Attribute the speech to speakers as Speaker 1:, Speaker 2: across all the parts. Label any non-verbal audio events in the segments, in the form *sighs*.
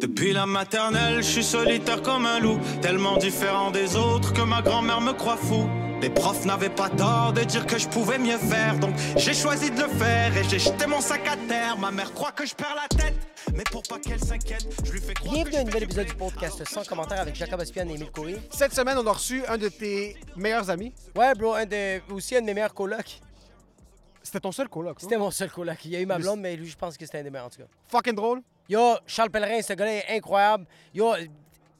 Speaker 1: Depuis la maternelle, je suis solitaire comme un loup, tellement différent des autres que ma grand-mère me croit fou. Les profs n'avaient pas tort de dire que je pouvais mieux faire, donc j'ai choisi de le faire et j'ai jeté mon sac à terre. Ma mère croit que je perds la tête, mais pour pas qu'elle s'inquiète, je lui fais croire.
Speaker 2: Bienvenue
Speaker 1: que
Speaker 2: à
Speaker 1: je fais
Speaker 2: un nouvel
Speaker 1: du
Speaker 2: épisode
Speaker 1: bien.
Speaker 2: du podcast sans commentaire avec Jacob Espion et Émile Coury.
Speaker 3: Cette semaine, on a reçu un de tes meilleurs amis.
Speaker 2: Ouais, bro, un de, aussi un de mes meilleurs colocs.
Speaker 3: C'était ton seul coloc. hein? non?
Speaker 2: C'était mon seul coloc. Il y a eu ma blonde, mais lui, je pense que c'était un des meilleurs, en tout cas.
Speaker 3: Fucking drôle.
Speaker 2: Yo, Charles Pellerin, ce gars-là est incroyable. Yo,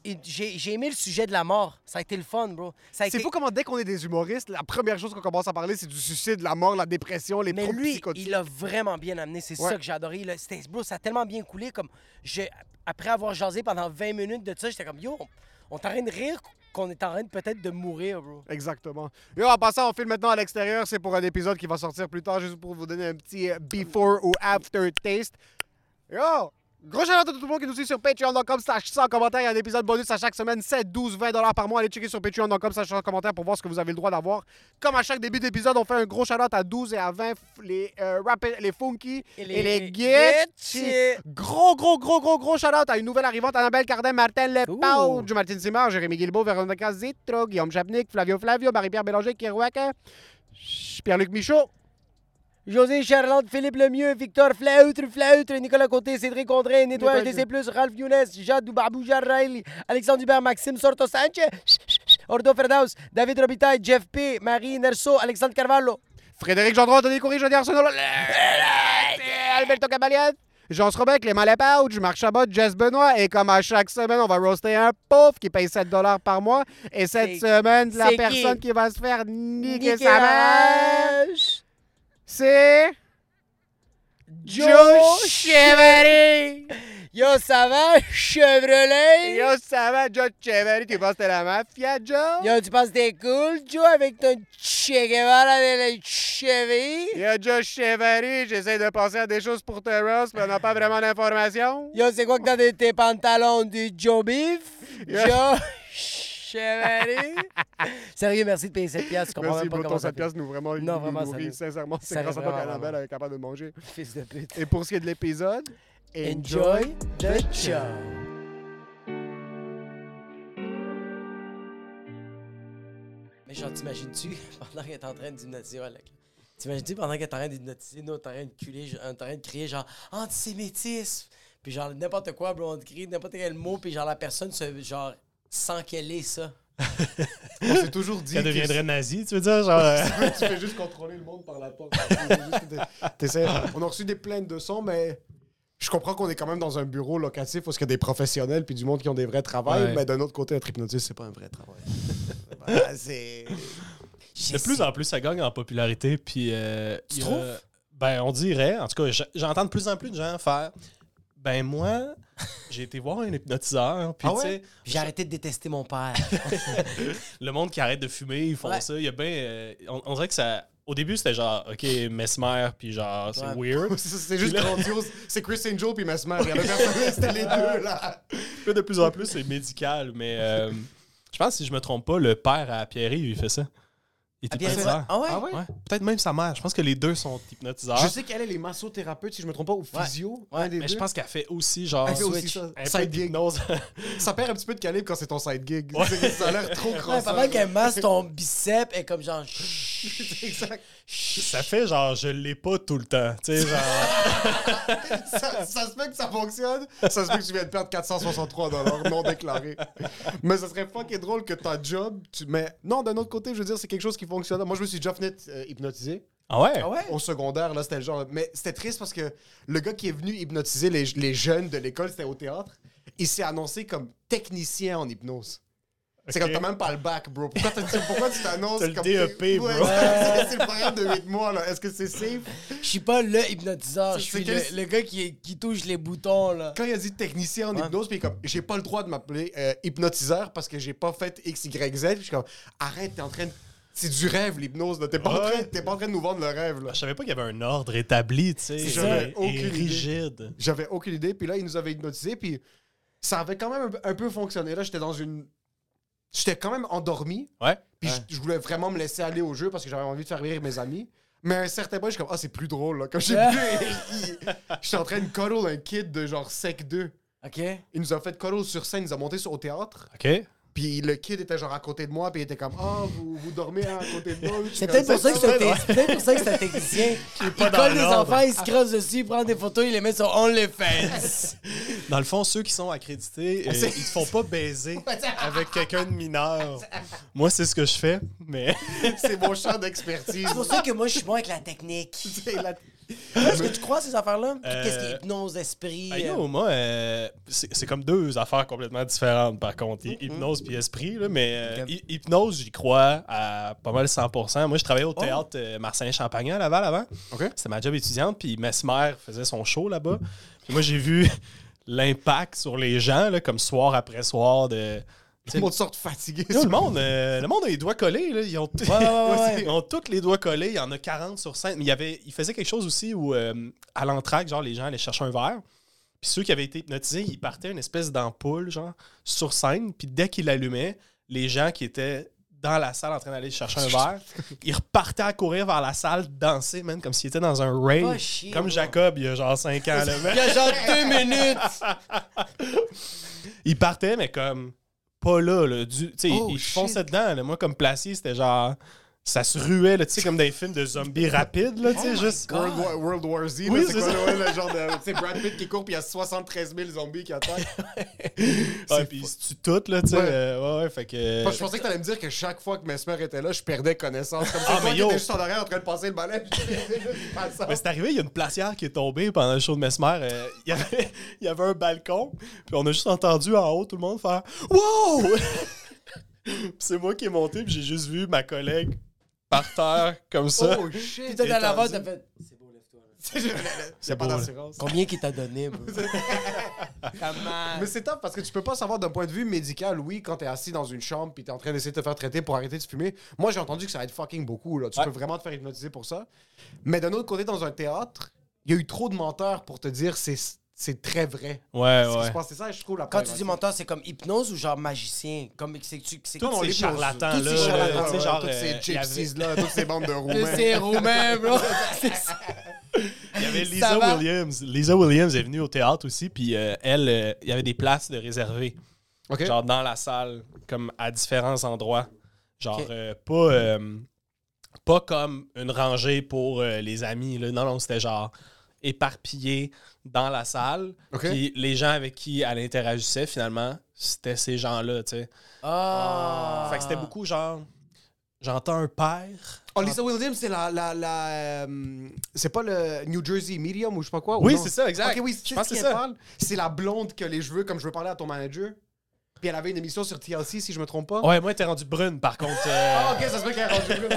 Speaker 2: il- j'ai j'ai aimé le sujet de la mort. Ça a été le fun, bro. Ça a
Speaker 3: C'est
Speaker 2: été...
Speaker 3: fou comment dès qu'on est des humoristes, la première chose qu'on commence à parler, c'est du suicide, la mort, la dépression, les
Speaker 2: Mais
Speaker 3: troubles
Speaker 2: lui,
Speaker 3: psychotiques.
Speaker 2: il a vraiment bien amené. C'est
Speaker 3: Ouais.
Speaker 2: ça que j'ai adoré. là. C'était, bro, ça a tellement bien coulé. Comme je, après avoir jasé pendant 20 minutes de ça, j'étais comme, yo, on est en train de rire qu'on est en train de peut-être de mourir, bro.
Speaker 3: Exactement. Yo, en passant, on filme maintenant à l'extérieur. C'est pour un épisode qui va sortir plus tard, juste pour vous donner un petit euh, before ou after taste. Yo! Gros shout à tout le monde qui nous suit sur patreon.com slash sans commentaire. Il y a un épisode bonus à chaque semaine, 7, 12, 20 dollars par mois. Allez checker sur patreon.com slash sans commentaire pour voir ce que vous avez le droit d'avoir. Comme à chaque début d'épisode, on fait un gros shout à 12 et à 20 f- les, euh, rapi- les funky et les,
Speaker 2: Getchi.
Speaker 3: Getchi. Gros, gros, gros, gros, gros shout à une nouvelle arrivante, Annabelle Cardin, Martin Lepau,
Speaker 2: Cool.
Speaker 3: du Martin Simard, Jérémy Guilbeault, Véronica Zitro, Guillaume Chapnik, Flavio Flavio, Marie-Pierre Bélanger, Kerouac, hein, Pierre-Luc Michaud.
Speaker 2: José Charlotte, Philippe Lemieux, Victor Flautre, Flautre, Nicolas Côté, Cédric Condré, Nettoyage
Speaker 3: Nettoyage
Speaker 2: des Plus, Ralph Younes, Jadou Babou Jarrail, Alexandre Hubert, Maxime Sorto Sanchez, Ordo Ferdaus, David Robitaille, Jeff P, Marie Nerso, Alexandre Carvalho.
Speaker 3: Frédéric Gendron, Anthony Coury, Jody Arsenault, Alberto Cabalian, Jean-Sébastien Robin, Clément Lepauge, Marc Chabot, Jess Benoît. Et comme à chaque semaine, on va roaster un pauvre qui paye 7 par mois. Et
Speaker 2: C'est-
Speaker 3: cette semaine, la
Speaker 2: c'est
Speaker 3: personne
Speaker 2: qui?
Speaker 3: qui va se faire niquer sa mère,
Speaker 2: Nicolas.
Speaker 3: c'est...
Speaker 2: Joe
Speaker 3: Chevalier!
Speaker 2: Yo, ça va, Chevrolet?
Speaker 3: Yo, ça va, Joe Chevalier? Tu penses que t'es la mafia, Joe?
Speaker 2: Yo, tu penses que t'es cool, Joe, avec ton Che Guevara de la cheville?
Speaker 3: Yo, Joe Chevalier, j'essaie de penser à des choses pour te roast, mais on n'a pas vraiment d'informations.
Speaker 2: Yo, c'est quoi que t'as dans tes pantalons du Joe Beef?
Speaker 3: Yo.
Speaker 2: Joe Chevalier?
Speaker 3: *laughs*
Speaker 2: Sérieux, merci de payer cette pièce. Je comprends
Speaker 3: Merci
Speaker 2: même pas
Speaker 3: pour
Speaker 2: comment
Speaker 3: ton
Speaker 2: ça
Speaker 3: 7
Speaker 2: fait.
Speaker 3: piastres, nous vraiment,
Speaker 2: Non,
Speaker 3: nous
Speaker 2: vraiment,
Speaker 3: nourrit.
Speaker 2: sérieux.
Speaker 3: Sincèrement, c'est
Speaker 2: Sérieux,
Speaker 3: grâce à toi
Speaker 2: vraiment,
Speaker 3: qu'Annabelle
Speaker 2: vraiment.
Speaker 3: est capable de manger.
Speaker 2: Fils de pute.
Speaker 3: Et pour ce qui est de l'épisode,
Speaker 2: Enjoy the show. Mais genre, t'imagines-tu, *laughs* pendant qu'elle est en train d'hypnotiser, ouais, là, t'imagines-tu pendant qu'elle est en train d'hypnotiser, nous, on est en train de culer, genre, on est en train de crier genre antisémitisme, puis genre n'importe quoi, bro, on crie n'importe quel mot, puis genre la personne se, genre, sans qu'elle ait ça.
Speaker 3: On s'est toujours dit
Speaker 4: Qu'elle deviendrait nazie, tu veux dire? Genre, euh,
Speaker 3: *laughs* tu fais juste contrôler le monde par la porte. On a reçu des plaintes de son, mais je comprends qu'on est quand même dans un bureau locatif où il y a des professionnels puis du monde qui ont des vrais travails,
Speaker 4: Ouais.
Speaker 3: mais d'un autre côté, être hypnotiste, c'est pas un vrai
Speaker 5: *laughs*
Speaker 3: travail. Bah, c'est...
Speaker 4: de plus en plus, ça gagne en popularité. Puis, euh,
Speaker 2: Tu
Speaker 4: il y a-
Speaker 2: trouves?
Speaker 4: Ben, on dirait. En tout cas, j'- j'entends de plus en plus de gens faire. Ben, moi, *laughs* j'ai été voir un hypnotiseur. Puis,
Speaker 3: Ah ouais?
Speaker 4: tu sais,
Speaker 2: J'ai arrêté de détester mon *laughs* père.
Speaker 4: le monde qui arrête de fumer, ils font
Speaker 2: Ouais.
Speaker 4: ça. Il y a ben, euh, on, on dirait que ça. Au début, c'était genre, OK, mesmer, puis genre, c'est
Speaker 2: Ouais.
Speaker 4: weird. *laughs*
Speaker 3: C'est c'est juste
Speaker 4: Puis là-
Speaker 3: grandiose. C'est Chris Angel puis Mesmer. Il y a le personnage, *laughs* c'était les deux, là.
Speaker 4: Puis de plus en plus, c'est médical. Mais euh, *laughs* je pense, si je me trompe pas, le père à Pierre-Yves, il fait ça. Il est
Speaker 2: Ah, bien,
Speaker 4: hypnotiseur.
Speaker 2: ah ouais?
Speaker 3: Ah ouais?
Speaker 4: Ouais. Peut-être même sa mère. Je pense que les deux sont hypnotiseurs.
Speaker 3: Je sais qu'elle est les massothérapeutes, si je me trompe pas, ou
Speaker 2: Ouais.
Speaker 3: physio.
Speaker 2: Ouais,
Speaker 3: un des
Speaker 4: Ah. Mais je
Speaker 3: deux.
Speaker 4: pense qu'elle fait aussi, genre,
Speaker 3: Elle fait aussi
Speaker 2: Switch.
Speaker 3: ça.
Speaker 4: un peu
Speaker 3: Side gig.
Speaker 4: d'hypnose.
Speaker 3: *laughs* Ça perd un petit peu de calibre quand c'est ton side gig. C'est- Ça a l'air trop
Speaker 2: Ouais,
Speaker 3: crosseur. *laughs*
Speaker 2: pendant qu'elle masse ton bicep, elle est comme genre...
Speaker 3: exact.
Speaker 4: ça fait genre, je l'ai pas tout le temps. Tu sais, genre,
Speaker 3: Ça, ça se peut que ça fonctionne. Ça se peut que tu viens de perdre 463 dollars non déclarés. Mais ce serait fucking drôle que ta job. Tu... Mais non, d'un autre côté, je veux dire, c'est quelque chose qui fonctionne. Moi, je me suis déjà fait euh, hypnotisé.
Speaker 4: *laughs* ah ouais?
Speaker 2: Ah ouais?
Speaker 3: Au secondaire, là, c'était le genre. Mais c'était triste parce que le gars qui est venu hypnotiser les, les jeunes de l'école, c'était au théâtre. Il s'est annoncé comme technicien en hypnose. C'est
Speaker 4: Ok.
Speaker 3: comme t'as même pas le bac, bro. Pourquoi, t'as- tu- pourquoi tu t'annonces
Speaker 4: T'as le
Speaker 3: comme.
Speaker 4: DEP, bro.
Speaker 3: *laughs* c'est- c'est le programme de 8 mois, là. Est-ce que c'est safe?
Speaker 2: Je suis pas le hypnotiseur,
Speaker 3: C'est-
Speaker 2: je suis
Speaker 3: c'est
Speaker 2: le,
Speaker 3: quel-
Speaker 2: le gars qui, qui touche les boutons, là.
Speaker 3: Quand il a dit technicien en
Speaker 2: Ouais.
Speaker 3: hypnose, puis il est comme j'ai pas le droit de m'appeler euh, hypnotiseur parce que j'ai pas fait X, Y, Z. Puis je suis comme arrête, t'es en train de. C'est du rêve, l'hypnose, là. T'es pas, en
Speaker 4: Ouais.
Speaker 3: train- t'es pas en train de nous vendre le rêve, là.
Speaker 4: Je savais pas qu'il y avait un ordre établi, tu sais.
Speaker 3: C'est
Speaker 4: genre,
Speaker 3: ça.
Speaker 4: et
Speaker 3: Aucune idée.
Speaker 4: rigide.
Speaker 3: J'avais aucune idée. Puis là, ils nous avaient hypnotisés. Puis ça avait quand même un, un peu fonctionné. Là, j'étais dans une. J'étais quand même endormi.
Speaker 4: Ouais.
Speaker 3: Puis je, je voulais vraiment me laisser aller au jeu parce que j'avais envie de faire rire mes amis. Mais à un certain point, je suis
Speaker 2: *laughs*
Speaker 3: comme, ah, c'est plus drôle, là. Comme j'ai
Speaker 2: Ouais.
Speaker 3: plus. il- il- J'étais en train de cuddle un kid de genre sec 2.
Speaker 2: OK?
Speaker 5: Il nous a fait cuddle sur scène, il nous a monté sur- au théâtre.
Speaker 4: OK?
Speaker 5: Puis le kid était genre à côté de moi, puis il était comme Ah, vous, vous dormez
Speaker 3: hein,
Speaker 5: à
Speaker 2: *laughs*
Speaker 5: côté de moi. Je suis
Speaker 2: C'est
Speaker 5: comme,
Speaker 2: peut-être pour ça que
Speaker 5: c'est
Speaker 2: c'est un- c'est peut-être pour ça que c'est un technicien. *laughs* Il
Speaker 4: pas dans
Speaker 2: colle les
Speaker 4: l'ordre.
Speaker 2: enfants, il se crosse dessus, il prend des photos, il les met sur *laughs* OnlyFans.
Speaker 4: Dans le fond, ceux qui sont accrédités, euh,
Speaker 3: Ah,
Speaker 4: ils ne font
Speaker 3: *laughs*
Speaker 4: pas baiser avec quelqu'un de mineur. Moi, c'est ce que je fais, mais
Speaker 5: C'est mon champ d'expertise.
Speaker 2: c'est pour ça que moi, je suis bon avec la technique.
Speaker 5: C'est la-
Speaker 2: Est-ce que tu crois à ces affaires-là?
Speaker 4: Euh,
Speaker 2: Qu'est-ce qui est hypnose, esprit?
Speaker 4: Ah,
Speaker 2: euh,
Speaker 4: yo, moi, euh, c'est c'est comme deux affaires complètement différentes, par contre. Hy- Hypnose puis esprit, là, mais euh,
Speaker 2: Mm-hmm. Ok.
Speaker 4: hy- hypnose, j'y crois à pas mal 100 Moi, je travaillais au
Speaker 2: Oh.
Speaker 4: théâtre euh, Marcelin-Champagnat à Laval avant.
Speaker 5: Ok.
Speaker 4: C'était ma job étudiante, puis Mesmer faisait son show là-bas.
Speaker 2: Mm-hmm.
Speaker 4: Puis moi, j'ai vu *laughs* l'impact sur les gens, là, comme soir après soir, de...
Speaker 5: Tout le monde sort fatigué.
Speaker 4: Yo, le monde, euh, le monde a les doigts collés. Là. Ils, ont t-
Speaker 2: ouais, ouais.
Speaker 4: *laughs* ils ont tous les doigts collés. Il y en a 40 sur 5. Mais il, y avait, il faisait quelque chose aussi où, euh, à l'entraque, genre, les gens allaient chercher un verre. Puis ceux qui avaient été hypnotisés, ils partaient une espèce d'ampoule, genre, sur scène. Puis dès qu'ils l'allumaient, les gens qui étaient dans la salle en train d'aller chercher
Speaker 2: *laughs*
Speaker 4: un verre, ils repartaient à courir vers la salle, danser, même comme s'ils étaient dans un
Speaker 2: Pas
Speaker 4: rave.
Speaker 2: chier,
Speaker 4: Comme
Speaker 2: moi.
Speaker 4: Jacob, il y a genre 5 ans. là,
Speaker 2: Il y a genre deux minutes!
Speaker 4: ils partaient, mais comme pas là. là du, tu sais,
Speaker 5: Oh,
Speaker 4: ils
Speaker 5: shit.
Speaker 4: fonçaient dedans. là. Moi, comme placier, c'était genre. Ça se ruait, là, tu sais, comme dans les films de zombies rapides, là, tu
Speaker 5: Oh
Speaker 4: sais, juste.
Speaker 5: World War, World War Z, là,
Speaker 4: Oui,
Speaker 5: c'est
Speaker 4: c'est
Speaker 5: quoi
Speaker 4: ça.
Speaker 5: ouais, le genre de. C'est Brad Pitt qui court, puis il y a 73 000 zombies qui attaquent.
Speaker 4: *laughs* Ouais, puis ils se tuent toutes, là, tu sais.
Speaker 5: Ouais.
Speaker 4: euh, Ouais, ouais, fait que.
Speaker 5: Moi, je pensais que t'allais me dire que chaque fois que Mesmer était là, je perdais connaissance. Comme
Speaker 4: Ah,
Speaker 5: ça,
Speaker 4: mais
Speaker 5: toi,
Speaker 4: yo.
Speaker 5: t'étais juste en arrière en train de passer le balai. *laughs* puis je faisais juste passer.
Speaker 4: Mais c'est arrivé, il y a une placière qui est tombée pendant le show de Mesmer. euh, il, y avait, *laughs* il y avait un balcon, puis on a juste entendu en haut tout le monde faire Wow! Puis c'est moi qui est monté, puis j'ai juste vu ma collègue par terre, comme ça.
Speaker 5: Oh
Speaker 2: Puis
Speaker 5: shit!
Speaker 2: t'es à la base, t'as
Speaker 4: Étendu.
Speaker 2: fait. C'est beau, lève-toi. là.
Speaker 5: C'est pas
Speaker 4: beau, là.
Speaker 5: d'assurance.
Speaker 2: Combien qu'il t'a donné, bro? *laughs* Comment?
Speaker 5: Mais c'est top parce que tu peux pas savoir d'un point de vue médical, oui, quand t'es assis dans une chambre puis t'es en train d'essayer de te faire traiter pour arrêter de fumer. Moi, j'ai entendu que ça aide fucking beaucoup. Là. Tu
Speaker 4: Ouais.
Speaker 5: peux vraiment te faire hypnotiser pour ça. Mais d'un autre côté, dans un théâtre, il y a eu trop de menteurs pour te dire c'est c'est très vrai.
Speaker 4: Ouais,
Speaker 5: C'est ce qui
Speaker 4: ouais.
Speaker 5: se passe. C'est ça, je trouve, la
Speaker 2: Quand tu dis
Speaker 5: problématique.
Speaker 2: menteur, c'est comme hypnose ou genre magicien? Comme c'est tu c'est
Speaker 4: Tous
Speaker 5: on
Speaker 4: ces
Speaker 5: les pose.
Speaker 4: charlatans,
Speaker 5: Tous
Speaker 4: là.
Speaker 5: ces charlatans,
Speaker 4: tu sais,
Speaker 5: ouais,
Speaker 4: genre,
Speaker 5: tous
Speaker 4: euh,
Speaker 5: ces
Speaker 4: il y avait-
Speaker 5: gypsies, là, toutes
Speaker 4: *laughs*
Speaker 5: ces bandes de roumains.
Speaker 2: C'est roumain, bro! *laughs* C'est ça.
Speaker 4: Il y avait
Speaker 2: Ça
Speaker 4: Lisa
Speaker 2: va?
Speaker 4: Williams. Lisa Williams est venue au théâtre aussi, puis euh, elle, euh, il y avait des places de réservées,
Speaker 5: Ok.
Speaker 4: genre dans la salle, comme à différents endroits. Genre,
Speaker 2: Ok.
Speaker 4: euh, pas, euh, pas comme une rangée pour euh, les amis. là. Non, non, c'était genre éparpillé dans la salle.
Speaker 5: Ok.
Speaker 4: Puis les gens avec qui elle interagissait, finalement, c'était ces gens-là, tu sais.
Speaker 2: Ah!
Speaker 4: Fait que c'était beaucoup genre, j'entends un père.
Speaker 5: Oh, Lisa Williams, c'est la. la, la euh, c'est pas le New Jersey Medium ou je sais pas quoi. ou
Speaker 4: Oui,
Speaker 5: non?
Speaker 4: c'est ça, exact.
Speaker 5: Ok, oui,
Speaker 4: Je
Speaker 5: je
Speaker 4: pense
Speaker 5: pense
Speaker 4: que c'est
Speaker 5: c'est
Speaker 4: ça.
Speaker 5: C'est la blonde que les cheveux, comme je veux parler à ton manager. Puis elle avait une émission sur TLC, si je me trompe pas.
Speaker 4: *laughs* Ouais, moi, elle était rendue brune, par contre. euh,
Speaker 5: *laughs* Ah, ok, ça se fait qu'elle a rendu bleu.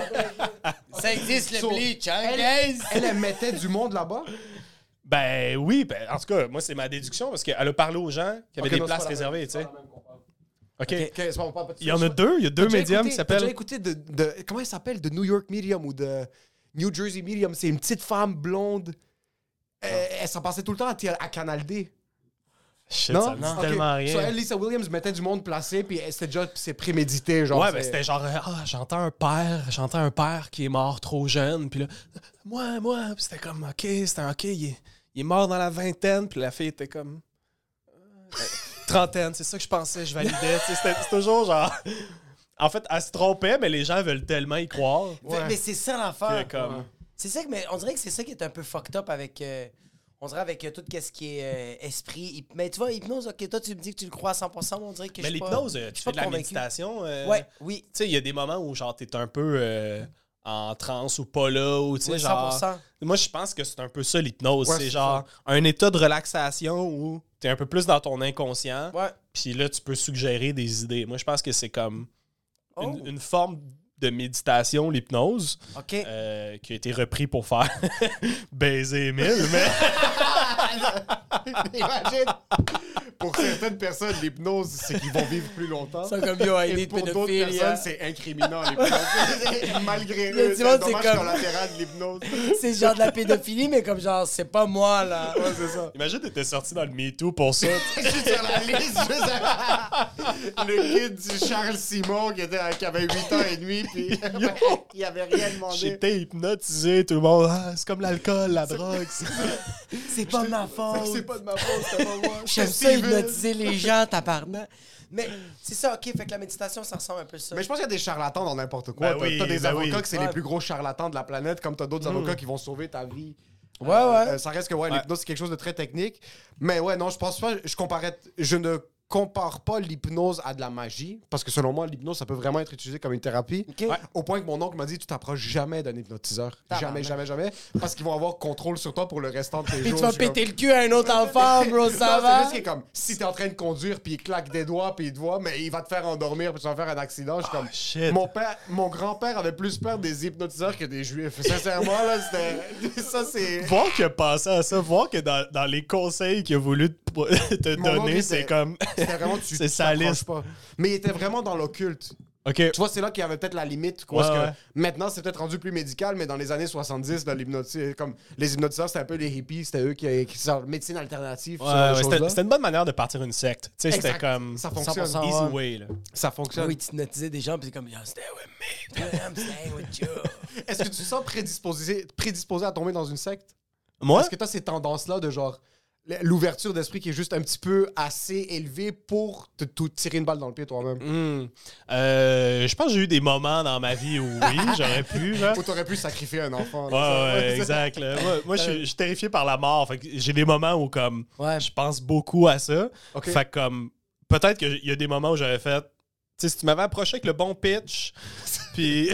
Speaker 2: Ça existe, le
Speaker 5: So,
Speaker 2: bleach, hein,
Speaker 5: elle,
Speaker 2: guys?
Speaker 5: elle, elle mettait du monde là-bas.
Speaker 4: Ben oui, ben, en tout cas, moi, c'est ma déduction parce qu'elle a parlé aux gens qui avaient
Speaker 5: Ok,
Speaker 4: des
Speaker 5: non, c'est
Speaker 4: places
Speaker 5: pas la même-
Speaker 4: réservées, tu sais. OK.
Speaker 5: Ok, c'est pas- on parle pas de ça.
Speaker 4: Il y en a deux, il y a deux
Speaker 5: T'as déjà
Speaker 4: médiums
Speaker 5: écouté-
Speaker 4: qui
Speaker 5: T'as déjà
Speaker 4: s'appellent.
Speaker 5: écouté de, de. Comment elle s'appelle De New York Medium ou de New Jersey Medium C'est une petite femme blonde. Euh, elle s'en passait tout le temps à, TL à Canal D.
Speaker 4: Shit,
Speaker 5: Non,
Speaker 4: ça me dit
Speaker 5: Ok.
Speaker 4: tellement
Speaker 5: So,
Speaker 4: rien.
Speaker 5: elle, Lisa Williams mettait du monde placé, puis elle- c'était déjà c'est prémédité. Genre,
Speaker 4: ouais, ben
Speaker 5: c'est-
Speaker 4: c'était genre, euh, ah, j'entends un père, j'entends un père qui est mort trop jeune, puis là, moi, moi, Puis c'était comme, ok, c'était ok, il est, il est mort dans la vingtaine, puis la fille était comme, euh,
Speaker 5: *laughs*
Speaker 4: trentaine, c'est ça que je pensais, je validais, Tu sais, c'était c'est toujours genre, en fait, elle se trompait, mais les gens veulent tellement y croire.
Speaker 5: Ouais.
Speaker 2: Mais c'est ça l'enfer.
Speaker 4: que comme,
Speaker 2: C'est ça que, mais on dirait que c'est ça qui est un peu fucked up avec. euh, on dirait avec euh, tout ce qui est euh, esprit. hyp- Mais tu vois, hypnose, ok, toi tu me dis que tu le crois à 100%, mais on dirait que
Speaker 4: mais
Speaker 2: je suis pas-
Speaker 4: l'hypnose,
Speaker 2: je
Speaker 4: euh,
Speaker 2: suis
Speaker 4: tu
Speaker 2: pas
Speaker 4: fais de la
Speaker 2: convaincu.
Speaker 4: méditation. euh,
Speaker 2: Ouais, oui,
Speaker 4: tu sais, il y a des moments où genre t'es un peu euh, en transe ou pas là ou tu sais
Speaker 2: oui, 100%.
Speaker 4: genre. Moi je pense que c'est un peu ça l'hypnose,
Speaker 5: Ouais,
Speaker 4: c'est
Speaker 5: c'est
Speaker 4: genre un état de relaxation où t'es un peu plus dans ton inconscient,
Speaker 2: Ouais.
Speaker 4: puis là tu peux suggérer des idées. Moi je pense que c'est comme
Speaker 2: Oh,
Speaker 4: une, une forme de méditation l'hypnose
Speaker 2: ok.
Speaker 4: euh, qui a été repris pour faire *laughs* baiser Emile,
Speaker 2: *laughs*
Speaker 4: mais
Speaker 5: Imagine. Pour certaines personnes, l'hypnose, c'est qu'ils vont vivre plus longtemps.
Speaker 2: Ça, comme yo, I
Speaker 5: Et
Speaker 2: need hein.
Speaker 5: pour d'autres
Speaker 2: pédophile.
Speaker 5: personnes,
Speaker 2: yeah.
Speaker 5: c'est
Speaker 2: *laughs*
Speaker 5: incriminant, l'hypnose. Malgré
Speaker 2: Le
Speaker 5: eux, c'est
Speaker 2: dimanche,
Speaker 5: un
Speaker 2: c'est
Speaker 5: dommage
Speaker 2: comme-
Speaker 5: collatéral de l'hypnose.
Speaker 2: C'est genre de la pédophilie, mais comme genre, c'est pas moi là.
Speaker 5: Ouais, c'est ça.
Speaker 4: imagine t'étais sorti dans le MeToo pour
Speaker 2: *laughs*
Speaker 4: ça.
Speaker 5: Juste *laughs* sur la liste, juste à- *laughs* Le kid du Charles Simon qui, était, qui avait 8 ans et demi,
Speaker 2: *laughs*
Speaker 5: puis *laughs* il avait rien
Speaker 2: *laughs*
Speaker 5: demandé.
Speaker 4: J'étais hypnotisé, tout le monde. Ah, c'est comme l'alcool, la drogue. c'est-
Speaker 2: C'est pas ma faute.
Speaker 5: C'est
Speaker 2: pas de ma
Speaker 4: Oh, c'était pas
Speaker 2: *laughs*
Speaker 4: moi,
Speaker 2: J'aime
Speaker 4: c'était
Speaker 2: ça
Speaker 4: Steven.
Speaker 2: hypnotiser les
Speaker 5: *laughs*
Speaker 2: gens, tabarnak. Mais c'est ça, ok, fait que la méditation, ça ressemble un peu à ça.
Speaker 5: Mais je pense qu'il y a des charlatans dans n'importe quoi.
Speaker 4: Ben
Speaker 5: T'as-
Speaker 4: oui,
Speaker 5: t'as des
Speaker 4: ben
Speaker 5: avocats
Speaker 4: oui. Mm.
Speaker 5: que c'est
Speaker 2: Ouais.
Speaker 5: les plus gros charlatans de la planète, comme t'as d'autres avocats qui vont sauver ta vie.
Speaker 2: Ouais, ouais.
Speaker 5: euh, ça reste que ouais,
Speaker 4: Ouais.
Speaker 5: l'hypnose, c'est quelque chose de très technique. Mais ouais, non, je pense pas. Je, comparais, je ne compare pas l'hypnose à de la magie, parce que selon moi, l'hypnose, ça peut vraiment être utilisé comme une thérapie.
Speaker 2: Ok.
Speaker 4: Ouais.
Speaker 5: Au point que mon oncle m'a dit, tu t'approches jamais d'un hypnotiseur. Jamais,
Speaker 2: Tabarnak.
Speaker 5: jamais, jamais. Parce qu'ils vont avoir contrôle sur toi pour le
Speaker 2: *laughs*
Speaker 5: restant de tes
Speaker 2: Puis
Speaker 5: jours.
Speaker 2: tu vas
Speaker 5: Je suis comme-
Speaker 2: péter le cul à un
Speaker 5: *laughs*
Speaker 2: autre enfant, bro, ça
Speaker 5: Non, C'est
Speaker 2: va?
Speaker 5: juste qu'il est comme, si t'es en train de conduire, puis il claque des doigts, puis il te voit, mais il va te faire endormir, puis tu vas faire un accident. Je suis comme,
Speaker 4: Ah, shit.
Speaker 5: mon père, mon grand-père avait plus peur des hypnotiseurs que des juifs. Sincèrement, là, c'était. Ça, c'est.
Speaker 4: Voir qu'il a pensé à ça, voir que dans, dans les conseils qu'il a voulu te, pro- *laughs* te
Speaker 5: Mon oncle,
Speaker 4: donner,
Speaker 5: il
Speaker 4: c'est
Speaker 5: était-
Speaker 4: comme. *laughs*
Speaker 5: C'était vraiment, tu
Speaker 4: C'est sa
Speaker 5: t'approches
Speaker 4: liste.
Speaker 5: pas. Mais il était vraiment dans l'occulte.
Speaker 4: Ok.
Speaker 5: Tu vois, c'est là qu'il y avait peut-être la limite. Quoi,
Speaker 4: Ouais,
Speaker 5: parce que
Speaker 4: ouais.
Speaker 5: Maintenant, c'est peut-être rendu plus médical, mais dans les années 70, dans l'hypnotis- comme les hypnotiseurs, c'était un peu les hippies, c'était eux qui, qui sortent médecine alternative.
Speaker 4: Ouais,
Speaker 5: ce genre de
Speaker 4: ouais, c'était
Speaker 5: choses-là.
Speaker 4: c'était une bonne manière de partir une secte. Tu sais, c'était
Speaker 5: Exact.
Speaker 4: comme.
Speaker 5: Ça fonctionne.
Speaker 2: 100%.
Speaker 4: Easy
Speaker 2: Ouais.
Speaker 4: way, là.
Speaker 5: Ça fonctionne.
Speaker 2: Oui, tu hypnotisais des gens, puis c'est comme, yo, stay
Speaker 5: *laughs*
Speaker 2: with me, I'm staying with you.
Speaker 5: Est-ce que tu te sens prédisposé, prédisposé à tomber dans une secte?
Speaker 4: Moi,
Speaker 5: Est-ce que tu as ces tendances-là de genre l- l'ouverture d'esprit qui est juste un petit peu assez élevée pour te, te tirer une balle dans le pied toi-même?
Speaker 4: hmm, euh, je pense que j'ai eu des moments dans ma vie où oui, j'aurais pu. genre.
Speaker 5: Ou t'aurais pu sacrifier un enfant?
Speaker 4: Ouais,
Speaker 5: là, ça.
Speaker 4: ouais, exact. là. Moi, moi, je, suis, je suis terrifié par la mort. Fait que j'ai des moments où, comme,
Speaker 2: Ouais.
Speaker 4: je pense beaucoup à ça.
Speaker 5: Ok.
Speaker 4: Fait que, comme, peut-être qu'il y a des moments où j'aurais fait. Tu sais, si tu m'avais approché avec le bon pitch, *laughs* puis.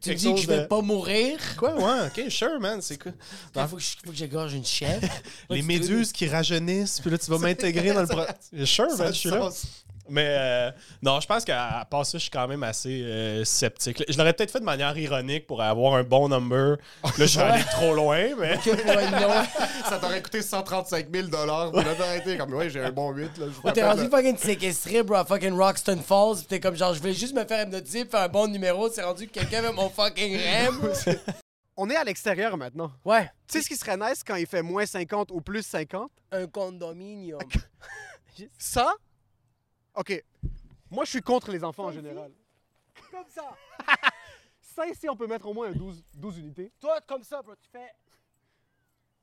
Speaker 2: Tu dis que je vais pas mourir?
Speaker 4: Quoi, ouais, ok, sure, man, c'est cool.
Speaker 2: Il faut que je- faut que j'égorge une chèvre.
Speaker 5: *laughs*
Speaker 4: Les
Speaker 2: tu te-
Speaker 4: méduses qui rajeunissent, puis là, *laughs* tu vas m'intégrer dans le. Pro... Sure,
Speaker 5: Ça a
Speaker 4: man,
Speaker 5: du
Speaker 4: je suis là.
Speaker 5: sens.
Speaker 4: Mais euh, non, je pense qu'à à part ça, je suis quand même assez euh, sceptique. Je l'aurais peut-être fait de manière ironique pour avoir un bon *laughs* number. Là, je suis allé trop loin, mais.
Speaker 2: Que- ouais,
Speaker 5: *laughs*
Speaker 2: non.
Speaker 5: Ça t'aurait coûté 135 000 dollars. Puis là, t'aurais été comme, ouais, j'ai un bon 8. Là, je
Speaker 2: T'es
Speaker 5: rappelle,
Speaker 2: rendu
Speaker 5: là.
Speaker 2: fucking séquestré, bro, à fucking Roxton Falls. Pis t'es comme genre, je voulais juste me faire hypnotiser, pis faire un bon numéro. C'est rendu que quelqu'un veut mon fucking rem.
Speaker 5: *laughs* On est à l'extérieur maintenant.
Speaker 2: Ouais.
Speaker 5: Tu sais ce qui serait nice quand il fait moins 50 ou plus 50?
Speaker 2: Un condominium.
Speaker 5: Ça? OK. Moi, je suis contre les enfants
Speaker 2: *laughs*
Speaker 5: en général. Comme ça. ça ici, on peut mettre au moins un 12, 12 unités.
Speaker 2: Toi, comme ça, bro, tu fais.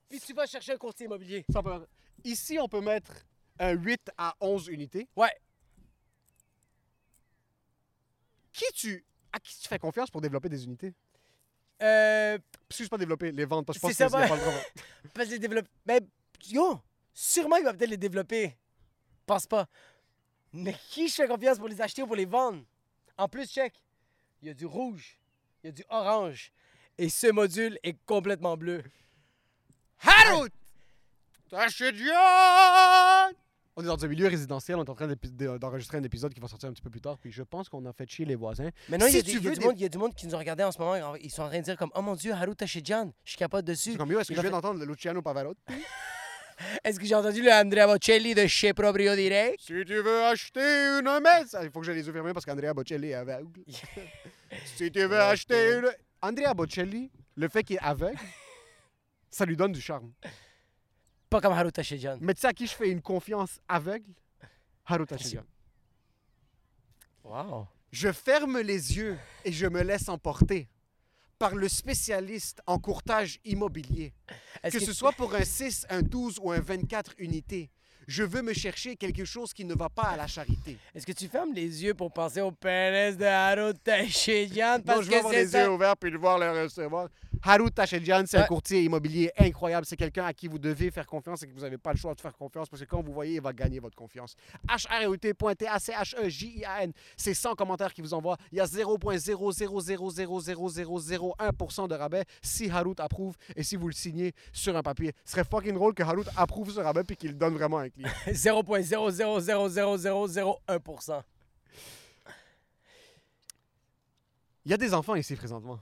Speaker 2: Puis tu vas chercher un courtier immobilier.
Speaker 5: Ça, on peut mettre- Ici, on peut mettre un 8 à 11 unités.
Speaker 2: Ouais.
Speaker 5: Qui tu... À qui tu fais confiance pour développer des unités?
Speaker 2: Euh.
Speaker 5: Excuse pas développer les ventes, parce que je pense
Speaker 2: C'est
Speaker 5: que
Speaker 2: ça,
Speaker 5: c'est
Speaker 2: ouais.
Speaker 5: pas le droit.
Speaker 2: Parce les développer. Mais yo, sûrement il va peut-être les développer. Pense pas. Mais qui je fais confiance pour les acheter ou pour les vendre? En plus, check. Il y a du rouge, il y a du orange. Et ce module est complètement bleu.
Speaker 5: Harout! Tachidjan! On est dans un milieu résidentiel, on est en train d'épi- d'e- d'enregistrer un épisode qui va sortir un petit peu plus tard, puis je pense qu'on a fait chier les voisins.
Speaker 2: Maintenant, il y,
Speaker 5: si
Speaker 2: a des-
Speaker 5: tu
Speaker 2: il y a
Speaker 5: veux
Speaker 2: du
Speaker 5: des-
Speaker 2: monde- il y a du monde qui nous regardait en ce moment. Ils sont en train de dire comme, oh mon Dieu, Haru Tachidjan, je suis capable dessus.
Speaker 5: C'est comme, yo, est-ce que
Speaker 2: Il
Speaker 5: je
Speaker 2: va
Speaker 5: viens
Speaker 2: faire-
Speaker 5: d'entendre le Luciano Pavarotti?
Speaker 2: Est-ce que j'ai entendu le Andrea Bocelli de chez Proprio Direct?
Speaker 5: Si tu veux acheter une messe... Ah, Il faut que j'ai les yeux fermés parce qu'Andrea Bocelli est aveugle. si tu veux acheter une... Andrea Bocelli, le fait qu'il est aveugle, ça lui donne du charme.
Speaker 2: Pas comme Haru Tachidjan.
Speaker 5: Mais tu sais à qui je fais une confiance aveugle? Harout Tachidjan.
Speaker 2: Wow.
Speaker 5: Je ferme les yeux et je me laisse emporter par le spécialiste en courtage immobilier.
Speaker 2: Est-ce
Speaker 5: Que ce soit pour un 6, un 12 ou un 24 unités, je veux me chercher quelque chose qui ne va pas à la charité.
Speaker 2: Est-ce que tu fermes les yeux pour penser au pénis de Haru Tachidjan? Parce
Speaker 5: Non, je veux
Speaker 2: que
Speaker 5: avoir
Speaker 2: c'est
Speaker 5: les
Speaker 2: ça-
Speaker 5: yeux ouverts puis le voir le recevoir. Harout Tachedjian, c'est un
Speaker 2: Ouais.
Speaker 5: courtier immobilier incroyable. C'est quelqu'un à qui vous devez faire confiance et que vous n'avez pas le choix de faire confiance parce que quand vous voyez, il va gagner votre confiance. h r o t E T-A-C-H-E-J-I-A-N. C'est 100 commentaires qu'il vous envoie. Il y a 0.000000001% de rabais si Harout approuve et si vous le signez sur un papier. Ce serait fucking drôle que Harout approuve ce rabais puis qu'il le donne vraiment à un client.
Speaker 2: 0.0000001%.
Speaker 5: Il y a des enfants ici présentement.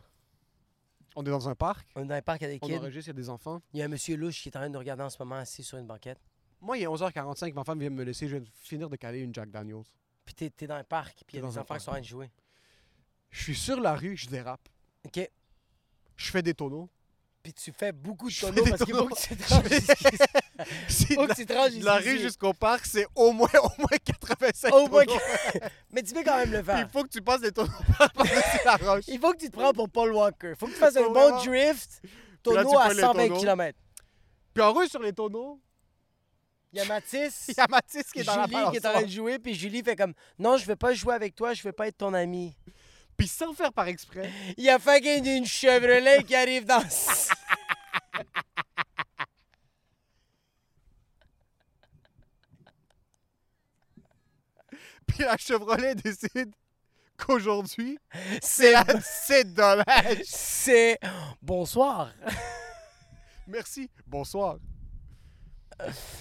Speaker 5: On est dans un parc.
Speaker 2: On est dans un parc avec
Speaker 5: On
Speaker 2: des kids.
Speaker 5: enregistre, il y a des enfants.
Speaker 2: Il y a un monsieur louche qui est en train de nous regarder en ce moment assis sur une banquette.
Speaker 5: Moi, il est 11h45, ma femme vient me laisser, je viens de finir de caler une Jack Daniels.
Speaker 2: Puis t'es, t'es dans un parc, puis il y
Speaker 5: T'es
Speaker 2: a
Speaker 5: dans
Speaker 2: des
Speaker 5: un
Speaker 2: enfants qui sont en train de jouer.
Speaker 5: Je suis sur la rue, je dérape.
Speaker 2: OK.
Speaker 5: Je fais
Speaker 3: *laughs*
Speaker 5: des tonneaux.
Speaker 2: Puis tu fais beaucoup de
Speaker 5: Je fais
Speaker 2: tonneaux
Speaker 5: des
Speaker 2: parce qu'il faut
Speaker 5: tonneaux.
Speaker 2: que tu tranches
Speaker 5: fais-
Speaker 2: ici.
Speaker 5: C'est
Speaker 2: Faut
Speaker 5: de
Speaker 2: que
Speaker 5: la,
Speaker 2: tu tranches
Speaker 5: de la
Speaker 2: ici.
Speaker 5: rue jusqu'au parc, c'est au moins, au moins 85
Speaker 2: *laughs* Au moins
Speaker 5: tonneaux.
Speaker 2: Mais tu peux quand même le
Speaker 5: Puis Il
Speaker 2: faire.
Speaker 5: faut que tu passes des tonneaux par- par-dessus la roche.
Speaker 2: Il faut que tu te prends pour Paul Walker. Faut que tu fasses un
Speaker 5: Faut
Speaker 2: bon
Speaker 5: vraiment-
Speaker 2: drift,
Speaker 5: Puis là, tu
Speaker 2: tonneau à
Speaker 5: pognes les
Speaker 2: 120
Speaker 5: tonneaux.
Speaker 2: km.
Speaker 5: Puis en rue sur les tonneaux,
Speaker 2: Il y a
Speaker 5: *laughs*
Speaker 2: Mathis.
Speaker 3: Il y a Mathis qui est dans la
Speaker 2: Julie qui est en train
Speaker 3: balançoire.
Speaker 2: de jouer, puis Julie fait comme Non, je veux pas jouer avec toi, je veux pas être ton ami.
Speaker 3: Puis sans faire par
Speaker 5: *laughs*
Speaker 3: exprès.
Speaker 2: Il y a fucking une Chevrolet qui arrive dans. *laughs*
Speaker 3: Puis la Chevrolet décide qu'aujourd'hui,
Speaker 2: C'est.
Speaker 3: c'est dommage.
Speaker 2: C'est. Bonsoir.
Speaker 3: Merci. Bonsoir.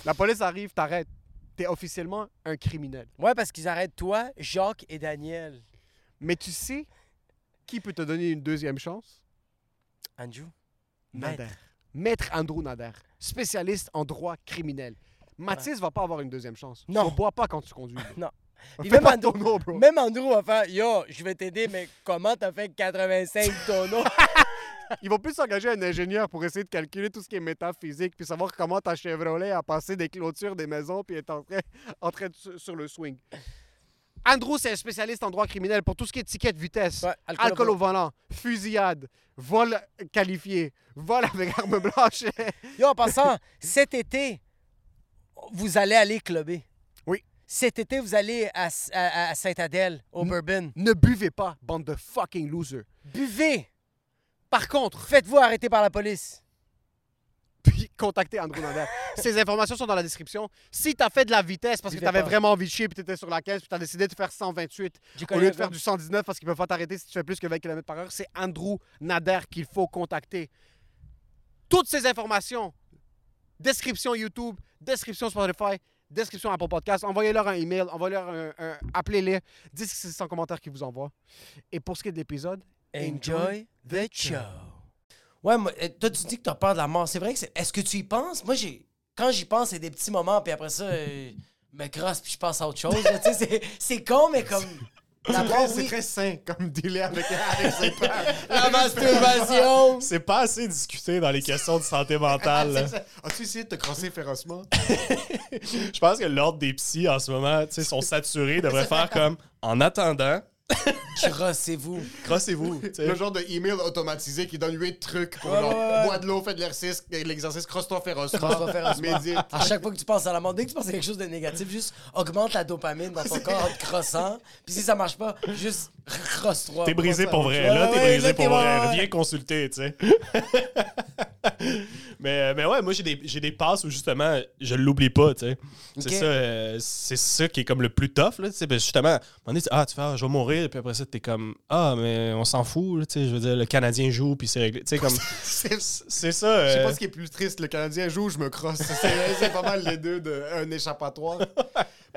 Speaker 3: La police arrive, t'arrête. T'es officiellement un criminel.
Speaker 2: Ouais, parce qu'ils arrêtent toi, Jacques et Daniel.
Speaker 3: Mais tu sais qui peut te donner une deuxième chance?
Speaker 2: Andrew.
Speaker 3: Nader. Maître Andrew Nader, spécialiste en droit criminel. Mathis va pas avoir une deuxième chance.
Speaker 2: Non.
Speaker 5: *laughs*
Speaker 3: On boit pas quand
Speaker 2: *laughs*
Speaker 3: tu conduis. bro.
Speaker 2: Non.
Speaker 3: Fais
Speaker 2: Puis même
Speaker 3: pas
Speaker 2: Andrew-
Speaker 3: ton nom, bro.
Speaker 2: Même Andrew va faire Yo, je vais t'aider, mais comment t'as fait 85 tonneaux
Speaker 3: Ils vont plus s'engager un ingénieur pour essayer de calculer tout ce qui est métaphysique, puis savoir comment ta Chevrolet a passé des clôtures des maisons, puis est en train, *laughs* en train de su- sur le swing. Andrew, c'est un spécialiste en droit criminel pour tout ce qui est ticket de vitesse,
Speaker 2: Ouais, alcool
Speaker 3: alcool,
Speaker 2: au
Speaker 3: au volant, fusillade, vol qualifié, vol avec *laughs* arme blanche.
Speaker 2: Yo, en passant, *laughs* cet été, vous allez aller clubber.
Speaker 3: Oui.
Speaker 2: Cet été, vous allez à, S- à- à Sainte-Adèle, au Bourbon.
Speaker 3: ne buvez pas, bande de fucking losers.
Speaker 2: Buvez! Par contre, faites-vous arrêter par la police.
Speaker 3: puis contacter Andrew Nader. Ces informations sont dans la description. Si t'as fait de la vitesse parce que
Speaker 2: Vivez
Speaker 3: t'avais
Speaker 2: pas.
Speaker 3: vraiment envie de chier puis t'étais sur la caisse puis t'as décidé de faire 128
Speaker 2: J'ai
Speaker 3: au
Speaker 2: connu
Speaker 3: lieu
Speaker 2: un
Speaker 3: de faire
Speaker 2: gars.
Speaker 3: du 119 parce qu'ils peuvent pas t'arrêter si tu fais plus que 20 km par heure, c'est Andrew Nader qu'il faut contacter. Toutes ces informations, description YouTube, description Spotify, description Apple Podcast, envoyez-leur un email, envoyez-leur un, un- appelez-les, dites que c'est 100 commentaires qu'ils vous envoient. Et pour ce qui est de l'épisode,
Speaker 2: Enjoy the show. Ouais, moi, euh, toi, tu dis que t'as peur de la mort. C'est vrai que c'est. Est-ce que tu y penses? Moi, j'ai. Quand j'y pense, c'est des petits moments, puis après ça, euh, je me crosse, puis je passe à autre chose. là. Tu sais, c'est- c'est con, mais comme. La mort,
Speaker 4: C'est
Speaker 2: oui.
Speaker 4: très sain comme délai avec,
Speaker 2: *laughs*
Speaker 4: avec ses pères.
Speaker 2: La masturbation.
Speaker 4: C'est pas assez discuté dans les questions de *laughs* santé mentale. là.
Speaker 3: As-tu essayé de te crosser férocement?
Speaker 4: Je pense que l'ordre des psys en ce moment, tu sais, sont saturés, devrait faire comme en attendant,
Speaker 2: *laughs* Crossez-vous.
Speaker 4: crossez-vous. tu sais.
Speaker 5: Le genre de email automatisé qui donne 8 trucs pour
Speaker 2: Ouais,
Speaker 5: genre,
Speaker 2: ouais, ouais.
Speaker 5: bois de l'eau, fais de l'exercice, l'exercice crosse-toi
Speaker 2: *laughs*
Speaker 5: férocement.
Speaker 2: Crosse-toi férocement.
Speaker 5: Médite.
Speaker 2: À chaque fois que tu penses à la mort, dès que tu penses à quelque chose de négatif, juste augmente la dopamine dans ton corps en te crossant. Puis si ça marche pas, juste crosse-toi.
Speaker 4: T'es brisé pour vrai,
Speaker 2: Ouais,
Speaker 4: là,
Speaker 2: ouais,
Speaker 4: t'es
Speaker 2: ouais,
Speaker 4: brisé
Speaker 2: là,
Speaker 4: pour
Speaker 2: t'es- ouais,
Speaker 4: vrai.
Speaker 2: ouais.
Speaker 4: Viens consulter, tu sais. *laughs* mais, mais ouais, moi, j'ai des, j'ai des passes où justement, je l'oublie pas, tu sais.
Speaker 2: Ok.
Speaker 4: C'est ça, euh, c'est ça qui est comme le plus tough, là, tu sais. parce que justement, à un moment donné, tu- ah, tu fais, ah, je vais mourir, puis après ça, t'es comme, ah, mais on s'en fout, là, tu sais. Je veux dire, le Canadien joue, puis c'est réglé. Tu sais, comme,
Speaker 5: C'est-
Speaker 4: c'est ça.
Speaker 5: Je sais
Speaker 4: euh,
Speaker 5: pas ce qui est plus triste, le Canadien joue ou je me crosse. C'est c'est pas mal les deux, de, un échappatoire.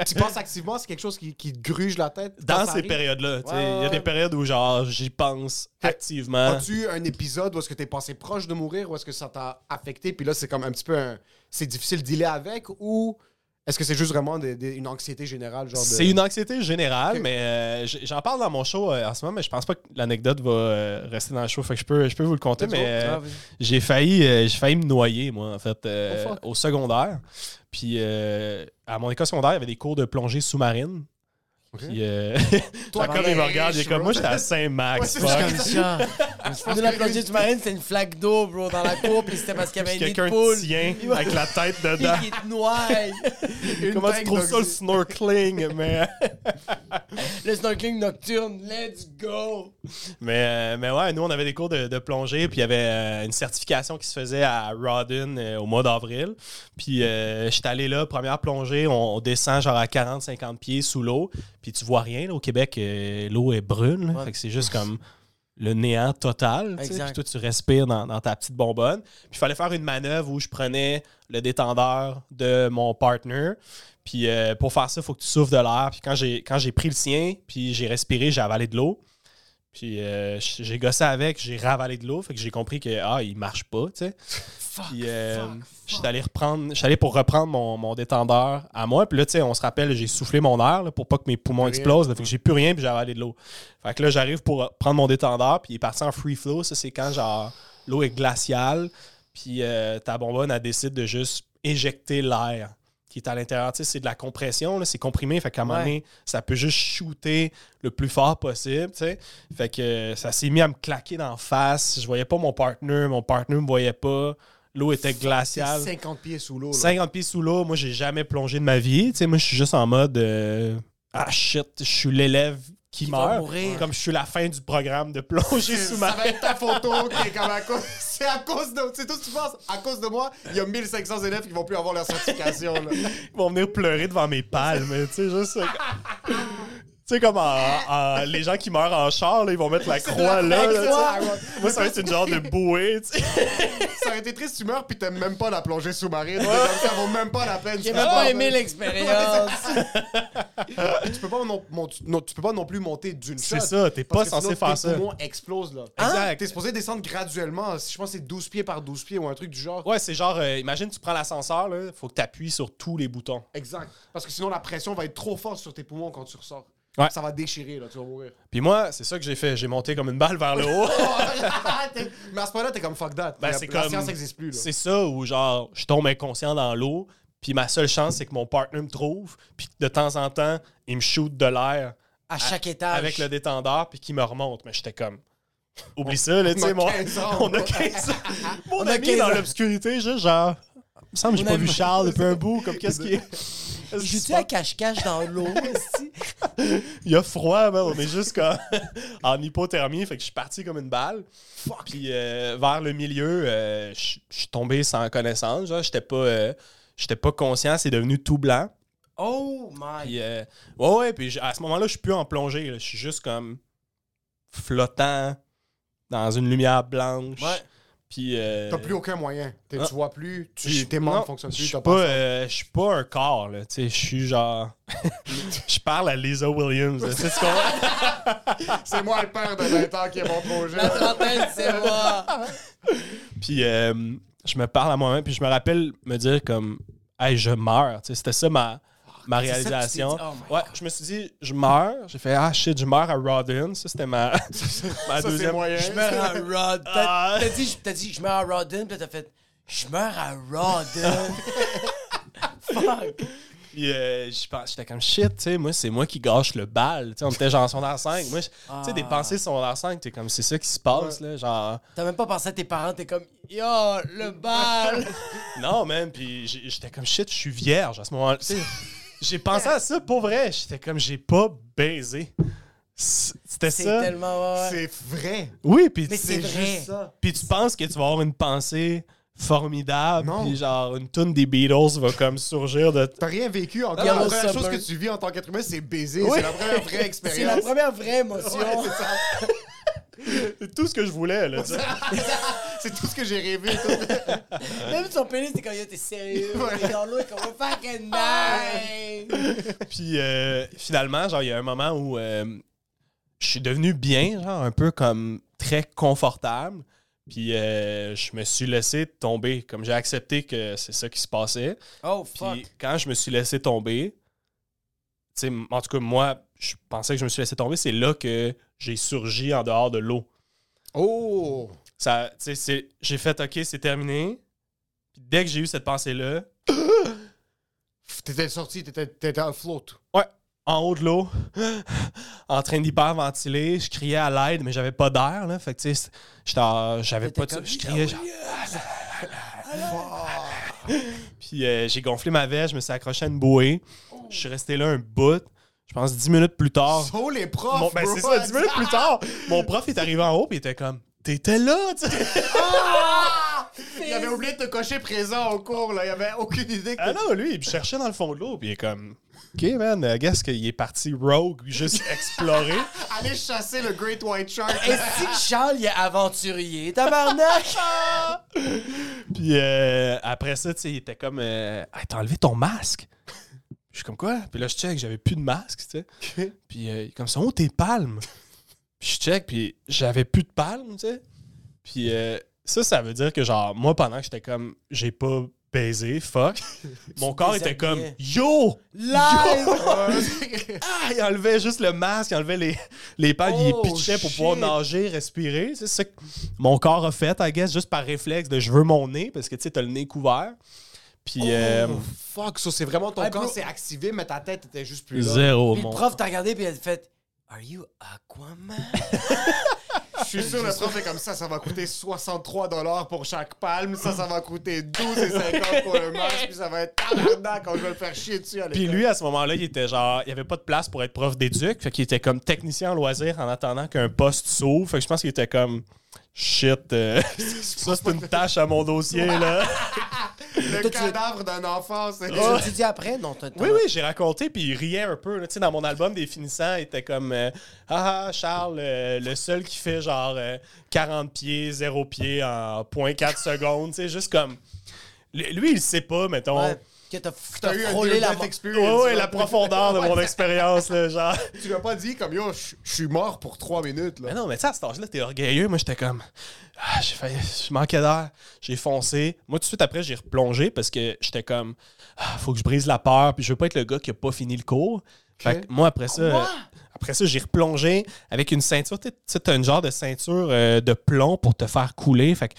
Speaker 3: tu penses activement, c'est quelque chose qui, qui te gruge la tête? quand
Speaker 4: dans
Speaker 3: ça
Speaker 4: ces
Speaker 3: arrive?
Speaker 4: périodes-là, tu sais, il
Speaker 3: Ouais,
Speaker 4: y a
Speaker 3: ouais.
Speaker 4: des périodes où, genre, j'y pense activement.
Speaker 5: As-tu un épisode où est-ce que t'es passé proche de mourir ou est-ce que ça t'a affecté? Puis là, c'est comme un petit peu un. C'est difficile de dealer avec ou est-ce que c'est juste vraiment des- des- une anxiété générale? genre de-
Speaker 4: C'est une anxiété générale,
Speaker 5: Ok.
Speaker 4: mais euh, j- j'en parle dans mon show euh, en ce moment, mais je pense pas que l'anecdote va euh, rester dans le show. Fait que je peux, je peux vous le conter,
Speaker 5: Let's
Speaker 4: mais
Speaker 5: go.
Speaker 4: euh,
Speaker 2: Ah, vas-y.
Speaker 4: j'ai failli, euh, j'ai failli me noyer, moi, en fait, euh,
Speaker 5: Oh, fuck.
Speaker 4: au secondaire. Puis euh, à mon école secondaire, il y avait des cours de plongée sous-marine. Puis, euh, *laughs*
Speaker 5: Toi,
Speaker 4: comme il me regarde, j'ai comme moi, j'étais à Saint-Max.
Speaker 5: Ouais, c'est
Speaker 4: fuck.
Speaker 5: ça.
Speaker 2: Comme ça. Nous, la plongée du marine, c'était une flaque d'eau, bro, dans la cour, puis c'était parce qu'il y avait un nid de
Speaker 4: Quelqu'un
Speaker 2: poule.
Speaker 4: te
Speaker 2: *laughs*
Speaker 4: tient avec la tête dedans.
Speaker 2: Qui te noie.
Speaker 4: Comment tu trouves ça le snorkeling? Mais,
Speaker 2: Le snorkeling nocturne, let's go.
Speaker 4: mais, euh, mais ouais, nous, on avait des cours de, de plongée, puis il y avait euh, une certification qui se faisait à Rodden euh, au mois d'avril. Puis euh, j'étais allé là, première plongée, on, on descend genre à 40-50 pieds sous l'eau, puis tu vois rien. là. au Québec, euh, l'eau est brune, là.
Speaker 2: Ouais.
Speaker 4: fait que c'est juste comme le néant total. tu sais.
Speaker 2: Exact.
Speaker 4: Puis toi, tu respires dans, dans ta petite bonbonne. Puis il fallait faire une manœuvre où je prenais le détendeur de mon partner. Puis euh, pour faire ça, il faut que tu souffles de l'air. Puis quand j'ai, quand j'ai pris le sien, puis j'ai respiré, j'ai avalé de l'eau. Puis euh, j- j'ai gossé avec, j'ai ravalé de l'eau. Fait que j'ai compris que, ah, il marche pas, tu sais.
Speaker 2: Ah,
Speaker 4: Puis euh, j'étais allé reprendre, j'étais allé pour reprendre mon, mon détendeur à moi. Puis là, tu sais, on se rappelle, j'ai soufflé mon air là, pour pas que mes poumons explosent. là. fait que j'ai plus rien, puis j'ai avalé de l'eau. Fait que là, j'arrive pour euh, prendre mon détendeur, puis il est parti en free flow. Ça, c'est quand, genre, l'eau est glaciale, puis euh, ta bonbonne, elle décide de juste éjecter l'air qui est à l'intérieur. Tu sais, c'est de la compression, là, c'est comprimé. Fait qu'à un moment
Speaker 2: Ouais.
Speaker 4: donné, ça peut juste shooter le plus fort possible, tu sais. Fait que euh, ça s'est mis à me claquer dans la face. Je voyais pas mon partner, mon partner me voyait pas. L'eau était glaciale.
Speaker 5: 50 pieds sous l'eau. là.
Speaker 4: 50 pieds sous l'eau, moi, j'ai jamais plongé de ma vie. Tu sais, moi, je suis juste en mode euh, Ah shit, je suis l'élève qui,
Speaker 2: Qui va
Speaker 4: meurt.
Speaker 2: mourir.
Speaker 4: Comme je suis la fin du programme de plongée
Speaker 5: Ça
Speaker 4: sous-marine.
Speaker 5: va être ta photo qui est comme
Speaker 4: *laughs*
Speaker 5: à cause. C'est à cause de. C'est tout ce que tu penses. À cause de moi, il y a 1500 élèves qui vont plus avoir leur certification. là.
Speaker 4: Ils vont venir pleurer devant mes palmes. tu sais, juste. euh, Tu sais, comme en- en- les gens qui meurent en char, là, ils vont mettre la croix là. là, tu sais.
Speaker 5: Ça,
Speaker 4: Moi, ça va être une genre de bouée. tu sais.
Speaker 5: ça aurait été triste, tu meurs, puis t'aimes même pas la plongée sous-marine. Comme Ça vaut même pas la peine.
Speaker 2: J'ai
Speaker 5: Tu
Speaker 2: même
Speaker 5: peux
Speaker 2: pas aimé
Speaker 4: *laughs*
Speaker 2: l'expérience.
Speaker 5: *laughs* Tu peux pas non, mon- non, tu peux pas non plus monter d'une shot.
Speaker 4: C'est ça, t'es pas
Speaker 5: Parce que
Speaker 4: censé
Speaker 5: sinon,
Speaker 4: faire ça. Hein?
Speaker 5: Tes poumons explosent, là.
Speaker 4: Exact.
Speaker 5: T'es supposé descendre graduellement. Je pense que c'est 12 pieds par 12 pieds ou un truc du genre.
Speaker 4: Ouais, c'est genre, euh, imagine, tu prends l'ascenseur, là, faut que tu appuies sur tous les boutons.
Speaker 5: Exact. Parce que sinon, la pression va être trop forte sur tes poumons quand tu ressors.
Speaker 4: Ouais.
Speaker 5: Ça va déchirer, là. Tu vas
Speaker 4: *laughs*
Speaker 5: mourir. *laughs*
Speaker 4: Puis moi, c'est ça que j'ai fait. J'ai monté comme une balle vers le haut.
Speaker 5: T'es- Mais à ce moment-là, t'es comme fuck that.
Speaker 4: Ben,
Speaker 5: la,
Speaker 4: c'est
Speaker 5: la
Speaker 4: comme-
Speaker 5: science n'existe plus, là.
Speaker 4: C'est ça où, genre, je tombe inconscient dans l'eau, puis ma seule chance, c'est que mon partner me trouve, puis de temps en temps, il me shoot de l'air
Speaker 2: À chaque étage.
Speaker 4: avec le détendeur, puis qu'il me remonte. Mais j'étais comme. *laughs* Oublie ça, là, tu sais, *laughs*
Speaker 5: On
Speaker 4: moi.
Speaker 5: a 15 ans,
Speaker 4: On a
Speaker 5: bro.
Speaker 4: 15 ans. *laughs* Mon
Speaker 2: On a
Speaker 4: ami
Speaker 2: 15
Speaker 4: dans
Speaker 2: ans.
Speaker 4: l'obscurité, juste genre. Il me semble que j'ai
Speaker 2: Mon
Speaker 4: pas vu
Speaker 2: ami.
Speaker 4: Charles depuis un bout. Comme, qu'est-ce *laughs* qui est. Qu'est-ce qui
Speaker 2: Je
Speaker 4: se
Speaker 2: suis à cache-cache dans l'eau. esti.
Speaker 4: Il a froid, man. on est juste comme *laughs* en hypothermie. Fait que je suis parti comme une balle. Puis euh, vers le milieu, euh, je je suis tombé sans connaissance. genre. J'étais pas, euh, j'étais pas conscient, c'est devenu tout blanc.
Speaker 2: Oh my.
Speaker 4: Puis, euh, ouais, ouais, puis j- à ce moment-là, je suis plus en plongée. là. Je suis juste comme flottant dans une lumière blanche.
Speaker 2: Ouais.
Speaker 4: Puis. euh,
Speaker 5: T'as plus aucun moyen. T'es-
Speaker 4: Ah.
Speaker 5: Tu vois plus, tu-
Speaker 4: Puis-
Speaker 5: tes membres
Speaker 4: non,
Speaker 5: fonctionnent
Speaker 4: je
Speaker 5: plus.
Speaker 4: suis
Speaker 5: t'as
Speaker 4: pas,
Speaker 5: pas-
Speaker 4: euh, je suis pas un corps, là. Tu sais, je suis
Speaker 5: *laughs*
Speaker 4: genre. Je parle à Lisa Williams. là. Tu sais ce qu'on
Speaker 5: C'est moi le père de 20 ans qui est
Speaker 4: *laughs*
Speaker 5: mon projet.
Speaker 2: La trentaine, c'est moi.
Speaker 4: Puis euh, je me parle à moi-même, puis je me rappelle me dire comme Hey, je meurs. Tu sais, C'était ça ma, ma
Speaker 2: c'est ça que tu t'es
Speaker 4: réalisation.
Speaker 2: dit. Oh my
Speaker 4: ouais, je me suis dit, je meurs. J'ai fait Ah shit, je meurs à Rodden. Ça, c'était ma, ma
Speaker 5: *laughs* Ça, c'est
Speaker 4: deuxième.
Speaker 5: moyen.
Speaker 2: Je *laughs* meurs à
Speaker 5: *laughs*
Speaker 2: Rodden.
Speaker 4: Ah.
Speaker 2: T'as t'as dit, t'as dit, je meurs à Rodden, puis t'as fait, je meurs à
Speaker 5: *laughs*
Speaker 2: Rodden. Fuck.
Speaker 4: Puis euh, je pense- j'étais comme shit, tu sais, moi, c'est moi qui gâche le bal. Tu sais, on était genre en secondaire 5. Moi, je- tu sais, des
Speaker 2: Ah.
Speaker 4: pensées secondaire 5, t'es comme c'est ça qui se passe, là. Genre.
Speaker 2: T'as même pas pensé à tes parents, t'es comme, yo, le bal.
Speaker 4: Non, man, puis j'ai- j'étais comme shit, je suis vierge à ce moment-là. Tu sais, J'ai pensé à ça pour vrai. J'étais comme j'ai pas baisé. C- C'était
Speaker 2: C'est
Speaker 4: ça.
Speaker 2: tellement. ouais, ouais.
Speaker 5: C'est vrai.
Speaker 4: Oui, puis
Speaker 2: Mais c'est
Speaker 4: tu-
Speaker 2: vrai.
Speaker 5: ça.
Speaker 4: puis tu penses que tu vas avoir une pensée formidable,
Speaker 5: Non.
Speaker 4: puis genre une toune des Beatles va comme surgir de
Speaker 5: T'as rien vécu encore.
Speaker 2: Yellow
Speaker 5: La première chose que
Speaker 2: Submarine.
Speaker 5: tu vis en tant qu'être humain, c'est baiser.
Speaker 4: Oui.
Speaker 5: C'est la première
Speaker 4: *laughs*
Speaker 5: vraie
Speaker 2: C'est la
Speaker 5: expérience.
Speaker 2: première vraie émotion.
Speaker 5: Ouais, c'est ça.
Speaker 4: tout ce que je voulais là. tu sais.
Speaker 5: C'est tout ce que j'ai rêvé.
Speaker 4: *laughs*
Speaker 2: Même son pénis, t'es comme, yo, t'es sérieux.
Speaker 5: Ouais. Ah,
Speaker 2: T'es dans l'eau, t'es comme, fucking nice.
Speaker 4: puis euh, finalement, genre il y a un moment où euh, je suis devenu bien, genre un peu comme très confortable. Puis euh, je me suis laissé tomber, comme j'ai accepté que c'est ça qui se passait.
Speaker 2: Oh, fuck.
Speaker 4: Puis quand je me suis laissé tomber, tu sais, m- en tout cas, moi, je pensais que je me suis laissé tomber. C'est là que j'ai surgi en dehors de l'eau.
Speaker 5: Oh!
Speaker 4: Ça, tu sais, c'est- j'ai fait OK, c'est terminé. Puis dès que j'ai eu cette pensée-là,
Speaker 5: T'étais sorti, t'étais- t'étais en float.
Speaker 4: ouais, en haut de l'eau, *gasps* en train d'hyperventiler, je criais à l'aide, mais j'avais pas d'air, là. Fait que, tu sais, j'étais en- j'avais pas de.
Speaker 2: comme,
Speaker 4: Je criais, genre. *laughs* Puis euh, j'ai gonflé ma veste, je me suis accroché à une bouée. Je suis resté là un bout. Je pense 10 minutes plus tard.
Speaker 5: Oh, les profs!
Speaker 4: Bon, ben
Speaker 5: bro.
Speaker 4: c'est ça, 10 minutes plus tard, mon prof est arrivé en haut et était comme T'étais là, *laughs* tu sais.
Speaker 5: Ah, Il avait oublié de te cocher présent au cours, là. Il avait aucune idée que
Speaker 4: Ah non, lui, il me cherchait dans le fond de l'eau, puis il est comme Ok, man, I guess qu'il est parti rogue, juste explorer.
Speaker 5: Allez chasser le Great White *laughs* Shark.
Speaker 2: Est-ce que Charles il est aventurier,
Speaker 5: *laughs*
Speaker 2: tabarnak?
Speaker 4: puis euh, après ça, tu sais, il était comme euh, Hey, T'as enlevé ton masque Je suis comme quoi Puis là, je check, j'avais plus de masque, tu sais. Puis euh, il est comme ça, oh, tes palmes. Puis je check, puis j'avais plus de palmes, tu sais. Puis euh, ça, ça veut dire que, genre, moi, pendant que j'étais comme, j'ai pas baisé, fuck, mon corps était comme,
Speaker 2: déshabillais.
Speaker 4: yo!
Speaker 2: Live!
Speaker 4: Ah, il enlevait juste le masque, il enlevait les, les palmes,
Speaker 5: Oh,
Speaker 4: il les pitchait pour pouvoir
Speaker 5: shit.
Speaker 4: nager, respirer. C'est ça que mon corps a fait, I guess, juste par réflexe de je veux mon nez, parce que, tu sais, t'as le nez couvert. Puis, euh,
Speaker 5: Oh, fuck, ça, c'est vraiment ton
Speaker 2: Hey,
Speaker 5: corps
Speaker 2: bro.
Speaker 5: s'est activé, mais ta tête était juste plus là.
Speaker 4: zéro,
Speaker 2: Puis le
Speaker 4: mon
Speaker 2: prof t'a regardé, puis elle a fait Are you Aquaman?
Speaker 5: Je suis sûr, le prof est comme ça, ça va coûter 63 dollars pour chaque palme, ça, ça va coûter 12,50 pour le masque, puis ça va être tabarnak quand je vais le faire chier dessus à
Speaker 4: Puis
Speaker 5: l'école.
Speaker 4: lui, à ce moment-là, il était genre, il avait pas de place pour être prof d'éduc. Fait qu'il était comme technicien en loisir en attendant qu'un poste s'ouvre. Fait que je pense qu'il était comme, shit, euh, *laughs* ça c'est une tâche à mon dossier, là.
Speaker 2: Toi,
Speaker 5: le
Speaker 2: tu-
Speaker 5: cadavre d'un enfant, c'est...
Speaker 2: T'as tu dis après? Non, t'as. t'as-
Speaker 4: Oui, oui, j'ai raconté, puis il riait un peu. là. Tu sais, dans mon album des finissants, il était comme euh, Ah, ah, Charles, euh, le seul qui fait genre euh, 40 pieds, 0 pied en 0.4 secondes. Tu sais, juste comme. Lui, lui, il sait pas, mettons.
Speaker 2: Ouais, que t'as
Speaker 5: T'as eu
Speaker 2: t'as
Speaker 5: un
Speaker 2: frôlé la
Speaker 5: near-death
Speaker 2: mort.
Speaker 5: experience,
Speaker 4: Ouais, ouais,
Speaker 5: là.
Speaker 4: la profondeur de mon expérience, là, genre.
Speaker 5: Tu m'as pas dit comme, yo, je je suis mort pour 3 minutes, là.
Speaker 4: Mais non, mais tu sais, à cet âge-là, t'es orgueilleux. Moi, j'étais comme. Ah, j'ai failli. Je manquais d'air. J'ai foncé. Moi, tout de suite après, j'ai replongé parce que j'étais comme. Ah, faut que je brise la peur. Puis je veux pas être le gars qui a pas fini le cours. Fait que moi, après ça. euh, Après ça, j'ai replongé avec une ceinture. Tu sais, tu sais, t'as une genre de ceinture euh, de plomb pour te faire couler. Fait que.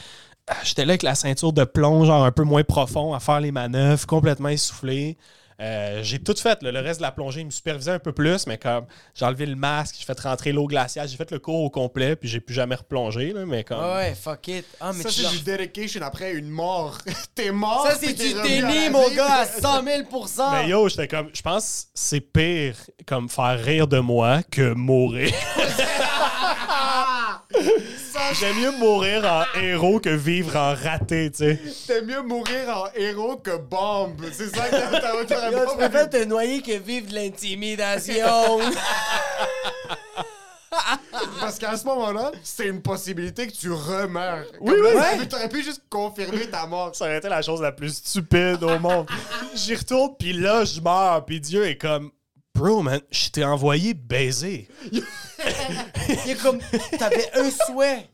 Speaker 4: ah, J'étais là avec la ceinture de plomb, genre un peu moins profond, à faire les manœuvres, complètement essoufflé. Euh, j'ai tout fait. là. Le reste de la plongée, il me supervisait un peu plus, mais comme j'ai enlevé le masque, j'ai fait rentrer l'eau glaciale, j'ai fait le cours au complet, puis j'ai plus jamais replongé. Là, mais comme.
Speaker 2: Ah ouais, fuck it. Ah, mais
Speaker 5: Ça,
Speaker 2: tu
Speaker 5: c'est
Speaker 2: l'as-
Speaker 5: du dedication après une mort. *laughs* T'es mort,
Speaker 2: Ça, c'est
Speaker 5: puis t'es
Speaker 2: du
Speaker 5: revenu à la
Speaker 2: déni,
Speaker 5: vie,
Speaker 2: mon
Speaker 5: puis-
Speaker 2: gars, à 100 000
Speaker 4: Mais yo, j'étais comme. Je pense que c'est pire comme faire rire de moi que mourir. *laughs* J'aime mieux mourir en héros que vivre en raté, tu sais.
Speaker 5: T'es mieux mourir en héros que bombe. C'est ça que t'as- t'as-
Speaker 2: *laughs*
Speaker 5: t'aurais
Speaker 2: Yo, tu
Speaker 5: pas voulu.
Speaker 2: préfères te noyer que vivre de
Speaker 5: *laughs*
Speaker 2: l'intimidation.
Speaker 5: Parce qu'à ce moment-là, c'est une possibilité que tu remeurs.
Speaker 4: Oui,
Speaker 5: Comme
Speaker 4: oui.
Speaker 5: là,
Speaker 4: Ouais.
Speaker 5: tu- T'aurais pu juste confirmer ta mort.
Speaker 4: Ça aurait été la chose la plus stupide au monde. J'y retourne, puis là, je meurs, puis Dieu est comme. Bro, man, je t'ai envoyé baiser.
Speaker 2: Il est comme, t'avais un souhait.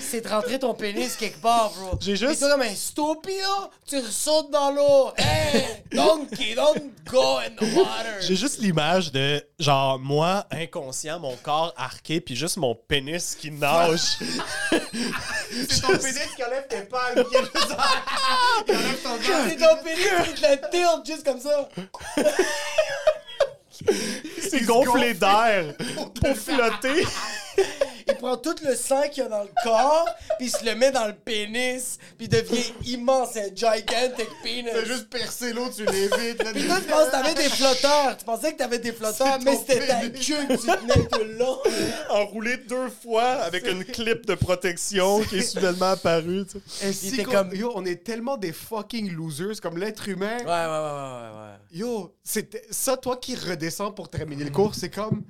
Speaker 2: C'est de rentrer ton pénis quelque part, bro.
Speaker 4: J'ai juste-
Speaker 2: Et toi, comme un stupido, tu ressautes dans l'eau. Hey, donkey, don't go in the water.
Speaker 4: J'ai juste l'image de, genre, moi, inconscient, mon corps arqué, puis juste mon pénis qui *laughs* nage.
Speaker 5: C'est ton pénis qui enlève tes palmes. qui enlève ton- qui enlève ton gars.
Speaker 2: C'est ton pénis, tu te le tilt juste comme ça.
Speaker 4: C'est gonflé d'air *laughs* pour flotter.
Speaker 2: Il prend tout le sang qu'il y a dans le corps, puis il se le met dans le pénis, puis il devient immense, un gigantic penis.
Speaker 5: T'as juste percé l'eau,
Speaker 2: *laughs*
Speaker 5: tu l'évites. là,
Speaker 2: Puis
Speaker 5: des-
Speaker 2: toi, tu penses que t'avais des flotteurs. Tu pensais que t'avais des flotteurs,
Speaker 5: C'est
Speaker 2: mais
Speaker 5: ton
Speaker 2: c'était ta
Speaker 5: pénis.
Speaker 2: queue que tu tenais tout le long.
Speaker 4: Enroulé deux fois avec une clip de protection qui est soudainement apparue. tu sais.
Speaker 5: Et si
Speaker 2: était
Speaker 5: qu'on-
Speaker 2: comme-
Speaker 5: Yo, on est tellement des fucking losers. Comme l'être humain,
Speaker 2: Ouais, ouais, ouais, ouais, ouais.
Speaker 5: Yo, c'est ça, toi qui redescends pour terminer le cours, c'est comme.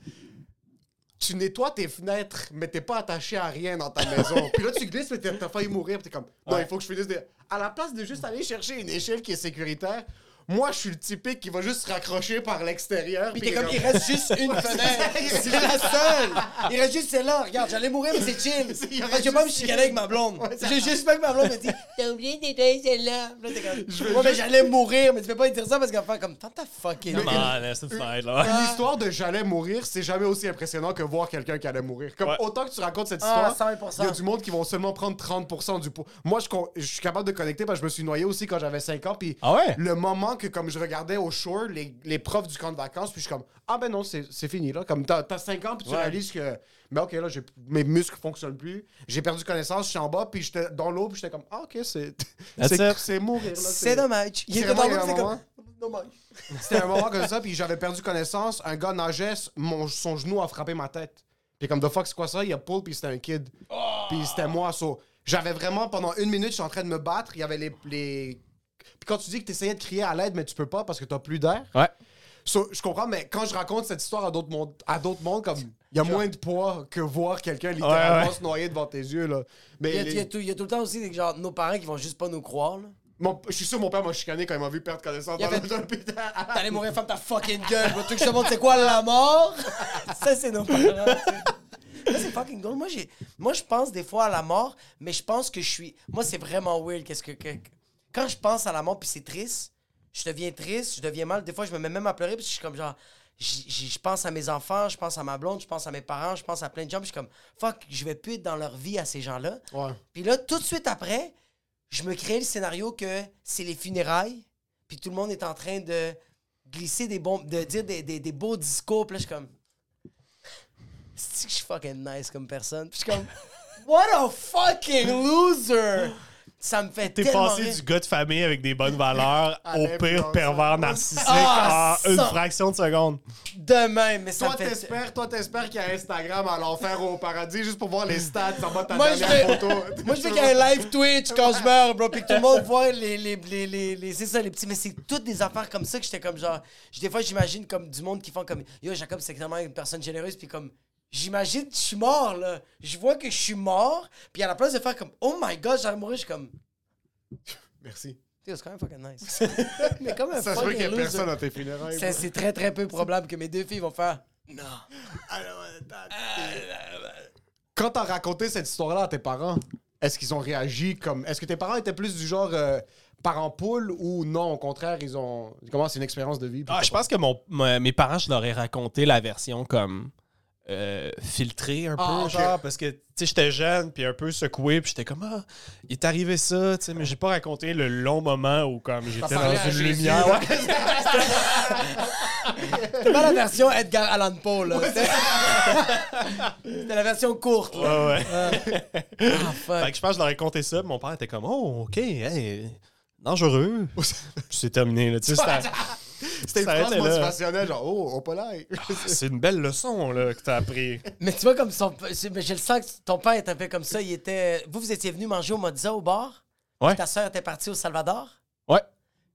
Speaker 5: Tu nettoies tes fenêtres, mais t'es pas attaché à rien dans ta
Speaker 2: *laughs*
Speaker 5: maison. Puis là, tu glisses, mais t'as t'as failli mourir. Puis t'es comme, non, il faut que je finisse. De... À la place de juste aller chercher une échelle qui est sécuritaire, moi, je suis le typique qui va juste se raccrocher par l'extérieur.
Speaker 2: Puis t'es comme, il reste juste une fenêtre. C'est la seule. Il reste juste celle-là. Regarde, j'allais mourir, mais c'est chill.
Speaker 5: *laughs* Il
Speaker 2: Parce
Speaker 5: reste
Speaker 2: que moi, je
Speaker 5: juste
Speaker 2: suis avec ma blonde. J'ai juste fait que ma blonde me dit, t'as oublié de nettoyer celle-là. Puis là, t'es comme, ouais, mais j'allais mourir, mais tu peux pas lui dire ça parce qu'elle va faire comme, tant ta fucking.
Speaker 5: Mais-
Speaker 4: Ah, là, c'est une fête, là.
Speaker 5: Une histoire de j'allais mourir, c'est jamais aussi impressionnant que voir quelqu'un qui allait mourir. Comme
Speaker 4: Ouais.
Speaker 5: autant que tu racontes cette
Speaker 2: Ah,
Speaker 5: histoire,
Speaker 2: 100%.
Speaker 5: il y a du monde qui vont seulement prendre 30% du pot. Moi, je, con- je suis capable de connecter parce que je me suis noyé aussi quand j'avais 5 ans. Puis
Speaker 4: Ah ouais?
Speaker 5: le moment que, comme je regardais au shore, les, les profs du camp de vacances, puis je suis comme, ah ben non, c'est c'est fini là. Comme t'as 5 ans, puis tu réalises que, mais ok, là, j'ai- mes muscles fonctionnent plus, j'ai perdu connaissance, je suis en bas, puis j'étais dans l'eau, puis j'étais comme, ah ok, c'est *laughs*
Speaker 4: That's
Speaker 5: c'est-
Speaker 4: it.
Speaker 5: c'est mourir. là,
Speaker 2: C'est dommage. Il
Speaker 5: C'est
Speaker 2: était dans
Speaker 5: vraiment hein.
Speaker 2: l'eau, c'est
Speaker 5: un
Speaker 2: comme,
Speaker 5: moment.
Speaker 2: dommage.
Speaker 5: c'était un moment comme ça, puis j'avais perdu connaissance. Un gars nageait, mon- son genou a frappé ma tête. Puis comme, the fuck, c'est quoi ça? Il a pull, puis c'était un kid.
Speaker 4: Oh!
Speaker 5: Puis c'était moi, so. J'avais vraiment, pendant une minute, je suis en train de me battre. Il y avait les... les... Puis quand tu dis que t'essayais de crier à l'aide, mais tu peux pas parce que t'as plus d'air.
Speaker 4: Ouais.
Speaker 5: So, je comprends, mais quand je raconte cette histoire à d'autres mondes, à d'autres mondes, comme il y a moins de poids que voir quelqu'un littéralement
Speaker 4: Ouais, ouais.
Speaker 5: se noyer devant tes yeux là.
Speaker 2: Il y,
Speaker 5: Mais
Speaker 2: a,
Speaker 5: les-
Speaker 2: il y a tout, il y a tout le temps aussi des- genre, nos parents qui vont juste pas nous croire. Là.
Speaker 5: mon- je suis sûr mon père m'a chicané quand il m'a vu perdre connaissance
Speaker 2: Il
Speaker 5: dans
Speaker 2: avait- *laughs*
Speaker 5: l'hôpital.
Speaker 2: T'allais mourir, ferme ta fucking gueule. Moi, tu veux que je te montre c'est quoi la mort? Ça, c'est nos parents. tu sais. Ça, c'est fucking drôle. Moi, j'ai... Moi, je pense des fois à la mort, mais je pense que je suis. Moi, c'est vraiment weird. Qu'est-ce que... que- Quand je pense à la mort, puis c'est triste, je deviens triste, je deviens mal. Des fois, je me mets même à pleurer, puis je suis comme genre. j- j- Je pense à mes enfants, je pense à ma blonde, je pense à mes parents, je pense à plein de gens. puis Je suis comme, fuck, je vais plus être dans leur vie à ces gens-là.
Speaker 5: Ouais.
Speaker 2: Puis là, tout de suite après, je me crée le scénario que c'est les funérailles, puis tout le monde est en train de glisser des bons, de dire des, des- des beaux discours, puis là, je suis comme. c'est que je suis fucking nice comme personne. Puis je
Speaker 4: *laughs*
Speaker 2: suis comme, what a fucking loser! Ça me fait
Speaker 4: T'es
Speaker 2: tellement
Speaker 4: passé
Speaker 2: rire.
Speaker 4: du gars de famille avec des bonnes
Speaker 5: *laughs*
Speaker 4: valeurs
Speaker 5: À
Speaker 4: au pire
Speaker 5: l'influenceur.
Speaker 4: pervers narcissique
Speaker 2: Ah,
Speaker 4: en une
Speaker 2: ça.
Speaker 4: fraction de seconde.
Speaker 2: de même, mais ça
Speaker 5: Toi,
Speaker 2: me fait...
Speaker 5: t'espères, toi, t'espères qu'il y a Instagram à l'enfer ou au paradis juste pour voir les stats en bas de ta
Speaker 2: Moi,
Speaker 5: dernière
Speaker 2: je
Speaker 5: photo.
Speaker 2: Moi, je veux qu'il y ait un live Twitch quand je meurs, bro, puis que tout le monde voit les, les, les, les, les- c'est ça, les petits. Mais c'est toutes des affaires comme ça que j'étais comme genre. je- Des fois, j'imagine comme du monde qui font comme. Yo, Jacob, c'est tellement une personne généreuse, puis comme. J'imagine, que je suis mort, là. Je vois que je suis mort, puis à la place de faire comme. Oh my god, j'allais mourir, je suis comme.
Speaker 5: *laughs* Merci.
Speaker 2: Yo, c'est quand même fucking nice. mais comme un
Speaker 5: Ça se peut
Speaker 2: fucking
Speaker 5: qu'il y ait
Speaker 2: loser.
Speaker 5: personne à tes funérailles.
Speaker 2: C'est c'est très, très peu probable que mes deux filles vont faire. Non.
Speaker 5: Quand t'as raconté cette histoire-là à tes parents, est-ce qu'ils ont réagi comme. Est-ce que tes parents étaient plus du genre euh, parents poule ou non, au contraire, ils ont. Comment c'est une expérience de vie? puis
Speaker 4: Ah,
Speaker 5: *laughs*
Speaker 4: je
Speaker 5: t'as
Speaker 4: pense que mon, ma- mes parents, je leur ai raconté la version comme euh, filtrée un peu,
Speaker 5: Ah, ok.
Speaker 4: genre, parce que, tu sais, j'étais jeune, puis un peu secoué, puis j'étais comme, ah, il est arrivé ça, tu sais, mais j'ai pas raconté le long moment où, comme, j'étais dans
Speaker 5: parlé à
Speaker 4: une
Speaker 5: Jésus,
Speaker 4: lumière.
Speaker 5: là.
Speaker 2: C'était pas la version Edgar Allan Poe, là. C'était *laughs* C'était la version courte, là.
Speaker 4: Ouais, ouais.
Speaker 2: Ah, fuck.
Speaker 4: Fait que je pense que je leur ai compté ça, puis mon père était comme, oh, ok, hey,
Speaker 5: *laughs*
Speaker 4: dangereux. Puis c'est terminé, là, tu sais, c'était-
Speaker 5: *laughs* C'était une
Speaker 4: Ça
Speaker 5: phrase
Speaker 4: arrêtait là.
Speaker 5: motivationnelle, genre, oh, on peut l'air.
Speaker 4: *laughs* c'est une belle leçon, là, que t'as appris.
Speaker 2: Mais tu vois, comme son. c'est- Mais je le sens que ton père est un peu comme ça. Il était. Vous, vous étiez venu manger au Mozza au bar.
Speaker 4: Ouais.
Speaker 2: Puis Ta soeur était partie au Salvador.
Speaker 4: Ouais.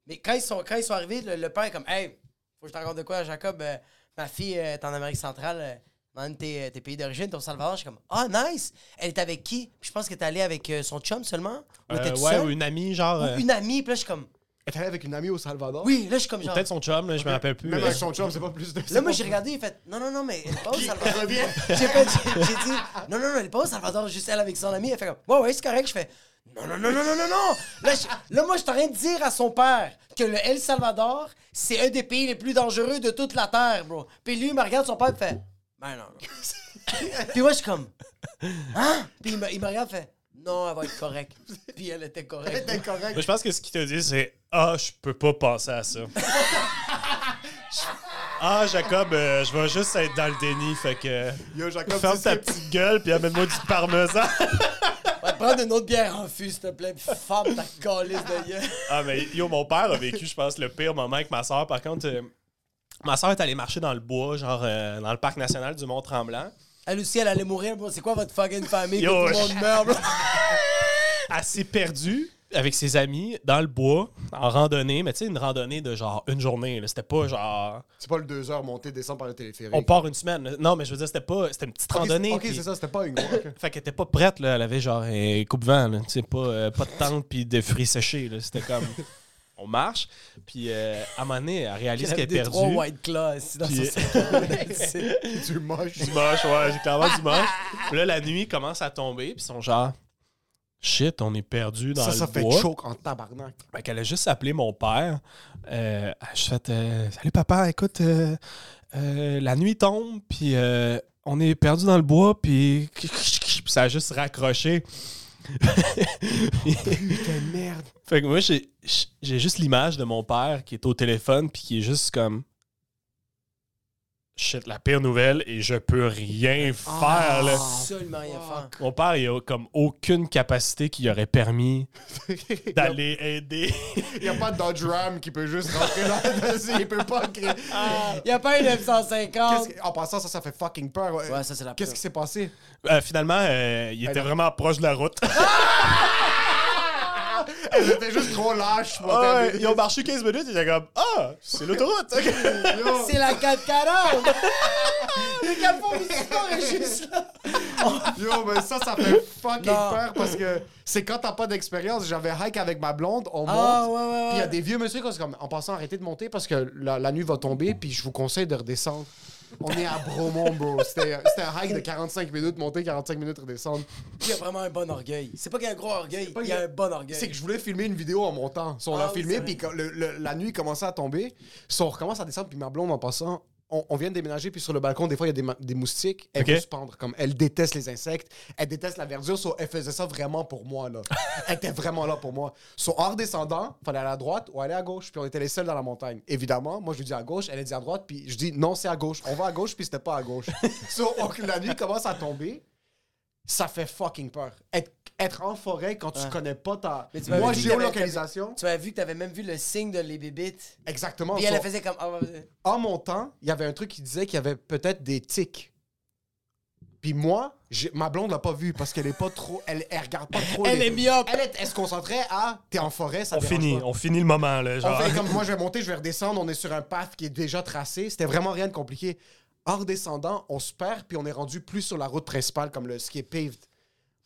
Speaker 2: Mais quand ils sont, quand ils sont arrivés, le, le père est comme Hey, faut que je te raconte de quoi, Jacob. Euh, ma fille euh, est en Amérique centrale, euh, dans un de tes, tes pays d'origine, ton Salvador. Je suis comme Ah, nice. Elle est avec qui Puis je pense qu'elle est allée avec euh, son chum seulement. Ou
Speaker 4: Euh,
Speaker 2: était tout
Speaker 4: ouais,
Speaker 2: seul?
Speaker 4: ou une amie, genre,
Speaker 2: Ou
Speaker 4: euh,
Speaker 2: une amie. Puis là, je suis comme
Speaker 5: T'es allé avec une amie au Salvador?
Speaker 2: Oui, là, je suis comme genre.
Speaker 4: peut-être son chum, là, je me rappelle plus.
Speaker 5: Même
Speaker 4: euh,
Speaker 5: avec son chum, c'est pas plus de.
Speaker 2: Là, moi, j'ai regardé, il fait Non, non, non, mais elle est pas au Salvador.
Speaker 5: Reviens.
Speaker 2: *laughs* J'ai fait- j'ai- j'ai dit, non, non, non, elle est pas au Salvador, juste elle avec son ami. Elle fait comme, ouais, ouais, c'est correct. Je fais, non, non, non, non, non, non, non. Là, je- là, moi, je suis en train de dire à son père que le El Salvador, c'est un des pays les plus dangereux de toute la Terre, bro. Puis lui, il me regarde, son père, il fait, ben non. non. Puis moi, je suis comme, hein? Puis il me, il me regarde, fait, non, elle va être correcte. Puis elle était correcte.
Speaker 5: T'es correct.
Speaker 4: Moi, je pense que ce qu'il te dit, c'est Ah, je peux pas penser à *laughs* ça. ah, Jacob, euh, je vais juste être dans le déni, fait que.
Speaker 5: Yo, Jacob,
Speaker 4: Ferme
Speaker 5: tu
Speaker 4: ta
Speaker 5: sais-
Speaker 4: petite gueule, puis amène-moi du parmesan.
Speaker 2: Va te prendre une autre bière en fût, s'il te plaît. Puis femme, ta calice de gueule.
Speaker 4: ah, mais yo, mon père a vécu, je pense, le pire moment avec ma soeur. Par contre, euh, ma soeur est allée marcher dans le bois, genre euh, dans le parc national du Mont-Tremblant.
Speaker 2: Elle aussi, Ah, elle allait mourir, bro. C'est quoi votre fucking famille
Speaker 4: Yo,
Speaker 2: que tout le monde meurt, bro?
Speaker 4: *laughs* assez perdu avec ses amis dans le bois, en randonnée, mais tu sais, une randonnée de genre une journée. là. C'était pas genre.
Speaker 5: C'est pas le 2 heures monter, descendre par le téléphérique.
Speaker 4: On part une semaine. là. Non, mais je veux dire, c'était pas. C'était une petite
Speaker 5: Ok,
Speaker 4: randonnée.
Speaker 5: Ok,
Speaker 4: puis-
Speaker 5: c'est ça, c'était pas une grosse. ok.
Speaker 4: Fait qu'elle était pas prête, là. Elle avait genre un coupe-vent, là. Tu sais, pas, euh, pas de tente puis de fruits séchés, là. C'était
Speaker 5: *laughs*
Speaker 4: comme. On marche, puis euh, à un moment donné, elle réalise qu'elle est
Speaker 2: J'aime des
Speaker 4: perdue.
Speaker 2: trois
Speaker 4: *laughs*
Speaker 2: White Claw assis dans
Speaker 4: Puis-
Speaker 2: son sac.
Speaker 5: *laughs* Tu moche.
Speaker 4: Du moche, ouais, j'ai
Speaker 5: *laughs*
Speaker 4: clairement du moche. Puis là, la nuit commence à tomber, puis ils sont genre. Shit, on est perdu dans
Speaker 5: Ça, ça
Speaker 4: le
Speaker 5: fait
Speaker 4: bois.
Speaker 5: choke en tabarnak.
Speaker 4: Fait qu'elle a juste appelé mon père. Euh, je fait euh, Salut papa, écoute, euh, euh, la nuit tombe, puis euh, on est perdu dans le bois, puis. *laughs* puis ça a juste raccroché.
Speaker 5: Putain de merde.
Speaker 4: Fait que moi, j'ai j'ai juste l'image de mon père qui est au téléphone puis qui est juste comme. Shit, la pire nouvelle et je peux rien faire. là.
Speaker 2: Absolument rien faire.
Speaker 4: Mon père, il a comme aucune capacité qui aurait permis d'aller aider.
Speaker 5: Il n'y a pas de Dodge Ram qui peut juste rentrer *laughs* dans le Il peut pas créer. Ah.
Speaker 2: Il y a pas eu 950.
Speaker 5: Qu'est-ce que- En passant, ça, ça fait fucking peur. ouais.
Speaker 2: Ouais, ça, c'est la
Speaker 5: Qu'est-ce
Speaker 2: pire.
Speaker 5: qui s'est passé?
Speaker 4: Euh, finalement, euh, il était vraiment proche de la route.
Speaker 5: Elles étaient juste trop lâches. pour
Speaker 4: Ah ouais,
Speaker 5: terminer.
Speaker 4: ils ont marché 15 minutes, ils étaient comme Ah, c'est l'autoroute!
Speaker 5: Yo.
Speaker 2: C'est la 440. Le capot Mistral est juste là.
Speaker 5: Yo, mais ça, ça fait fucking
Speaker 2: Non.
Speaker 5: peur parce que c'est quand t'as pas d'expérience. J'avais hike avec ma blonde, on
Speaker 2: Ah,
Speaker 5: monte.
Speaker 2: ouais, ouais, ouais.
Speaker 5: Puis il y a des vieux monsieur qui sont comme, en passant, arrêtez de monter parce que la, la nuit va tomber, puis je vous conseille de redescendre. On est à Bromont, bro. C'était c'était un hike de 45 minutes, monter, 45 minutes, redescendre.
Speaker 2: Il y a vraiment un bon orgueil. C'est pas qu'il y a un gros orgueil,
Speaker 5: pas
Speaker 2: il y a
Speaker 5: qu'il
Speaker 2: un
Speaker 5: y a-
Speaker 2: bon orgueil.
Speaker 5: C'est que je voulais filmer une vidéo en montant. So, on
Speaker 2: Ah
Speaker 5: l'a
Speaker 2: oui,
Speaker 5: filmé,
Speaker 2: c'est vrai.
Speaker 5: puis quand le- le- la nuit commençait à tomber. So, on recommence à descendre, puis ma blonde, en passant, on, on vient de déménager, puis sur le balcon, des fois, il y a des, ma- des moustiques. Elle
Speaker 4: Ok.
Speaker 5: veut se pendre. Comme elle déteste les insectes, elle déteste la verdure. so elle faisait ça vraiment pour moi. Là. elle était vraiment là pour moi. So, en redescendant, fallait aller à droite ou aller à gauche. Puis on était les seuls dans la montagne. Évidemment, moi, je lui dis à gauche, elle a dit à droite, puis je dis non, c'est à gauche. On va à gauche, puis c'était pas
Speaker 2: *laughs*
Speaker 5: à gauche. so, on- la nuit commence à tomber. Ça fait fucking peur. Être, être en forêt quand tu
Speaker 2: Ouais.
Speaker 5: connais pas ta.
Speaker 2: Mais tu m'avais
Speaker 5: Moi,
Speaker 2: dit que t'avais-
Speaker 5: géolocalisation.
Speaker 2: Tu avais vu que t'avais même vu le signe de les bébites.
Speaker 5: Exactement.
Speaker 2: Puis elle,
Speaker 5: so-
Speaker 2: elle faisait comme. Ah, ouais, ouais.
Speaker 5: en montant, il y avait un truc qui disait qu'il y avait peut-être des tics. Puis moi, j'ai- ma blonde l'a pas vu parce qu'elle est pas trop, elle, elle regarde pas trop.
Speaker 2: Elle
Speaker 5: les-
Speaker 2: est myope.
Speaker 5: Elle, est- elle se concentrait à, t'es en forêt, ça
Speaker 4: On
Speaker 5: dérange
Speaker 4: finit,
Speaker 5: pas.
Speaker 4: on finit le moment, là.
Speaker 5: On
Speaker 4: Genre.
Speaker 5: fait comme moi, je vais monter, je vais redescendre. On est sur un path qui est déjà tracé. C'était vraiment rien de compliqué. En redescendant, on se perd, puis on est rendu plus sur la route principale, comme le, ce qui est paved.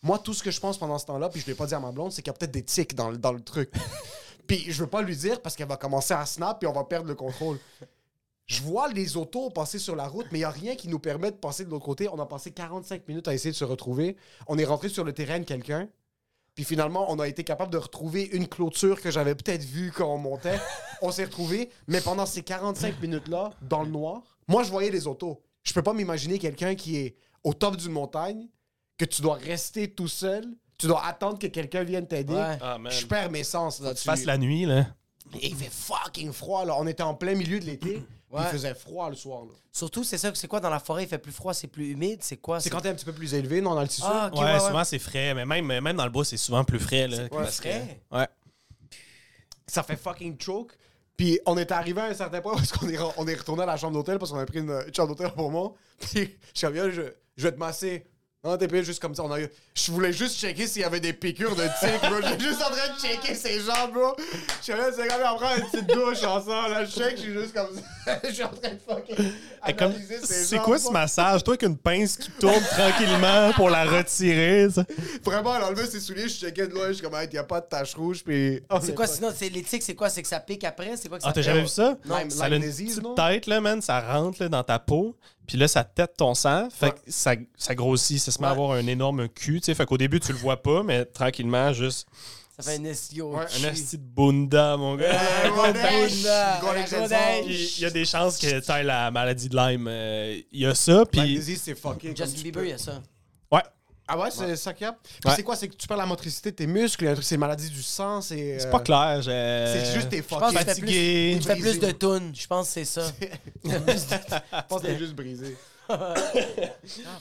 Speaker 5: Moi, tout ce que je pense pendant ce temps-là, puis je ne l'ai pas dit à ma blonde, c'est qu'il y a peut-être des tics dans, le- dans le truc. puis je veux pas lui dire parce qu'elle va commencer à snap, puis on va perdre le contrôle. Je vois les autos passer sur la route, mais il n'y a rien qui nous permet de passer de l'autre côté. On a passé 45 minutes à essayer de se retrouver. On est rentré sur le terrain de quelqu'un. Puis finalement, on a été capable de retrouver une clôture que j'avais peut-être vue quand on montait. On s'est retrouvés, mais pendant ces 45 minutes-là, dans le noir, moi, je voyais les autos. Je peux pas m'imaginer quelqu'un qui est au top d'une montagne, que tu dois rester tout seul, tu dois attendre que quelqu'un vienne t'aider.
Speaker 2: Ouais.
Speaker 4: Ah, man.
Speaker 5: Je perds mes sens là
Speaker 4: Tu
Speaker 5: tu-
Speaker 4: fasses la nuit, là.
Speaker 5: Et Il fait fucking froid, là. On était en plein milieu de l'été, puis
Speaker 2: Ouais.
Speaker 5: il faisait froid le soir, là.
Speaker 2: Surtout, c'est ça. C'est quoi dans la forêt Il fait plus froid, c'est plus humide. C'est quoi
Speaker 5: C'est quand t'es un petit peu plus élevé, non, dans le tissu.
Speaker 2: Ah, ok,
Speaker 4: ouais,
Speaker 2: ouais, ouais.
Speaker 4: souvent c'est frais, mais même, même dans le bois, c'est souvent plus frais. Là,
Speaker 2: Ouais,
Speaker 4: parce que-
Speaker 2: frais.
Speaker 4: Ouais.
Speaker 5: ça fait fucking choke. Puis on est arrivé à un certain point parce qu'on est, re- on est retourné à la chambre d'hôtel parce qu'on a pris une, une chambre d'hôtel pour moi. Puis je suis comme, Yo, je, je vais te masser. Non, t'es payé juste comme ça. On a eu- je voulais juste checker s'il y avait des piqûres de tic, bro. J'étais juste en train de checker ses jambes, bro. Je suis là, c'est comme, on prend une petite douche ensemble. Là, je check, je suis juste comme ça. *laughs* Je suis en train de fucking.
Speaker 4: Et comme-
Speaker 5: analyser ses
Speaker 4: C'est
Speaker 5: jambes,
Speaker 4: quoi ce
Speaker 5: bro.
Speaker 4: massage? Toi, avec une pince qui tourne tranquillement pour la retirer. ça.
Speaker 5: Vraiment, elle a enlevé ses souliers, je checkais de loin. Je suis comme, hey, y a pas de tache rouge. Puis. Oh,
Speaker 2: C'est quoi sinon c'est L'éthique, c'est quoi C'est que ça pique après C'est quoi que ça
Speaker 4: Ah, t'as jamais vu ça?
Speaker 5: Non,
Speaker 4: Ça a une
Speaker 5: l'amnésie,
Speaker 4: petite
Speaker 5: non?
Speaker 4: tête, là, man. Ça rentre là, dans ta peau. Puis là, ça tète ton sang. Fait que ça, ça grossit. Ça se met à
Speaker 2: Ouais.
Speaker 4: avoir un énorme cul. tu sais. Fait qu'au début, tu le vois pas, mais tranquillement, juste
Speaker 2: Ça fait un esquio.
Speaker 5: Ouais,
Speaker 4: un asti de bunda, mon gars.
Speaker 5: Hey, Rodesh!
Speaker 2: Bunda.
Speaker 5: Rodesh!
Speaker 2: Rodesh!
Speaker 4: Puis, Il y a des chances que tu la maladie de Lyme. euh, Il y a ça. Puis
Speaker 5: L'amnésie, c'est fucking. comme
Speaker 2: Justin
Speaker 5: tu
Speaker 2: Bieber,
Speaker 5: peux-
Speaker 2: il y a ça.
Speaker 5: Ah ouais, c'est ça qu'il y a. Puis
Speaker 4: Ouais.
Speaker 5: c'est quoi C'est que tu perds la motricité de tes muscles, il y a un truc, c'est maladie du sang, c'est. euh,
Speaker 4: c'est pas clair. je-
Speaker 5: C'est juste tes
Speaker 2: Je pense
Speaker 5: fucking.
Speaker 2: que tu fais
Speaker 4: Fatigué.
Speaker 2: plus, tu fais plus
Speaker 5: Brisé.
Speaker 2: de tunes. Je pense que c'est
Speaker 5: *laughs*
Speaker 2: ça.
Speaker 5: Je pense que t'es juste *laughs* brisé.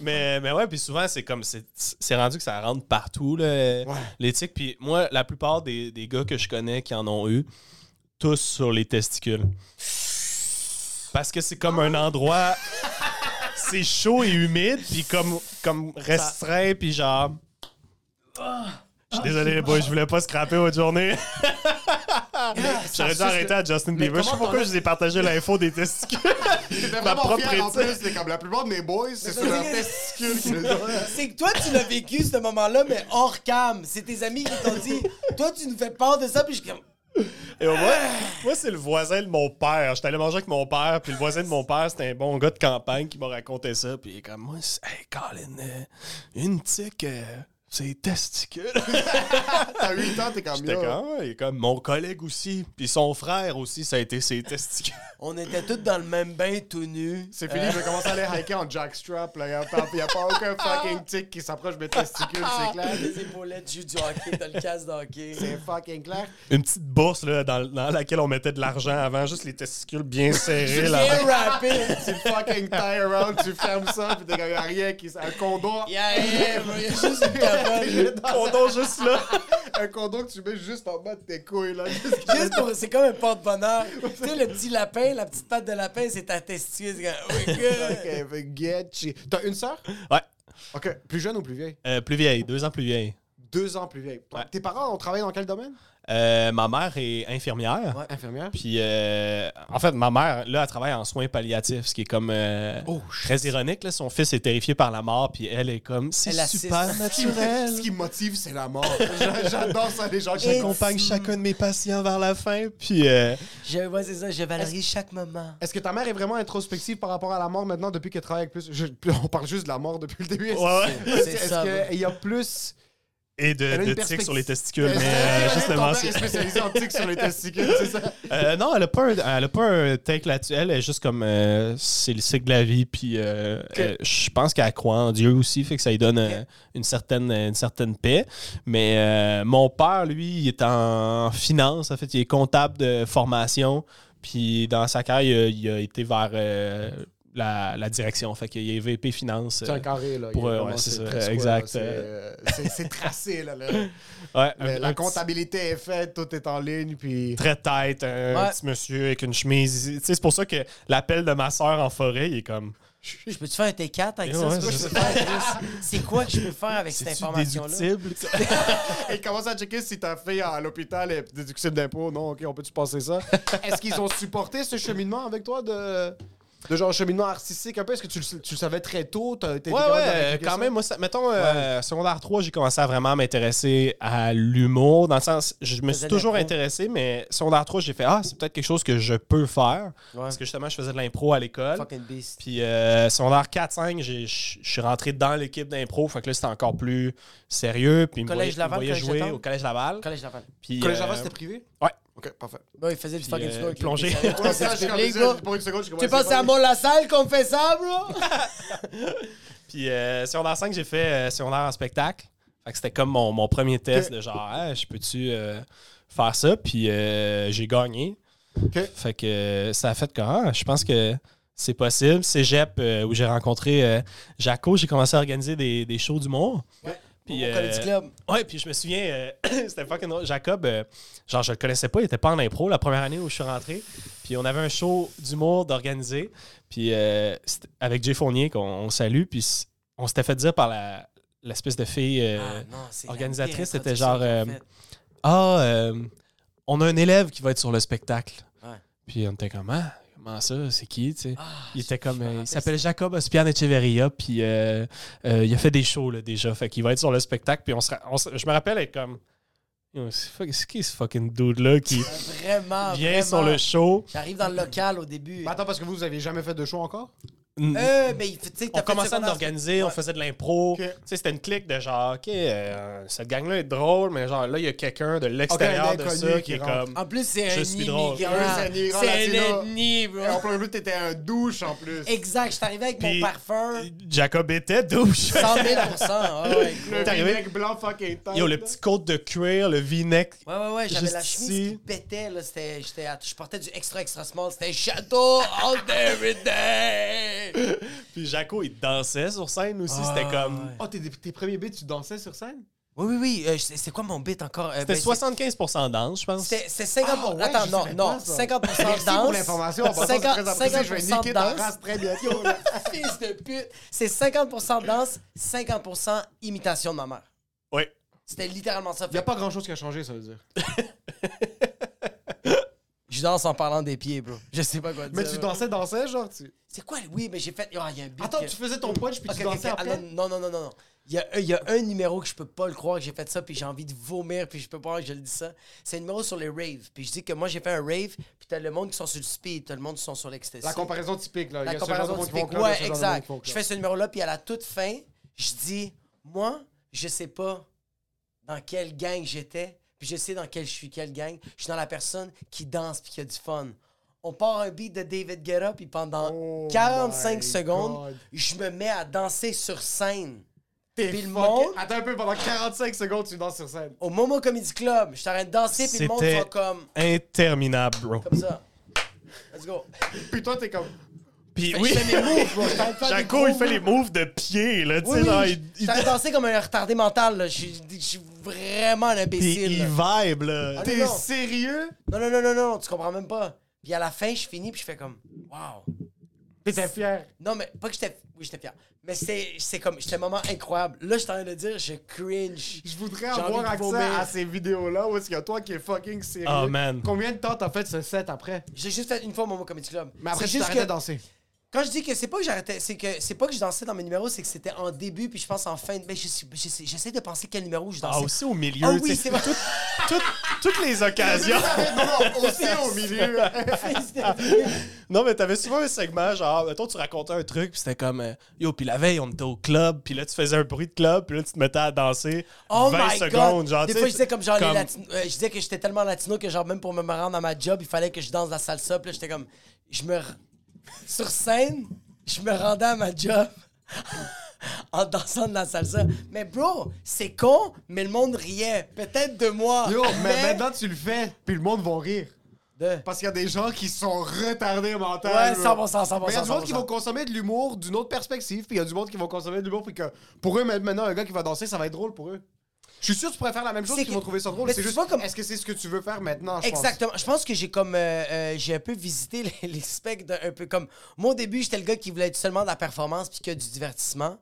Speaker 4: Mais, mais ouais, puis souvent, c'est comme. C'est c'est rendu que ça rentre partout, là, l'éthique. Puis moi, la plupart des, des gars que je connais qui en ont eu, tous sur les testicules. Parce que c'est comme un endroit. c'est chaud et humide, puis comme, comme restreint, puis genre. Je suis désolé, les boys, je voulais pas scraper votre journée. J'aurais dû
Speaker 5: Ah, Ça,
Speaker 4: arrêter à Justin Bieber. Je sais pas
Speaker 5: comment
Speaker 4: pourquoi
Speaker 5: t'en
Speaker 4: je vous ai partagé l'info des testicules.
Speaker 5: T'étais
Speaker 4: Ma
Speaker 5: vraiment
Speaker 4: propre
Speaker 5: fier en
Speaker 4: éthique.
Speaker 5: plus, c'est comme la plupart de mes boys, c'est sur leur testicule qui les *laughs* a.
Speaker 2: C'est que toi, tu l'as vécu, ce moment-là, mais hors cam. C'est tes amis qui t'ont dit, toi, tu nous fais peur de ça, puis je suis comme.
Speaker 4: *laughs* Et au moins, moi, c'est le voisin de mon père. J'étais allé manger avec mon père, puis le voisin de mon père, c'était un bon gars de campagne qui m'a raconté ça. Puis il est comme, moi, c'est- hey, Colin, euh, une tique, euh, c'est testicule.
Speaker 5: T'as 8 ans, t'es
Speaker 4: *laughs*
Speaker 5: comme
Speaker 4: J'étais
Speaker 5: yo.
Speaker 4: comme, Ah, il est comme, mon collègue aussi, puis son frère aussi, ça a été ses testicules.
Speaker 2: On était tous dans le même bain tout nus.
Speaker 5: C'est fini, je vais commencer à aller hiker en jackstrap, là. Y'a pas, y a pas aucun fucking tic qui s'approche de mes testicules, *laughs* c'est clair.
Speaker 2: Les épaulettes, tu joues du hockey, t'as le casque de hockey.
Speaker 5: C'est fucking clair.
Speaker 4: *laughs* Une petite bourse là, dans, dans laquelle on mettait de l'argent avant, juste les testicules bien serrés. là.
Speaker 2: Bien rappé.
Speaker 5: Tu fucking tie around, tu fermes ça, pis t'es comme y'a rien qui. Un condom.
Speaker 2: Yeah, yeah, bro, il y a juste une cabane.
Speaker 4: Condom juste là.
Speaker 5: *laughs* Un condom que tu mets juste en bas de tes couilles, là. Juste
Speaker 4: *laughs*
Speaker 2: Juste pour, c'est comme un porte-bonheur. tu sais, le petit lapin, la petite patte de lapin, c'est ta testicule. C'est comme, oh oui, que-
Speaker 5: *laughs* Ok, fait get shit. T'as une sœur?
Speaker 4: Ouais.
Speaker 5: Ok, plus jeune ou plus vieille?
Speaker 4: Euh, plus vieille, deux ans plus vieille.
Speaker 5: Deux ans plus vieille.
Speaker 4: Ouais.
Speaker 5: Tes parents ont travaillé dans quel domaine?
Speaker 4: Euh, ma mère est infirmière.
Speaker 5: Infirmière.
Speaker 4: Puis, euh, en fait, ma mère, là, elle travaille en soins palliatifs, ce qui est comme euh,
Speaker 5: Oh,
Speaker 4: très ironique. Là. Son fils est terrifié par la mort, puis elle est comme, c'est
Speaker 2: Elle assiste.
Speaker 4: super naturel.
Speaker 5: *laughs* Ce qui me motive, c'est la mort. *laughs* J'a- J'adore ça, les gens qui
Speaker 2: Et-
Speaker 4: J'accompagne chacun de mes patients vers la fin, puis euh,
Speaker 2: Je, ouais, c'est ça, je valorise chaque moment.
Speaker 5: Est-ce que ta mère est vraiment introspective par rapport à la mort maintenant depuis qu'elle travaille avec plus. je- On parle juste de la mort depuis le début. Est-ce-
Speaker 4: ouais, ouais.
Speaker 5: Est-ce
Speaker 2: C'est ça,
Speaker 5: qu'il y a plus.
Speaker 4: et de,
Speaker 5: Elle a une
Speaker 4: de tics
Speaker 5: perspective-
Speaker 4: sur les testicules. Mais euh, justement,
Speaker 5: c'est
Speaker 4: c'est-
Speaker 5: spécialisé en tics sur les testicules, c'est ça?
Speaker 4: Euh, non, elle a pas un, elle a pas un take là-dessus. Elle est juste comme euh, c'est le cycle de la vie. Puis euh, euh, je pense qu'elle croit en Dieu aussi, fait que ça lui donne euh, une certaine une certaine paix. Mais euh, mon père, lui, il est en finance. En fait, il est comptable de formation. Puis dans sa carrière, il a, il a été vers euh, la, la direction. Fait qu'il est VP finance.
Speaker 5: C'est un carré, là.
Speaker 4: euh, Pour
Speaker 5: Il y a
Speaker 4: eux,
Speaker 5: vraiment
Speaker 4: ouais, c'est
Speaker 5: ces
Speaker 4: ça,
Speaker 5: traits, quoi,
Speaker 4: exact.
Speaker 5: c'est, euh, C'est c'est tracé, là. là.
Speaker 4: Ouais,
Speaker 5: Le-
Speaker 4: un-
Speaker 5: la
Speaker 4: un petit-
Speaker 5: comptabilité est faite, tout est en ligne, puis...
Speaker 4: très tête, un
Speaker 2: Ouais.
Speaker 4: petit monsieur avec une chemise. Tu sais, c'est pour ça que l'appel de ma soeur en forêt, il est comme.
Speaker 2: Je peux-tu faire un T4 avec
Speaker 4: Eh
Speaker 2: ça?
Speaker 4: ouais,
Speaker 2: C'est quoi que je
Speaker 4: c'est
Speaker 2: peux faire, Chris? C'est quoi que je peux faire avec cette
Speaker 4: C'est-tu
Speaker 2: information-là?
Speaker 4: déductible?
Speaker 5: Elle commence à checker si ta fille à l'hôpital est déductible d'impôts. Non, OK, on peut-tu passer ça? Est-ce qu'ils ont supporté ce cheminement avec toi de... De genre cheminement artistique un peu? Est-ce que tu le, tu le savais très tôt? T'as été
Speaker 4: Ouais, ouais, euh, quand même. Moi, ça- mettons, euh, secondaire 3, j'ai commencé à vraiment m'intéresser à l'humour. Dans le sens, je me
Speaker 2: Faisais
Speaker 4: suis
Speaker 2: de
Speaker 4: toujours
Speaker 2: l'impro.
Speaker 4: intéressé, mais secondaire 3, j'ai fait Ah, c'est peut-être quelque chose que je peux faire.
Speaker 2: Ouais.
Speaker 4: Parce que justement, je faisais de l'impro à l'école.
Speaker 2: Fucking beast.
Speaker 4: Puis euh, secondaire 4-5, j'ai- je je suis rentré dans l'équipe d'impro. Fait que là, c'était encore plus sérieux. Puis ils me
Speaker 2: Collège
Speaker 4: voyaient- ils me
Speaker 2: Laval,
Speaker 4: voyaient
Speaker 2: Collège
Speaker 4: jouer
Speaker 2: Laval?
Speaker 4: au Collège Laval.
Speaker 2: Collège Laval.
Speaker 4: euh, Puis,
Speaker 5: Collège
Speaker 4: euh,
Speaker 5: Java, c'était privé?
Speaker 4: ouais.
Speaker 5: OK, parfait.
Speaker 2: Bon, il faisait du
Speaker 4: Puis,
Speaker 2: fucking
Speaker 4: euh,
Speaker 2: snorkel.
Speaker 4: plonger.
Speaker 2: Puis ça allait
Speaker 5: Ouais,
Speaker 2: pas,
Speaker 5: ça,
Speaker 2: c'est
Speaker 5: j'ai
Speaker 2: les
Speaker 5: réalisé
Speaker 2: gars.
Speaker 5: pour une seconde, j'ai
Speaker 2: Tu
Speaker 5: commencé
Speaker 2: penses à
Speaker 5: parler.
Speaker 2: moi la salle qu'on fait ça, bro?
Speaker 4: Puis euh, secondaire 5, j'ai fait euh, secondaire en spectacle. Fait que c'était comme mon, mon premier test de genre, Hey, je peux-tu euh, faire ça? Puis euh, j'ai gagné.
Speaker 5: Ok.
Speaker 4: Fait que euh, ça a fait que ah, je pense que c'est possible. Cégep, euh, où j'ai rencontré euh, Jaco, j'ai commencé à organiser des, des shows d'humour.
Speaker 2: Ouais.
Speaker 4: Puis,
Speaker 2: Au
Speaker 4: euh,
Speaker 2: Comedy Club.
Speaker 4: Ouais, puis je me souviens, euh, *clears throat* c'était fucking drôle. Jacob, euh, genre, je le connaissais pas, il était pas en impro la première année où je suis rentré. Puis on avait un show d'humour d'organiser. Puis euh, c'était avec Jay Fournier, qu'on on salue. Puis s- on s'était fait dire par la- l'espèce de fille. euh,
Speaker 2: Ah, non, c'est la
Speaker 4: organisatrice,
Speaker 2: pire
Speaker 4: c'était
Speaker 2: introduction
Speaker 4: genre,
Speaker 2: qu'ils ont
Speaker 4: euh,
Speaker 2: faite.
Speaker 4: ah, euh, on a un élève qui va être sur le spectacle.
Speaker 2: Ouais.
Speaker 4: Puis on était comme, ah, comment ça, c'est qui, tu sais?
Speaker 2: Ah,
Speaker 4: Il était
Speaker 2: je-
Speaker 4: comme.
Speaker 2: je me
Speaker 4: euh,
Speaker 2: rappelle,
Speaker 4: il s'appelle Jacob Ospian Echeverria, puis euh, euh, il a fait des shows là, déjà. Fait qu'il va être sur le spectacle, puis on se ra- on se- je me rappelle être comme. Yo, C'est fuck- c'est qui ce fucking dude-là qui
Speaker 2: Vraiment.
Speaker 4: vient
Speaker 2: Ah, vraiment.
Speaker 4: sur le show?
Speaker 2: J'arrive dans le local au début.
Speaker 5: Mais Attends, parce que vous, vous avez jamais fait de show encore?
Speaker 4: Mm.
Speaker 2: Euh, mais il fait- tu sais,
Speaker 4: on
Speaker 2: t'as fait
Speaker 4: commençait à nous
Speaker 2: secondaire-
Speaker 4: organiser, on
Speaker 2: Ouais.
Speaker 4: faisait de l'impro.
Speaker 5: Ok.
Speaker 4: Tu sais, C'était une clique de genre, OK, euh, cette gang-là est drôle, mais genre là, il y a quelqu'un de l'extérieur
Speaker 5: Ok, un
Speaker 4: de
Speaker 5: inconnu
Speaker 4: ça qui,
Speaker 5: qui
Speaker 4: est
Speaker 5: rentre.
Speaker 4: comme.
Speaker 2: En plus, c'est
Speaker 4: Je
Speaker 2: un
Speaker 4: suis drôle.
Speaker 2: immigrant. C'est
Speaker 5: C'est un immigrant latino.
Speaker 2: un ennemi, bro.
Speaker 5: Et en plus, t'étais un douche en plus.
Speaker 2: Exact, je suis arrivé avec
Speaker 4: Puis-
Speaker 2: mon
Speaker 4: *laughs*
Speaker 2: parfum.
Speaker 4: Jacob était douche.
Speaker 2: 100
Speaker 4: *laughs*
Speaker 2: 000 Ah ouais, cool.
Speaker 5: Le
Speaker 4: T'es arrivé-
Speaker 5: mec blanc fucking tête.
Speaker 4: Yo, le
Speaker 5: là.
Speaker 4: petit côte de cuir, le v-neck.
Speaker 2: Ouais, ouais, ouais, j'avais
Speaker 4: Juste
Speaker 2: la chemise
Speaker 4: ici.
Speaker 2: qui pétait, là. C'était, j'étais à- je portais du extra, extra small. C'était château all day, every day.
Speaker 4: Puis Jaco, il dansait sur scène aussi. C'était
Speaker 2: Ah,
Speaker 4: comme.
Speaker 2: ouais.
Speaker 5: Oh, tes, tes premiers beats, tu dansais sur scène?
Speaker 2: Oui, oui, oui. euh, c'est, c'est quoi mon bit encore? Euh, ben,
Speaker 4: C'était
Speaker 2: c'est-
Speaker 4: 75% danse, je pense.
Speaker 2: C'était, c'est 50
Speaker 5: Ah, ouais,
Speaker 2: Attends,
Speaker 5: je
Speaker 2: non,
Speaker 5: savais
Speaker 2: non.
Speaker 5: pas ça.
Speaker 2: 50
Speaker 5: Merci
Speaker 2: danse.
Speaker 5: pour l'information. En passant, c'est
Speaker 2: 50
Speaker 5: très apprécié. Je vais
Speaker 2: 50
Speaker 5: niquer ta
Speaker 2: danse. *laughs*
Speaker 5: race très bientôt. là.
Speaker 2: Fils de pute. C'est 50 danse, 50 imitation de ma mère.
Speaker 4: Oui.
Speaker 2: C'était littéralement ça.
Speaker 5: Il n'y a pas grand-chose qui a changé, ça veut dire.
Speaker 2: Je danse en parlant des pieds, bro. Je sais pas quoi dire.
Speaker 5: Mais tu
Speaker 2: bro.
Speaker 5: dansais, dansais, genre, tu...
Speaker 2: C'est quoi? le- Oui, mais j'ai fait... Ah, il y a un beat
Speaker 5: Attends,
Speaker 2: que-
Speaker 5: tu faisais ton punch, puis
Speaker 2: Ok,
Speaker 5: tu
Speaker 2: ok,
Speaker 5: dansais
Speaker 2: ok. Ah,
Speaker 5: après?
Speaker 2: non, non, non, non, non. Il y, a, il y a un numéro que je peux pas le croire que j'ai fait ça, puis j'ai envie de vomir, puis je peux pas croire que je le dis ça. C'est un numéro sur les raves. Puis je dis que moi, j'ai fait un rave, puis t'as le monde qui sont sur le speed, t'as le monde qui sont sur l'ecstasy.
Speaker 5: La comparaison typique, là. Il
Speaker 2: La
Speaker 5: y a ce genre de
Speaker 2: comparaison
Speaker 5: monde qui
Speaker 2: typique.
Speaker 5: vont au club, il y a
Speaker 2: Ouais,
Speaker 5: ce genre de monde
Speaker 2: exact.
Speaker 5: qui vont au club.
Speaker 2: Je fais ce numéro-là, puis à la toute fin, je dis, moi, je sais pas dans quelle gang j'étais, puis je sais dans quelle je suis, quelle gang. Je suis dans la personne qui danse puis qui a du fun. On part un beat de David Guetta, puis pendant
Speaker 5: Oh
Speaker 2: 45
Speaker 5: my
Speaker 2: secondes,
Speaker 5: God.
Speaker 2: je me mets à danser sur scène.
Speaker 5: T'es
Speaker 2: Puis le
Speaker 5: fucking-
Speaker 2: monde-
Speaker 5: Attends un peu, pendant 45 secondes, tu danses sur scène.
Speaker 2: Au Momo Comedy Club, je t'arrête de danser, puis le monde
Speaker 4: C'était-
Speaker 2: va comme,
Speaker 4: Interminable, bro.
Speaker 2: comme ça. Let's go.
Speaker 5: Puis toi, t'es comme...
Speaker 4: Puis
Speaker 2: Fait que
Speaker 4: oui,
Speaker 2: Je fais mes
Speaker 4: *laughs*
Speaker 2: moves, bro. Je t'arrête de faire des
Speaker 4: Jaco,
Speaker 2: gros
Speaker 4: il fait
Speaker 2: moves.
Speaker 4: les moves de pied, là. Tu
Speaker 2: Oui,
Speaker 4: sais, genre,
Speaker 2: oui,
Speaker 4: il,
Speaker 2: je
Speaker 4: il,
Speaker 2: t'arrête de danser comme un retardé mental, là. Je suis je suis vraiment un
Speaker 4: puis
Speaker 2: imbécile.
Speaker 4: il
Speaker 2: là.
Speaker 4: vibe, là.
Speaker 2: Ah,
Speaker 5: T'es
Speaker 2: non.
Speaker 5: sérieux?
Speaker 2: Non, non, non, non, non, tu comprends même pas. Puis à la fin, je finis, puis je fais comme, wow.
Speaker 5: T'étais fier.
Speaker 2: Non, mais pas que j'étais. Oui, j'étais fier. Mais c'est c'est comme, c'était un moment incroyable. Là, je suis en train de dire, je cringe.
Speaker 5: Je voudrais
Speaker 2: J'ai envie
Speaker 5: avoir
Speaker 2: de
Speaker 5: accès
Speaker 2: vomir.
Speaker 5: à ces vidéos-là où est-ce qu'il y a toi qui est fucking sérieux.
Speaker 4: Oh, man.
Speaker 5: Combien de temps t'as fait ce set après?
Speaker 2: J'ai juste fait une fois au Momo Comedy Club.
Speaker 5: Mais après,
Speaker 2: C'est
Speaker 5: tu
Speaker 2: juste
Speaker 5: t'arrêtes
Speaker 2: que
Speaker 5: de danser.
Speaker 2: Quand je dis que c'est pas que j'arrêtais, c'est que c'est pas que je dansais dans mes numéros, c'est que c'était en début, puis je pense en fin. de- Mais je suis- j'essaie j'essaie de penser quel numéro je dansais.
Speaker 4: Ah, aussi au milieu.
Speaker 2: Ah
Speaker 4: tu
Speaker 2: oui,
Speaker 4: sais,
Speaker 2: c'est
Speaker 4: *laughs*
Speaker 2: vrai.
Speaker 4: toutes- toutes les
Speaker 2: *laughs*
Speaker 4: occasions.
Speaker 5: non, aussi au
Speaker 4: *laughs*
Speaker 5: milieu.
Speaker 4: Non, mais t'avais souvent un segment, genre, mettons, tu racontais un truc, puis c'était comme, euh, yo, puis la veille, on était au club, puis là, tu faisais un bruit de club, puis là, tu te mettais à danser
Speaker 2: Oh
Speaker 4: 20
Speaker 2: my
Speaker 4: secondes,
Speaker 2: God.
Speaker 4: genre,
Speaker 2: Des
Speaker 4: tu sais,
Speaker 2: fois, je disais comme genre les
Speaker 4: comme-
Speaker 2: Latino- euh, je disais que j'étais tellement latino que genre même pour me rendre à ma job, il fallait que je danse la salsa. Puis là, j'étais comme, je me r- sur scène, je me rendais à ma job *laughs* en dansant de la salsa. Mais bro, c'est con, mais le monde riait. Peut-être de moi.
Speaker 5: Yo, mais maintenant tu le fais, puis le monde va rire.
Speaker 2: De-
Speaker 5: Parce qu'il y a des gens qui sont retardés mental.
Speaker 2: Ouais,
Speaker 5: bro.
Speaker 2: 100%, 100%.
Speaker 5: Mais il y a du monde qui
Speaker 2: 100%.
Speaker 5: vont consommer de l'humour d'une autre perspective, puis il y a du monde qui vont consommer de l'humour, puis que pour eux, même maintenant, un gars qui va danser, ça va être drôle pour eux. Je suis sûr que tu pourrais faire la même chose,
Speaker 2: C'est
Speaker 5: qu'ils
Speaker 2: que-
Speaker 5: vont trouver ça drôle.
Speaker 2: mais
Speaker 5: C'est
Speaker 2: tu
Speaker 5: juste,
Speaker 2: vois comme-
Speaker 5: est-ce que c'est ce que tu veux faire maintenant, je pense?
Speaker 2: Exactement. Je pense que j'ai comme euh, euh, j'ai un peu visité *laughs* les, les specs d'un un peu comme moi au début j'étais le gars qui voulait être seulement de la performance puis que du divertissement.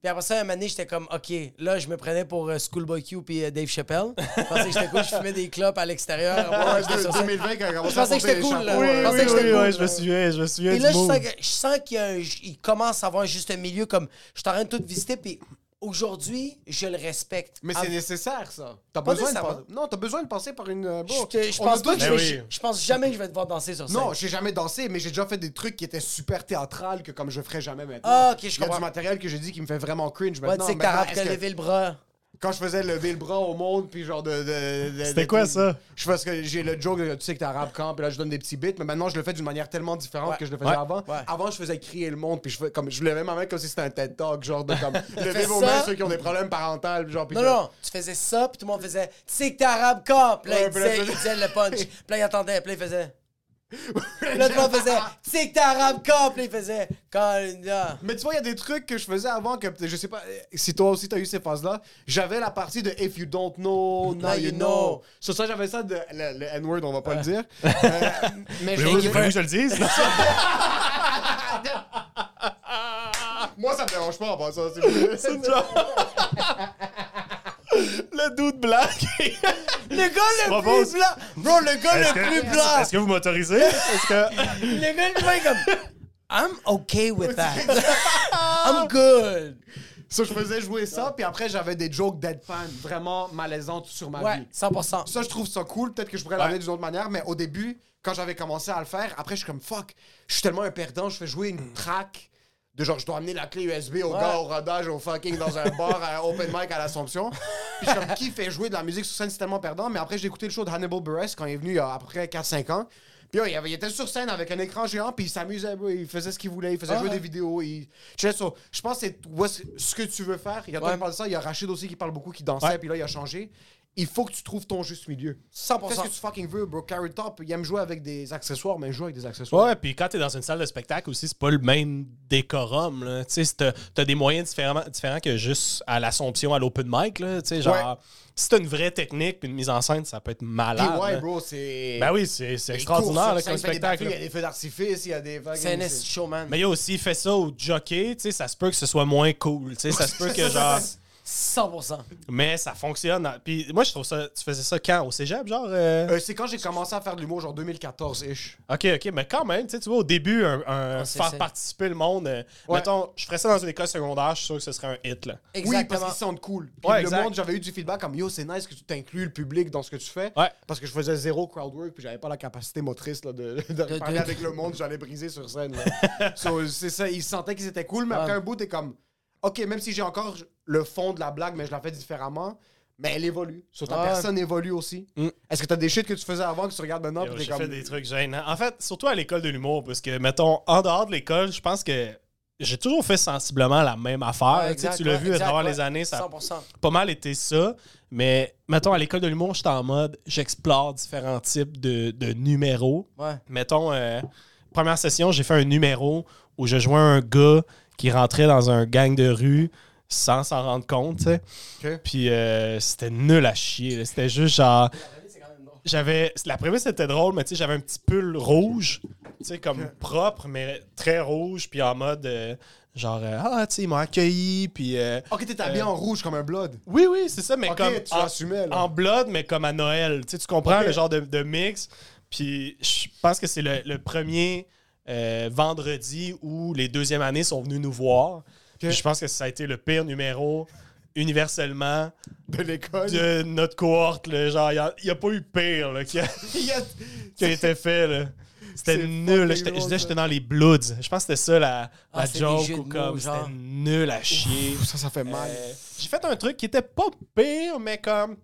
Speaker 2: Puis après ça, un moment donné, j'étais comme, OK, là, je me prenais pour euh, Schoolboy Q puis euh, Dave Chappelle. Je pensais que j'étais cool, je fumais des clopes à
Speaker 5: *laughs*
Speaker 2: l'extérieur. Ouais, j'étais sur
Speaker 5: De
Speaker 2: scène.
Speaker 5: 2020, quand on commence
Speaker 2: Je pensais
Speaker 5: à
Speaker 2: que
Speaker 5: porter
Speaker 2: j'étais
Speaker 5: les
Speaker 2: cool,
Speaker 5: chapeaux,
Speaker 2: là.
Speaker 4: Oui,
Speaker 5: euh,
Speaker 2: Je pensais
Speaker 4: oui,
Speaker 2: que j'étais
Speaker 4: oui,
Speaker 2: cool,
Speaker 4: ouais,
Speaker 2: là.
Speaker 4: je me souviens, je me souviens
Speaker 2: Et
Speaker 4: du
Speaker 2: là, je
Speaker 4: move.
Speaker 2: sens, que- je sens qu'il y a un- il commence à avoir juste un milieu comme, je suis en train de tout visiter, puis aujourd'hui, je le respecte. Ah,
Speaker 5: Mais
Speaker 2: Av-
Speaker 5: c'est nécessaire, ça. T'as
Speaker 2: Pas
Speaker 5: besoin de
Speaker 2: nécessaire.
Speaker 5: pas- Non, t'as besoin de passer par une. euh, bro,
Speaker 2: je, te- je
Speaker 5: on a
Speaker 2: pense
Speaker 5: tous
Speaker 2: pas que je,
Speaker 4: Mais
Speaker 2: vais-
Speaker 4: oui.
Speaker 2: je pense jamais que je vais devoir danser sur scène.
Speaker 5: Non, j'ai jamais dansé, mais j'ai déjà fait des trucs qui étaient super théâtrales que comme je ferais jamais maintenant.
Speaker 2: Ah, ok, je
Speaker 5: Il y a
Speaker 2: comprends.
Speaker 5: du matériel que j'ai dit qui me fait vraiment cringe
Speaker 2: Ouais,
Speaker 5: maintenant.
Speaker 2: tu sais que
Speaker 5: Maintenant,
Speaker 2: t'arrapes,
Speaker 5: est-ce
Speaker 2: t'as
Speaker 5: que-
Speaker 2: levé le bras.
Speaker 5: quand je faisais lever le bras au monde, puis genre de. de- de-
Speaker 4: C'était
Speaker 5: de-
Speaker 4: quoi, ça?
Speaker 5: Je parce que j'ai le joke, tu sais que t'es arabe quand, puis là je donne des petits bits, mais maintenant je le fais d'une manière tellement différente
Speaker 2: Ouais.
Speaker 5: que je le faisais
Speaker 4: Ouais.
Speaker 5: avant.
Speaker 2: Ouais.
Speaker 5: Avant, je faisais crier le monde, puis je, fais- comme, je levais ma main comme si c'était un TED Talk, genre de
Speaker 2: *laughs*
Speaker 5: comme. levez
Speaker 2: Fais
Speaker 5: vos
Speaker 2: ça.
Speaker 5: mains ceux qui ont des problèmes parentaux, genre. Puis
Speaker 2: Non,
Speaker 5: que-
Speaker 2: non, tu faisais ça, puis tout le monde faisait « Tu sais que t'es arabe, quand? » Puis là,
Speaker 5: Ouais,
Speaker 2: il
Speaker 5: puis là,
Speaker 2: disait,
Speaker 5: tu
Speaker 2: il disait le punch. Puis là, il attendait, puis là, il faisait... Puis là, tout le monde faisait « Tu sais que t'es arabe, quand? » Puis là, il faisait « Quand... là.
Speaker 5: Mais tu vois, il y a des trucs que je faisais avant que peut- je sais pas euh, si toi aussi t'as eu ces phases-là. J'avais la partie de If you don't know, now you know. Sur ça, j'avais ça de. Le, le N-word, on va pas le dire.
Speaker 2: *laughs*
Speaker 5: Euh, mais je
Speaker 4: Voulez-vous
Speaker 5: faisais-
Speaker 4: voulez-vous que je le dise? Non.
Speaker 5: Moi, ça me dérange pas en passant. si vous voulez.
Speaker 4: C'est une joke. *laughs* le doute black.
Speaker 2: Le gars le
Speaker 4: propose-
Speaker 2: plus blanc! Bro, le gars
Speaker 4: Est-ce
Speaker 2: le
Speaker 4: que-
Speaker 2: plus blanc!
Speaker 4: Est-ce que vous m'autorisez? Est-ce que...
Speaker 2: Le gars le plus blanc, comme... I'm okay with that. I'm good.
Speaker 5: Ça, je faisais jouer ça, puis après, j'avais des jokes deadpan vraiment malaisantes sur ma
Speaker 2: Ouais,
Speaker 5: vie.
Speaker 2: 100%.
Speaker 5: Ça, je trouve ça cool. Peut-être que je pourrais l'amener d'une autre manière, mais au début, quand j'avais commencé à le faire, après, je suis comme fuck, je suis tellement un perdant, je fais jouer une track de genre, je dois amener la clé USB au
Speaker 2: Mm. Ouais.
Speaker 5: gars au rodage, au fucking dans un bar, à un
Speaker 2: *laughs*
Speaker 5: open mic à l'Assomption. Puis je suis comme, qui fait jouer de la musique sur scène, c'est tellement perdant. Mais après, j'ai écouté le show de Hannibal Buress quand il est venu il y a à peu près 4-5 ans. Puis là, il, avait- il était sur scène avec un écran géant, puis il s'amusait, bro, il faisait ce qu'il voulait, il faisait jouer des vidéos. Il... Je sais pas, Je pense que c'est où est-ce- ce que tu veux faire. Il y a toi
Speaker 2: Ouais.
Speaker 5: qui parle de ça, il y a Rachid aussi qui parle beaucoup, qui dansait,
Speaker 4: Ouais.
Speaker 5: puis là, il a changé. Il faut que tu trouves ton juste milieu.
Speaker 2: 100%.
Speaker 5: Qu'est-ce que tu fucking veux, bro? Carrot Top, il aime jouer avec des accessoires, mais il joue avec des accessoires.
Speaker 4: *laughs* Ouais, puis quand t'es dans une salle de spectacle aussi, c'est pas le même décorum. là. Tu sais, c'est- t'as- t'as des moyens différents, différents que juste à l'Assomption, à l'open mic. Là. Tu sais, genre, si t'as une vraie technique puis une mise en scène, ça peut être
Speaker 5: Puis
Speaker 4: malade.
Speaker 5: ouais,
Speaker 4: là.
Speaker 5: bro, c'est.
Speaker 4: Ben oui, c'est c'est extraordinaire là, comme spectacle.
Speaker 5: Il y
Speaker 4: là.
Speaker 5: a des feux d'artifice, il y a des. fucking-
Speaker 2: C'est un esti de showman.
Speaker 4: Mais il y a aussi fait ça au jockey, tu sais, ça se peut que ce soit moins cool, tu sais, *laughs* ça se peut que genre...
Speaker 2: 100%.
Speaker 4: Mais ça fonctionne. Puis moi, je trouve ça... Tu faisais ça quand? Au cégep, genre? euh?
Speaker 5: Euh, c'est quand j'ai commencé à faire de l'humour, genre 2014-ish.
Speaker 4: OK, OK, mais quand même, tu sais, tu vois, au début, un, un-
Speaker 2: On
Speaker 4: faire
Speaker 2: s'essaie.
Speaker 4: participer le monde... euh,
Speaker 5: Ouais.
Speaker 4: Mettons, je ferais ça dans une école secondaire, je suis sûr que ce serait un hit, là.
Speaker 5: Oui, parce
Speaker 2: Exactement.
Speaker 5: qu'ils sentent cool. Puis
Speaker 4: Ouais,
Speaker 5: le
Speaker 4: exact.
Speaker 5: monde, j'avais eu du feedback comme Yo, c'est nice que tu t'inclues le public dans ce que tu fais.
Speaker 4: Ouais.
Speaker 5: Parce que je faisais zéro crowd work, puis j'avais pas la capacité motrice là, de, de parler
Speaker 2: de-
Speaker 5: avec le monde, j'allais briser sur scène.
Speaker 4: *laughs*
Speaker 5: là. So, c'est ça, ils sentaient qu'ils étaient cool, mais
Speaker 2: Ouais.
Speaker 5: après un bout, t'es comme Ok, même si j'ai encore le fond de la blague, mais je la fais différemment. Mais elle évolue. Sur ta
Speaker 2: Ouais.
Speaker 5: personne évolue aussi.
Speaker 4: Mm.
Speaker 5: Est-ce que t'as des shit que tu faisais avant que tu regardes maintenant?
Speaker 4: Yo,
Speaker 5: puis
Speaker 4: J'ai
Speaker 5: t'es comme...
Speaker 4: fait des trucs gênants. En fait, surtout à l'école de l'humour, parce que, mettons, en dehors de l'école, je pense que j'ai toujours fait sensiblement la même affaire.
Speaker 2: Ouais,
Speaker 4: tu sais,
Speaker 2: exact,
Speaker 4: tu l'as
Speaker 2: ouais,
Speaker 4: vu à
Speaker 2: exact,
Speaker 4: travers
Speaker 2: ouais.
Speaker 4: les années, ça a
Speaker 2: 100%.
Speaker 4: pas mal été ça. Mais, mettons, à l'école de l'humour, j'étais en mode, j'explore différents types de, de numéros.
Speaker 2: Ouais.
Speaker 4: Mettons, euh, première session, j'ai fait un numéro où je jouais un gars qui rentrait dans un gang de rue sans s'en rendre compte, tu sais.
Speaker 5: Ok.
Speaker 4: Puis euh, c'était nul à chier. là. C'était juste genre j'avais la prémisse était drôle mais tu sais j'avais un petit pull rouge tu sais comme propre mais très rouge puis en mode euh, genre euh, ah tu sais ils m'ont accueilli puis euh,
Speaker 5: Ok, t'es habillé
Speaker 4: Euh,
Speaker 5: en rouge comme un blood.
Speaker 4: oui oui c'est ça mais
Speaker 5: Ok,
Speaker 4: comme
Speaker 5: tu
Speaker 4: en,
Speaker 5: l'assumais, là.
Speaker 4: en blood mais comme à Noël tu sais tu comprends
Speaker 5: Ok.
Speaker 4: le genre de, de mix puis je pense que c'est le, le premier euh, vendredi où les deuxièmes années sont venus nous voir. Puis Je pense que ça a été le pire numéro universellement
Speaker 5: de l'école.
Speaker 4: de notre cohorte. là. Genre, il n'y a, pas eu pire là, qui, a,
Speaker 5: *laughs* Il y a-
Speaker 4: qui a été fait. là. C'était
Speaker 5: C'est
Speaker 4: nul. là. J'étais-
Speaker 5: fucking
Speaker 4: Je
Speaker 5: drôle,
Speaker 4: disais,
Speaker 5: ça.
Speaker 4: j'étais dans les Bloods. Je pense que c'était ça la,
Speaker 2: Ah,
Speaker 4: la
Speaker 2: c'est des
Speaker 4: joke
Speaker 2: jeux de
Speaker 4: ou comme.
Speaker 2: mots,
Speaker 4: C'était
Speaker 2: genre.
Speaker 4: nul à chier.
Speaker 5: Ça, ça fait mal.
Speaker 4: Euh, J'ai fait un truc qui était pas pire, mais comme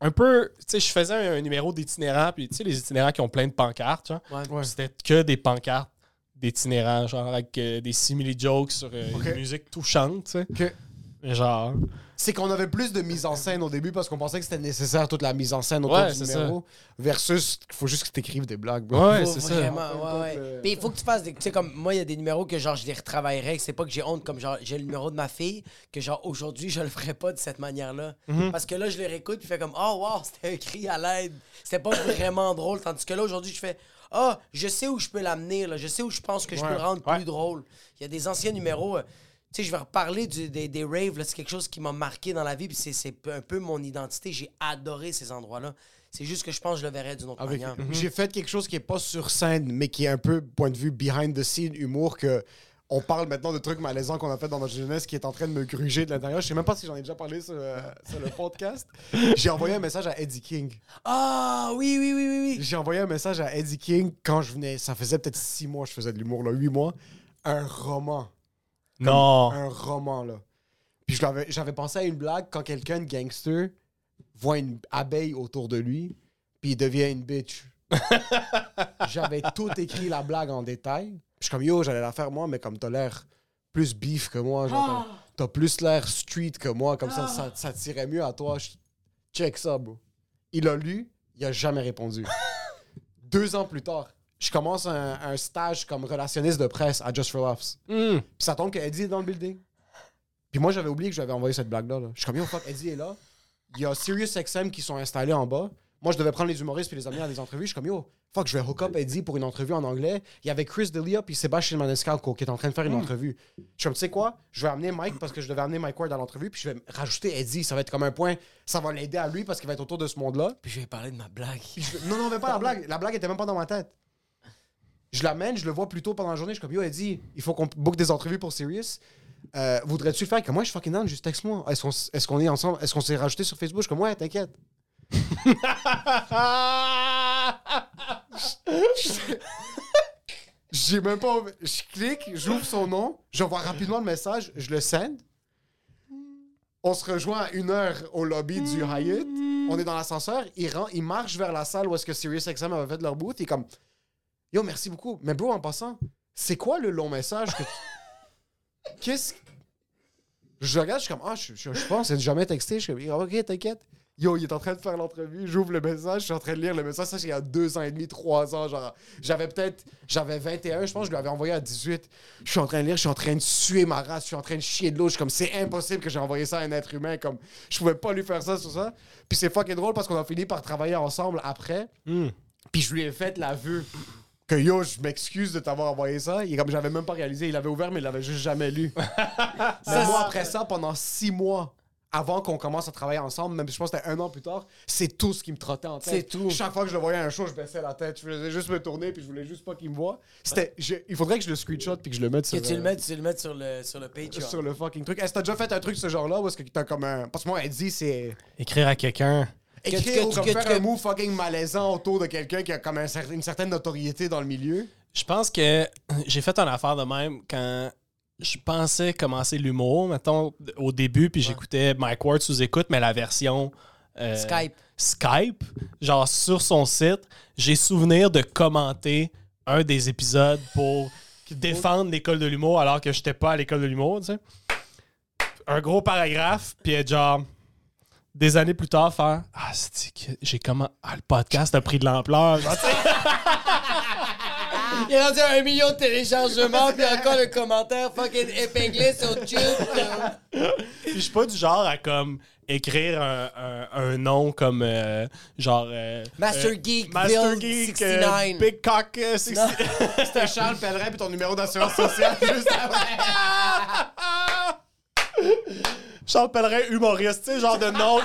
Speaker 4: un peu. Tu sais, je faisais un, un numéro d'itinérant, puis tu sais, les itinérants qui ont plein de pancartes, genre.
Speaker 2: Ouais.
Speaker 4: Puis C'était que des pancartes d'itinérants, genre avec euh, des simili-jokes sur euh,
Speaker 5: Ok.
Speaker 4: une musique touchante, tu sais.
Speaker 5: Ok.
Speaker 4: Mais Genre.
Speaker 5: C'est qu'on avait plus de mise en scène au début parce qu'on pensait que c'était nécessaire toute la mise en scène autour
Speaker 4: Ouais,
Speaker 5: du
Speaker 4: c'est
Speaker 5: numéro. Versus, il faut juste que t'écrives des blagues, bro.
Speaker 4: Ouais,
Speaker 2: Faut
Speaker 4: c'est ça.
Speaker 2: vraiment,
Speaker 5: ça.
Speaker 2: ouais,
Speaker 5: Comme,
Speaker 2: ouais.
Speaker 5: euh,
Speaker 2: Puis il faut que tu fasses des. Tu sais, comme moi, il y a des numéros que genre je les retravaillerais, que c'est pas que j'ai honte, comme genre j'ai le numéro de ma fille, que genre aujourd'hui je le ferais pas de cette manière-là.
Speaker 4: Mhm.
Speaker 2: Parce que là, je le réécoute, puis je fais comme, oh wow, c'était un cri à l'aide. C'était
Speaker 4: *coughs*
Speaker 2: pas vraiment drôle. Tandis que là, aujourd'hui, je fais, ah, je sais où je peux l'amener, là. Je sais où je pense que je peux le rendre plus drôle. Il y a des anciens numéros. euh, tu sais, je vais reparler du- des, des raves, là. C'est quelque chose qui m'a marqué dans la vie, puis c'est- c'est un peu mon identité. J'ai adoré ces endroits-là. C'est juste que je pense que je le verrais d'une autre
Speaker 5: Avec-
Speaker 2: manière.
Speaker 5: J'ai fait quelque chose qui est pas sur scène, mais qui est un peu point de vue behind the scene humour que on parle maintenant de trucs malaisants qu'on a fait dans notre jeunesse qui est en train de me gruger de l'intérieur. Je sais même pas si j'en ai déjà parlé sur, euh, sur le podcast. J'ai envoyé un message à Eddie King.
Speaker 2: Ah, oui, oui, oui, oui, oui.
Speaker 5: J'ai envoyé un message à Eddie King quand je venais. Ça faisait peut-être six mois que je faisais de l'humour, là, huit mois. Un roman.
Speaker 4: Non.
Speaker 5: un roman, là. Puis je l'avais- j'avais pensé à une blague quand quelqu'un de gangster voit une abeille autour de lui, puis il devient une bitch. j'avais tout écrit la blague en détail. Puis Je suis comme, yo, j'allais la faire moi, mais comme t'as l'air plus beef que moi, genre, t'as t'as plus l'air street que moi, comme ça, ça, ça tirait mieux à toi. Je- Check ça, bro. Il a lu, il a jamais répondu. Deux ans plus tard, je commence un, un stage comme relationniste de presse à Just for Laughs.
Speaker 4: Hmm.
Speaker 5: Puis ça tombe que Eddie est dans le building. Puis moi, j'avais oublié que j'avais envoyé cette blague-là. là. Je suis comme, yo, fuck, Eddie est là. Il y a SiriusXM qui sont installés en bas. Moi, je devais prendre les humoristes puis les amener à des entrevues. Je suis comme, yo, fuck, je vais hook up Eddie pour une entrevue en anglais. Il y avait Chris D'Elia puis Sébastien Maniscalco qui est en train de faire une entrevue. Je suis comme, tu sais quoi, je vais amener Mike parce que je devais amener Mike Ward à l'entrevue. Puis je vais rajouter Eddie. Ça va être comme un point. Ça va l'aider à lui parce qu'il va être autour de ce monde-là.
Speaker 2: Puis je vais parler de ma blague.
Speaker 5: Puis je- Non, non, mais pas la blague. La blague était même pas dans ma tête. Je l'amène, je le vois plus tôt pendant la journée. Je suis comme, yo, Eddie, il faut qu'on book des entrevues pour Sirius. Euh, Voudrais-tu le faire? Comme moi, je suis fucking down, juste texte-moi. Est-ce qu'on est, qu'on est ensemble? Est-ce qu'on s'est rajouté sur Facebook? Je suis comme, ouais, t'inquiète. J'ai même pas. Je clique, j'ouvre son nom, j'envoie rapidement le message, je le send. On se rejoint à une heure au lobby du Hyatt. On est dans l'ascenseur. Il, rend, il marche vers la salle où est-ce que SiriusXM avait fait leur boot. Il est comme Yo, merci beaucoup. Mais bro, en passant, c'est quoi le long message que tu- Qu'est-ce. Je regarde, je suis comme Ah, je, je, je pense, il jamais texté. Je suis comme Ok, t'inquiète. Yo, il est en train de faire l'entrevue. J'ouvre le message, je suis en train de lire le message. Ça, c'est il y a deux ans et demi, trois ans. Genre, j'avais peut-être. J'avais 21, je pense, je lui avais envoyé à 18. Je suis en train de lire, je suis en train de suer ma race, je suis en train de chier de l'eau. Je suis comme C'est impossible que j'ai envoyé ça à un être humain. Comme, je pouvais pas lui faire ça sur ça. Puis c'est fucking drôle parce qu'on a fini par travailler ensemble après. Puis je lui ai fait l'aveu que yo, je m'excuse de t'avoir envoyé ça. Et comme j'avais même pas réalisé, il l'avait ouvert, mais il l'avait juste
Speaker 2: *laughs*
Speaker 5: jamais lu. Mais moi, après ça, pendant six mois, avant qu'on commence à travailler ensemble, même si je pense que c'était un an plus tard, c'est tout ce qui me trottait en tête.
Speaker 2: C'est tout.
Speaker 5: Chaque fois que je le voyais à un show, je baissais la tête. Je voulais juste me tourner, puis je voulais juste pas qu'il me voie. C'était, je- il faudrait que je le screenshot puis que je le mette
Speaker 2: Que
Speaker 5: sur,
Speaker 2: tu le
Speaker 5: euh,
Speaker 2: mettes, tu le mettes sur le, sur le Patreon.
Speaker 5: sur le fucking truc. Est-ce que t'as déjà fait un truc de ce genre-là ou est-ce que t'as comme un. Parce que moi, elle dit, c'est.
Speaker 4: Écrire à quelqu'un.
Speaker 5: Écrire
Speaker 2: que-
Speaker 5: ou comme
Speaker 2: que-
Speaker 5: faire
Speaker 2: que-
Speaker 5: un mot fucking malaisant autour de quelqu'un qui a comme un cer- une certaine notoriété dans le milieu.
Speaker 4: Je pense que j'ai fait une affaire de même quand je pensais commencer l'humour, mettons, au début, puis j'écoutais Mike Ward sous écoute, mais la version euh,
Speaker 2: Skype.
Speaker 4: Skype, genre sur son site, j'ai souvenir de commenter un des épisodes pour défendre l'école de l'humour alors que j'étais pas à l'école de l'humour, tu sais. Un gros paragraphe, puis être genre des années plus tard faire Ah, c'est que j'ai comment Ah, le podcast a pris de l'ampleur. Genre, tu sais.
Speaker 2: Il est rendu à un million de téléchargements, puis encore le commentaire fucking épinglé sur euh, YouTube. là.
Speaker 4: Puis je suis pas du genre à comme écrire un, un- un nom comme euh, genre euh,
Speaker 2: Master
Speaker 4: euh,
Speaker 2: Geek,
Speaker 4: Master
Speaker 2: Bill
Speaker 4: Geek, euh,
Speaker 2: 69.
Speaker 4: Big Cock euh, 69.
Speaker 5: C'était Charles Pellerin *laughs* puis ton numéro d'assurance sociale juste avant.
Speaker 4: Charles Pellerin, humoriste, tu sais, genre de nom.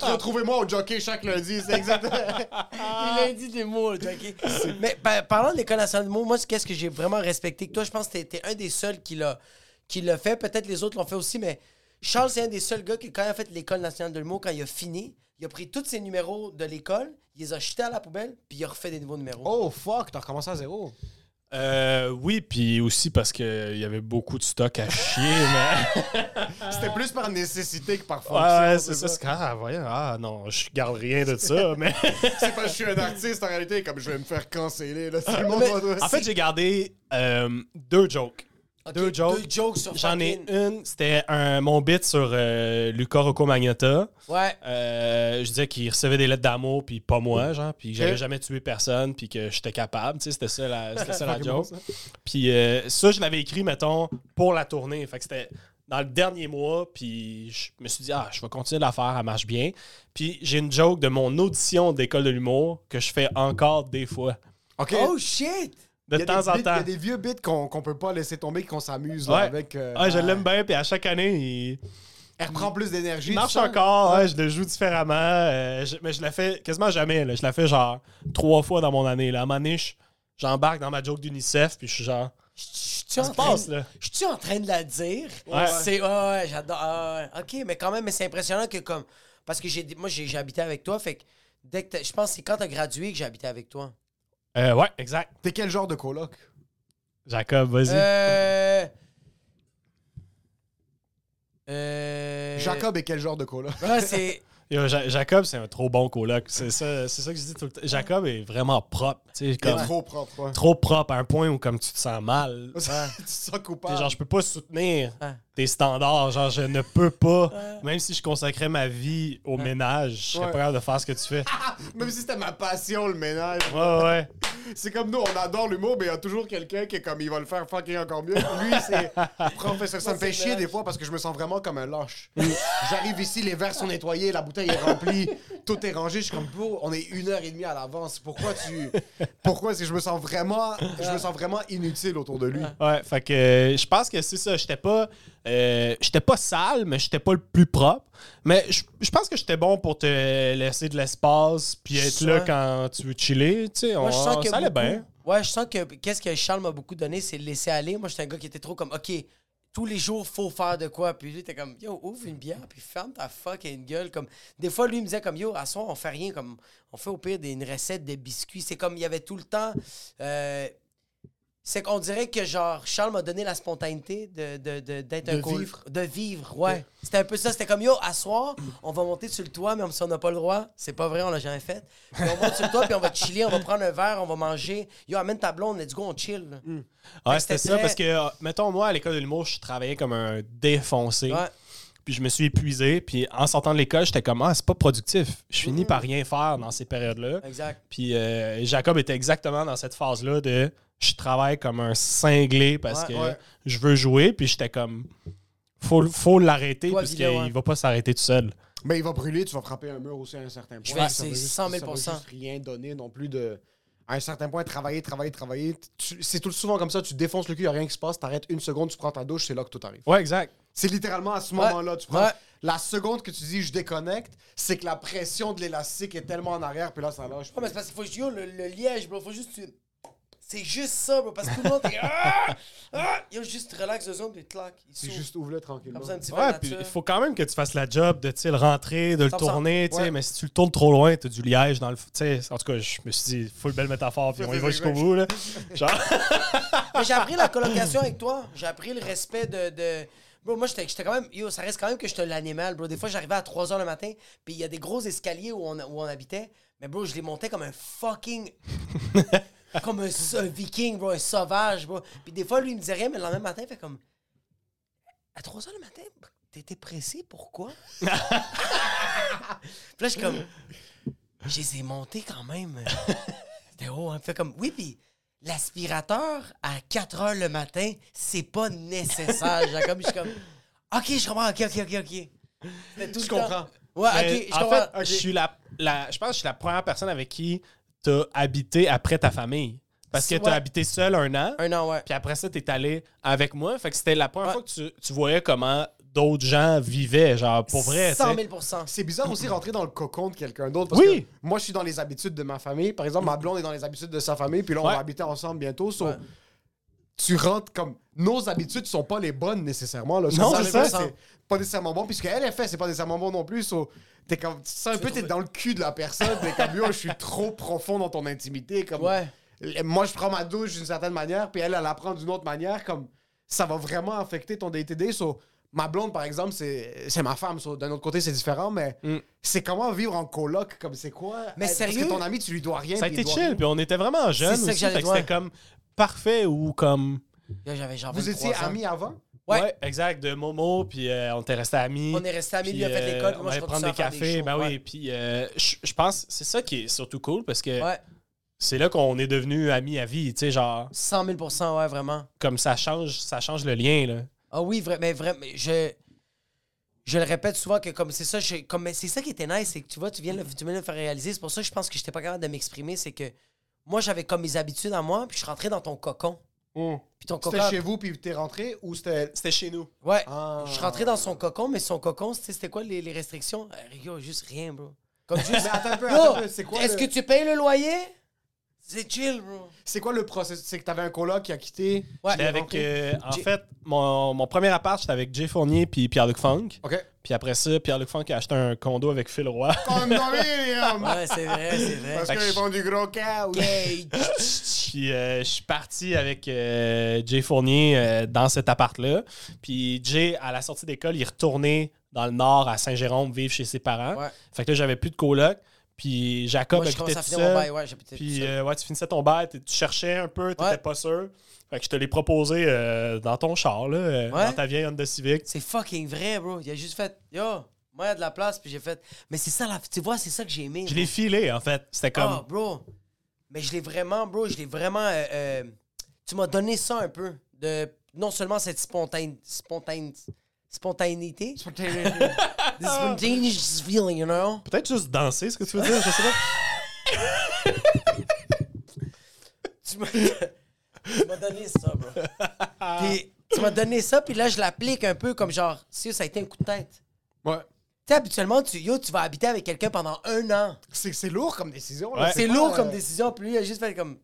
Speaker 5: Retrouvez-moi au jockey chaque lundi, c'est exactement.
Speaker 4: *laughs*
Speaker 2: Il a dit des mots, là, OK? Mais par- parlant de l'École nationale du mot, moi, c'est qu'est-ce que j'ai vraiment respecté? Que toi, je pense que t'es t'es un des seuls qui l'a, qui l'a fait. Peut-être les autres l'ont fait aussi, mais Charles, c'est un des seuls gars qui, quand il a fait l'École nationale du mot, quand il a fini, il a pris tous ses numéros de l'école, il les a jetés à la poubelle, puis il a refait des nouveaux numéros.
Speaker 3: Oh fuck, t'as recommencé à zéro.
Speaker 4: Euh, oui, puis aussi parce qu'il y avait beaucoup de stock à *laughs* chier, mais.
Speaker 5: C'était plus par nécessité que par fonction.
Speaker 4: *laughs* Ouais, c'est ça, c'est quand ah, voyons, ah non, je garde rien de *laughs* ça, mais.
Speaker 5: C'est pas que je suis un artiste en réalité, comme je vais me faire canceller. Là, tout le monde
Speaker 2: Mais-
Speaker 4: *laughs*
Speaker 5: va-
Speaker 4: En fait, j'ai gardé euh, deux jokes.
Speaker 2: OK,
Speaker 4: deux jokes.
Speaker 2: Deux jokes sur
Speaker 4: J'en ai
Speaker 2: fucking-
Speaker 4: une, c'était un- mon bit sur euh, Luca Rocco Magnata.
Speaker 2: Ouais.
Speaker 4: Euh, je disais qu'il recevait des lettres d'amour, puis pas moi, genre, puis j'avais
Speaker 5: Ok.
Speaker 4: jamais tué personne, puis que j'étais capable, tu sais, c'était ça la, c'était ça la joke. Puis euh, ça, je l'avais écrit, mettons, pour la tournée. Fait que c'était dans le dernier mois, puis je me suis dit, ah, je vais continuer de la faire, elle marche bien. Puis j'ai une joke de mon audition d'école de l'humour que je fais encore des fois,
Speaker 5: Ok.
Speaker 2: Oh shit!
Speaker 4: de
Speaker 5: Il y a
Speaker 4: temps
Speaker 5: des
Speaker 4: en
Speaker 5: bits-
Speaker 4: temps.
Speaker 5: Il y a des vieux bits qu'on qu'on peut pas laisser tomber, qu'on s'amuse là,
Speaker 4: Ouais.
Speaker 5: avec. euh,
Speaker 4: Ah, je l'aime bien, puis à chaque année, il.
Speaker 5: Elle reprend plus d'énergie.
Speaker 4: Il marche
Speaker 5: tu sens.
Speaker 4: encore, ouais, je le joue différemment, euh, je- mais je la fais quasiment jamais. là. Je la fais genre trois fois dans mon année. Là. À mon année, je- j'embarque dans ma joke d'UNICEF, puis je suis genre,
Speaker 2: Je suis
Speaker 4: ça se passe là.
Speaker 2: Je suis en train de la dire.
Speaker 4: Ouais.
Speaker 2: C'est ouais, ouais, j'adore. Ah, ouais. ok, mais quand même, mais c'est impressionnant que comme parce que j'ai moi j'ai j'ai habité avec toi, fait que dès que t'as- je pense que c'est quand t'as gradué que j'ai habité avec toi.
Speaker 4: Euh, ouais, exact.
Speaker 5: T'es quel genre de coloc
Speaker 4: Jacob, vas-y.
Speaker 2: Euh... Euh...
Speaker 5: Jacob est quel genre de coloc
Speaker 2: Ouais, c'est
Speaker 4: Yo, euh, Ja- Jacob, c'est un trop bon coloc. C'est ça, c'est ça que je dis tout le temps. Jacob est vraiment propre. tu sais,
Speaker 5: Il est
Speaker 4: comme- trop...
Speaker 5: trop propre. ouais.
Speaker 4: propre à un point où comme tu te sens mal.
Speaker 5: *laughs* tu sens
Speaker 4: T'es
Speaker 5: coupable.
Speaker 4: genre, je peux pas soutenir
Speaker 2: Ouais.
Speaker 4: tes standards. Genre, je ne peux pas. Même si je consacrais ma vie au ménage, je serais
Speaker 5: Ouais.
Speaker 4: pas capable de faire ce que tu fais.
Speaker 5: Même si c'était ma passion, le ménage.
Speaker 4: Ouais, ouais.
Speaker 5: C'est comme nous, on adore l'humour, mais il y a toujours quelqu'un qui est comme, il va le faire fucking encore mieux. Lui,
Speaker 2: *laughs*
Speaker 5: c'est professeur. Ça me fait chier des fois parce que je me sens vraiment comme un lâche. J'arrive ici, les verres sont nettoyés, la bouteille est remplie, tout est rangé. Je suis comme, bro, on est une heure et demie à l'avance. Pourquoi tu. Pourquoi est-ce que je me sens vraiment. Je me sens vraiment inutile autour de lui.
Speaker 4: Ouais, fait que euh, je pense que c'est ça. J'étais pas, euh, j'étais pas sale, mais j'étais pas le plus propre. Mais je je pense que j'étais bon pour te laisser de l'espace puis être
Speaker 2: Ça.
Speaker 4: là quand tu veux chiller. Tu sais, on,
Speaker 2: moi je sens que
Speaker 4: ça allait
Speaker 2: beaucoup-
Speaker 4: bien.
Speaker 2: Ouais, je sens que qu'est-ce que Charles m'a beaucoup donné, c'est le laisser aller. Moi, j'étais un gars qui était trop comme OK, tous les jours faut faire de quoi. Puis lui, t'es comme yo, ouvre une bière puis ferme ta fucking gueule comme des fois lui il me disait comme yo, à soir on fait rien comme on fait au pire des une recette de biscuits, c'est comme il y avait tout le temps euh, c'est qu'on dirait que genre Charles m'a donné la spontanéité de, de, de- d'être
Speaker 5: De
Speaker 2: un col-
Speaker 5: vivre.
Speaker 2: De vivre, ouais. C'était un peu ça. C'était comme yo, à soir, on va monter sur le toit, même si on n'a pas le droit. C'est pas vrai, on l'a jamais fait. Puis on monte sur le toit, puis on va chiller, on va prendre un verre, on va manger. Yo, amène ta blonde, let's go, on chill. là.
Speaker 4: Ouais,
Speaker 2: c'était
Speaker 4: c'était ça
Speaker 2: très-
Speaker 4: parce que, euh, mettons, moi, à l'école de l'humour, je travaillais comme un défoncé.
Speaker 2: Ouais.
Speaker 4: Puis je me suis épuisé. Puis en sortant de l'école, j'étais comme, ah, c'est pas productif. Je finis par rien faire dans ces périodes-là.
Speaker 2: Exact.
Speaker 4: Puis euh, Jacob était exactement dans cette phase-là de je travaille comme un cinglé parce
Speaker 2: Ouais,
Speaker 4: que
Speaker 5: ouais.
Speaker 4: je veux jouer. Puis j'étais comme, faut, faut l'arrêter
Speaker 2: Toi,
Speaker 4: parce qu'il
Speaker 2: vis-le, ouais.
Speaker 4: va pas s'arrêter tout seul.
Speaker 5: Mais il va brûler, tu vas frapper un mur aussi à un certain
Speaker 2: Je
Speaker 5: point.
Speaker 2: pense
Speaker 5: Ça
Speaker 2: que
Speaker 5: va
Speaker 2: c'est
Speaker 5: juste-
Speaker 2: 100 000
Speaker 5: ça va juste rien donner non plus de. À un certain point, travailler, travailler, travailler. Tu- C'est tout souvent comme ça, tu défonces le cul, il a rien qui se passe, t'arrêtes une seconde, tu prends ta douche, c'est là que tout arrive.
Speaker 4: Ouais, exact.
Speaker 5: C'est littéralement à ce
Speaker 2: Ouais.
Speaker 5: moment-là. Tu prends
Speaker 2: Ouais.
Speaker 5: la seconde que tu dis je déconnecte, c'est que la pression de l'élastique est tellement en arrière, puis là ça lâche.
Speaker 2: Ouais, Ah, mais c'est parce qu'il faut yo, le, le liège, bro. Faut juste. tu- C'est juste ça, bro. Parce que tout le monde est. Ah! Ah! Yo, juste relax deux secondes, puis clac. Il
Speaker 5: C'est
Speaker 2: s'ouvre.
Speaker 5: juste ouvre-le tranquillement.
Speaker 2: Comme ça, un petit verre
Speaker 4: Ouais,
Speaker 2: de
Speaker 4: puis il
Speaker 2: nature.
Speaker 4: faut quand même que tu fasses la job de tu sais, le rentrer, de le
Speaker 2: 100%.
Speaker 4: tourner. tu sais,
Speaker 5: Ouais.
Speaker 4: Mais si tu le tournes trop loin, t'as du liège dans le. tu sais, En tout cas, je me suis dit, full belle métaphore. Puis on y va jusqu'au
Speaker 2: *laughs*
Speaker 4: bout. Là. Genre.
Speaker 2: Mais j'ai appris la colocation avec toi. J'ai appris le respect de. de... Bro, moi, j'étais j'étais quand même. Yo, ça reste quand même que j'étais l'animal, bro. Des fois, j'arrivais à 3 h le matin, puis il y a des gros escaliers où on, où on habitait. Mais, bro, je les montais comme un fucking. comme un, sa- un viking, bro, un sauvage, bro. Puis des fois, lui, il me disait rien, mais le lendemain matin, il fait comme. À 3 h le matin, t'étais pressé, pourquoi? *laughs* Puis là, je suis comme. Je les ai montés quand même. C'était haut, hein. Fait comme. Oui, puis l'aspirateur à 4 heures le matin, c'est pas nécessaire. Genre, comme, je suis comme. Ok, je comprends. Ok, ok, ok, ok. C'était tout
Speaker 5: Je
Speaker 2: le temps-
Speaker 5: comprends.
Speaker 2: Ouais,
Speaker 4: Mais
Speaker 2: ok, je
Speaker 4: en
Speaker 2: comprends.
Speaker 4: fait, je, suis la, la- je pense que je suis la première personne avec qui tu as habité après ta famille. Parce que tu as
Speaker 2: Ouais.
Speaker 4: habité seul un an,
Speaker 2: Un an, ouais.
Speaker 4: puis après ça, tu es allé avec moi. Fait que c'était la première
Speaker 2: Ouais.
Speaker 4: fois que tu, tu voyais comment d'autres gens vivaient, genre, pour vrai. tu sais.
Speaker 2: 100 000
Speaker 5: C'est bizarre aussi rentrer dans le cocon de quelqu'un d'autre. Parce
Speaker 4: Oui.
Speaker 5: que moi, je suis dans les habitudes de ma famille. Par exemple, ma blonde est dans les habitudes de sa famille. Puis là, on
Speaker 4: Ouais.
Speaker 5: va habiter ensemble bientôt. so,
Speaker 2: Ouais.
Speaker 5: Tu rentres comme. Nos habitudes sont pas les bonnes nécessairement. Là. Ce que
Speaker 4: Non,
Speaker 5: ça
Speaker 4: c'est
Speaker 5: fait,
Speaker 2: ça.
Speaker 5: C'est pas nécessairement bon. Puisque elle est fait, c'est pas nécessairement bon non plus. so, t'es comme, tu sens un peu, t'es
Speaker 2: trouver-
Speaker 5: dans le cul de la personne. T'es comme, yo, je suis trop profond dans ton intimité. Comme,
Speaker 2: Ouais.
Speaker 5: le- moi je prends ma douche d'une certaine manière, puis elle, elle la prend d'une autre manière, comme ça va vraiment affecter ton day-to-day. So, ma blonde, par exemple, c'est c'est ma femme. so, D'un autre côté, c'est différent, mais
Speaker 4: Mm.
Speaker 5: c'est comment vivre en coloc, comme c'est quoi?
Speaker 2: Mais
Speaker 5: Parce
Speaker 2: sérieux?
Speaker 5: que ton ami, tu lui dois rien.
Speaker 4: Ça a
Speaker 5: puis il
Speaker 4: été
Speaker 5: doit rien.
Speaker 4: chill, puis on était vraiment jeunes
Speaker 2: ça que
Speaker 4: aussi,
Speaker 2: j'allais
Speaker 4: fait que
Speaker 2: dire.
Speaker 4: c'était comme parfait ou comme...
Speaker 2: Là, j'avais genre
Speaker 5: Vous
Speaker 2: 23
Speaker 5: étiez
Speaker 2: ans.
Speaker 5: amis avant?
Speaker 2: Ouais.
Speaker 4: Ouais. exact, de Momo, puis euh, on était restés amis.
Speaker 2: On est restés amis,
Speaker 4: Puis,
Speaker 2: lui a fait
Speaker 4: euh,
Speaker 2: l'école, puis
Speaker 4: on
Speaker 2: moi, je
Speaker 4: allait prendre
Speaker 2: continue
Speaker 4: des
Speaker 2: à faire des
Speaker 4: cafés,
Speaker 2: shows,
Speaker 4: ben oui,
Speaker 2: ouais.
Speaker 4: puis euh, je je pense, c'est ça qui est surtout cool, parce que
Speaker 2: Ouais.
Speaker 4: c'est là qu'on est devenus amis à vie, tu sais, genre,
Speaker 2: 100 000 ouais, vraiment.
Speaker 4: comme ça change, ça change le lien, là.
Speaker 2: Ah oui, vrai, mais vraiment, je. Je le répète souvent que comme c'est ça, je- comme mais c'est ça qui était nice, c'est que tu vois, tu viens de le, tu viens de le faire réaliser. C'est pour ça que je pense que j'étais pas capable de m'exprimer, c'est que moi j'avais comme mes habitudes à moi, puis je rentrais dans ton cocon.
Speaker 4: Mm.
Speaker 2: Puis ton
Speaker 5: C'était
Speaker 2: cocon.
Speaker 5: chez vous, puis t'es rentré, ou c'était.
Speaker 4: C'était chez nous.
Speaker 2: Ouais.
Speaker 5: Ah.
Speaker 2: Je rentrais dans son cocon, mais son cocon, c'était c'était quoi les, les restrictions? Euh, yo, juste rien, bro. Comme
Speaker 5: Mais
Speaker 2: juste.
Speaker 5: attends un peu, attends un
Speaker 2: Yo,
Speaker 5: peu, c'est *laughs* quoi,
Speaker 2: est-ce
Speaker 5: le-
Speaker 2: que tu payes le loyer? C'est chill, bro.
Speaker 5: c'est quoi le processus? C'est que t'avais un coloc qui a quitté.
Speaker 2: Ouais.
Speaker 5: tu l'as
Speaker 4: avec,
Speaker 5: rentré?
Speaker 4: euh, en
Speaker 2: Jay-
Speaker 4: fait, mon, mon premier appart, j'étais avec Jay Fournier puis Pierre-Luc Funk.
Speaker 5: Ok.
Speaker 4: Puis après ça, Pierre-Luc Funk a acheté un condo avec Phil Roy.
Speaker 5: Condominium!
Speaker 2: Ouais, c'est vrai, c'est vrai.
Speaker 5: Parce qu'ils font du gros cash.
Speaker 2: Gay.
Speaker 4: puis euh, je suis parti avec euh, Jay Fournier euh, dans cet appart-là. Puis Jay, à la sortie d'école, il est retourné dans le nord à Saint-Jérôme vivre chez ses parents.
Speaker 2: Ouais.
Speaker 4: Fait que là, j'avais plus de coloc. Puis Jacob
Speaker 2: Moi, je
Speaker 4: habitait
Speaker 2: commence à
Speaker 4: tout
Speaker 2: finir mon
Speaker 4: seul.
Speaker 2: bail, ouais, j'habitais tout
Speaker 4: Puis
Speaker 2: seul.
Speaker 4: euh, ouais, tu finissais ton bail, t- tu cherchais un peu, t'étais
Speaker 2: Ouais.
Speaker 4: pas sûr. Fait que je te l'ai proposé euh, dans ton char, là, euh,
Speaker 2: Ouais.
Speaker 4: dans ta vieille Honda Civic.
Speaker 2: C'est fucking vrai, bro. Il a juste fait, yo, moi, il y a de la place, puis j'ai fait. Mais c'est ça, la... tu vois, c'est ça que j'ai aimé.
Speaker 4: Je l'ai filé, en fait. C'était comme...
Speaker 2: Ah, bro. Mais je l'ai vraiment, bro, je l'ai vraiment. euh, euh, tu m'as donné ça un peu. De, non seulement cette spontane, spontane, spontanéité. This spontaneous feeling, you know?
Speaker 4: Peut-être juste danser, ce que tu veux dire, je sais pas.
Speaker 2: Tu m'as tu m'as donné ça, bro. Puis, tu m'as donné ça, puis là, je l'applique un peu comme genre, si ça a été un coup de tête.
Speaker 5: Ouais.
Speaker 2: Tu sais, habituellement, tu, yo, tu vas habiter avec quelqu'un pendant un an.
Speaker 5: C'est c'est lourd comme décision. là.
Speaker 4: Ouais.
Speaker 2: C'est
Speaker 5: pas,
Speaker 2: lourd
Speaker 5: euh,
Speaker 2: comme décision, puis lui, il a juste fait comme.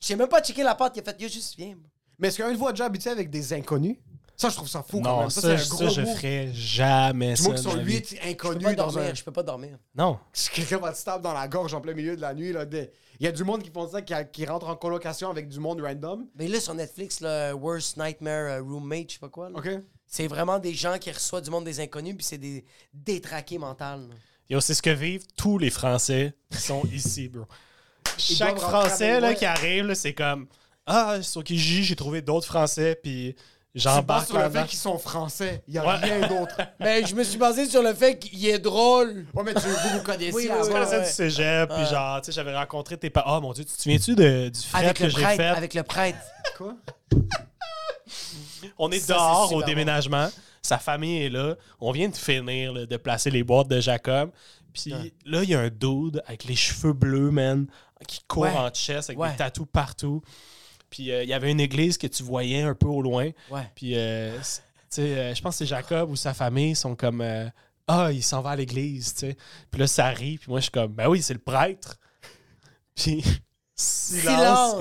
Speaker 2: J'ai même pas checké la porte, il a fait, yo, juste viens. bro.
Speaker 5: Mais est-ce qu'un de vous a déjà habité avec des inconnus? Ça, je trouve ça fou quand
Speaker 4: Non,
Speaker 5: même.
Speaker 4: ça,
Speaker 5: Ça, c'est un
Speaker 4: je- ça,
Speaker 5: gros
Speaker 4: je
Speaker 5: move.
Speaker 4: ferais jamais
Speaker 5: Du
Speaker 4: ça.
Speaker 5: moins qu'ils
Speaker 4: de
Speaker 5: sont
Speaker 4: ma vie.
Speaker 5: huit
Speaker 2: Je peux
Speaker 5: inconnus
Speaker 2: pas
Speaker 5: dans
Speaker 2: dormir,
Speaker 5: un...
Speaker 2: je peux pas dormir.
Speaker 4: Non.
Speaker 5: Si *laughs* Quelqu'un va te taper dans la gorge en plein milieu de la nuit. là, des- Il y a du monde qui font ça, qui, a- qui rentre en colocation avec du monde random.
Speaker 2: Mais là, sur Netflix, le Worst Nightmare euh, Roommate, je sais pas quoi, là. c'est vraiment des gens qui reçoivent du monde des inconnus, puis c'est des détraqués mentales. là.
Speaker 4: Yo, c'est ce que vivent tous les Français qui
Speaker 5: *laughs*
Speaker 4: sont ici, bro.
Speaker 5: Ils
Speaker 4: Chaque
Speaker 5: doivent rentrer
Speaker 4: Français
Speaker 5: avec
Speaker 4: là,
Speaker 5: moi.
Speaker 4: qui arrive, là, c'est comme Ah, sur Kijiji, j'ai trouvé d'autres Français, puis
Speaker 5: Tu penses
Speaker 4: j'embarque
Speaker 5: sur le
Speaker 4: là-dedans.
Speaker 5: fait qu'ils sont français. Il n'y a
Speaker 4: Ouais.
Speaker 5: rien d'autre.
Speaker 2: Mais Ben, je me suis basé sur le fait qu'il est drôle.
Speaker 5: Ouais, mais tu, vous vous connaissez
Speaker 2: Oui,
Speaker 5: avant.
Speaker 2: oui,
Speaker 4: Je
Speaker 2: oui.
Speaker 4: connaissais du cégep, puis
Speaker 2: Ouais.
Speaker 4: genre, tu sais, j'avais rencontré tes parents. Oh mon dieu, tu te souviens-tu de- du fret
Speaker 2: Avec
Speaker 4: que
Speaker 2: le
Speaker 4: j'ai
Speaker 2: prêtre,
Speaker 4: fait?
Speaker 2: avec le prêtre.
Speaker 5: Quoi?
Speaker 4: On est
Speaker 2: Ça, c'est
Speaker 4: dehors
Speaker 2: super
Speaker 4: au
Speaker 2: bon.
Speaker 4: déménagement. Sa famille est là. On vient de finir là, de placer les boîtes de Jacob. Puis là, il y a un dude avec les cheveux bleus, man, qui court
Speaker 2: Ouais.
Speaker 4: en chest avec
Speaker 2: Ouais.
Speaker 4: des tatous partout. Puis euh, il y avait une église que tu voyais un peu au loin.
Speaker 2: Ouais.
Speaker 4: Puis euh, c'est- tu sais, euh, je pense que c'est Jacob ou sa famille sont comme euh, Ah, il s'en va à l'église. tu sais. Puis là, ça rit. Puis moi, je suis comme Ben oui, c'est le prêtre. Puis *laughs* silence,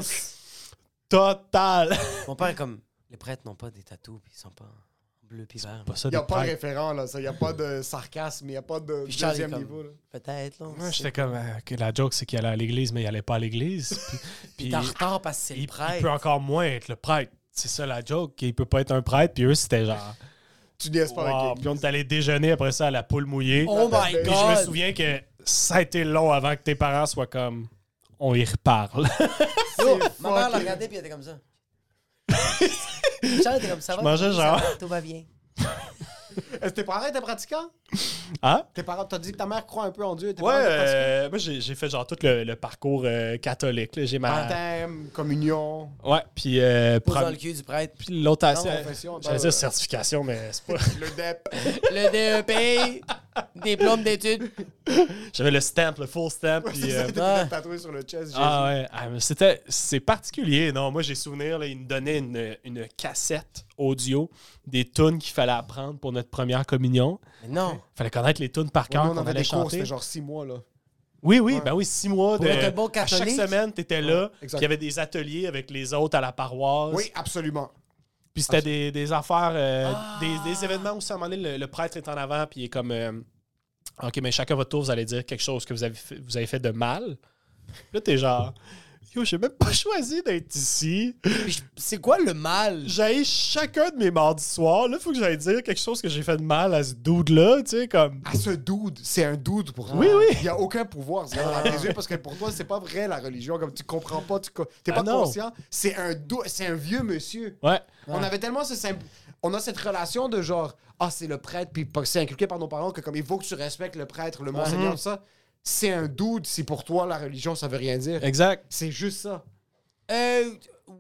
Speaker 2: Silence.
Speaker 4: total.
Speaker 2: Mon père est comme, les prêtres n'ont pas des tatous, puis ils sont pas en bleu puis vert.
Speaker 4: Pas ça,
Speaker 5: Il n'y a
Speaker 4: des
Speaker 5: pas de
Speaker 4: prêtres.
Speaker 5: référent, là. Il n'y a pas de sarcasme, il n'y a pas de
Speaker 2: Puis Charles est
Speaker 5: deuxième
Speaker 2: comme-
Speaker 5: niveau. là.
Speaker 2: Peut-être, là. on
Speaker 4: Moi,
Speaker 2: sait
Speaker 4: j'étais comme, euh, que la joke, c'est qu'il allait à l'église, mais il allait pas à l'église. Puis-
Speaker 2: Il
Speaker 4: *laughs* Puis,
Speaker 2: est en retard parce que c'est
Speaker 4: il,
Speaker 2: le
Speaker 4: il
Speaker 2: prêtre.
Speaker 4: peut encore moins être le prêtre. C'est ça la joke, qu'il peut pas être un prêtre. Puis eux, c'était *laughs* genre,
Speaker 5: Tu niaises pas
Speaker 4: wow.
Speaker 5: avec
Speaker 4: puis on est allé déjeuner après ça à la poule mouillée.
Speaker 2: Oh
Speaker 5: la
Speaker 2: my
Speaker 5: belle-
Speaker 4: Puis je me
Speaker 2: god!
Speaker 4: souviens que ça a été long avant que tes parents soient comme, on y reparle. *laughs*
Speaker 2: Yo,
Speaker 5: C'est
Speaker 2: ma mère l'a
Speaker 5: fucking-
Speaker 2: regardé puis elle était comme ça. Charles était comme ça. va,
Speaker 4: mangeais
Speaker 2: tout va,
Speaker 4: genre-
Speaker 2: Tout va bien.
Speaker 5: Est-ce que Tes parents étaient pratiquants?
Speaker 4: Hein?
Speaker 5: Tes parents, t'as dit que ta mère croit un peu en Dieu. Tes
Speaker 4: Ouais,
Speaker 5: parents étaient pratiquants?
Speaker 4: euh, moi, j'ai j'ai fait genre tout le, le parcours euh, catholique. là. J'ai ma.
Speaker 5: Baptême, communion.
Speaker 4: Ouais, puis. euh,
Speaker 2: Pose dans
Speaker 4: prom-
Speaker 2: le cul du prêtre.
Speaker 4: Puis l'autre,
Speaker 5: Non,
Speaker 4: euh,
Speaker 5: confession,
Speaker 4: j'allais
Speaker 5: non,
Speaker 4: dire
Speaker 5: euh.
Speaker 4: certification, mais c'est pas.
Speaker 5: Le DEP.
Speaker 2: Le DEP. E Diplôme d'études.
Speaker 4: *laughs* J'avais le stamp, le full stamp.
Speaker 5: *laughs*
Speaker 4: puis, euh,
Speaker 2: Ouais.
Speaker 5: tatoué sur le chest.
Speaker 4: ah ouais, ah, mais c'était, c'est particulier. Non, moi j'ai souvenir, là, ils nous donnaient une, une cassette audio des tunes qu'il fallait apprendre pour notre première communion.
Speaker 2: Mais non.
Speaker 4: fallait connaître les tunes par cœur
Speaker 5: Quand on
Speaker 4: qu'on
Speaker 5: avait
Speaker 4: allait
Speaker 5: des cours,
Speaker 4: chanter.
Speaker 5: c'était genre six mois, là.
Speaker 4: Oui, oui,
Speaker 5: Ouais.
Speaker 4: ben oui, six mois
Speaker 2: Pour
Speaker 4: de.
Speaker 2: être un bon
Speaker 4: à chaque
Speaker 2: catholique.
Speaker 4: semaine, t'étais là. puis
Speaker 5: exact.
Speaker 4: Il y avait des ateliers avec les autres à la paroisse.
Speaker 5: Oui, absolument.
Speaker 4: Puis
Speaker 2: Ah,
Speaker 4: c'était des, des affaires, euh, des, des événements où, à un moment donné, le, le prêtre est en avant, puis il est comme. euh, OK, mais chacun votre tour, vous allez dire quelque chose que vous avez fait, vous avez fait de mal. Là, t'es genre. Yo, j'ai même pas *laughs* choisi d'être ici.
Speaker 2: Puis je- C'est quoi le mal?
Speaker 4: J'ai chacun de mes mardis soirs. Là, faut que j'aille dire quelque chose que j'ai fait de mal à ce dude-là, tu sais, comme.
Speaker 5: À ce dude, c'est un dude pour toi.
Speaker 4: Oui, oui. Ah.
Speaker 5: Il n'y a aucun pouvoir. C'est dans tes yeux, parce que pour toi, c'est pas vrai la religion. Comme tu comprends pas, tu co- t'es
Speaker 4: Ah
Speaker 5: pas
Speaker 4: non.
Speaker 5: conscient. C'est un, dou- c'est un vieux monsieur.
Speaker 4: Ouais.
Speaker 5: On avait tellement ce simple. On a cette relation de genre, ah, c'est le prêtre, puis pas- c'est inculqué par nos parents que comme il faut que tu respectes le prêtre, le
Speaker 4: Mhm.
Speaker 5: monseigneur, tout ça. C'est un dude si pour toi la religion ça veut rien dire.
Speaker 4: Exact.
Speaker 5: C'est juste ça.
Speaker 2: Euh,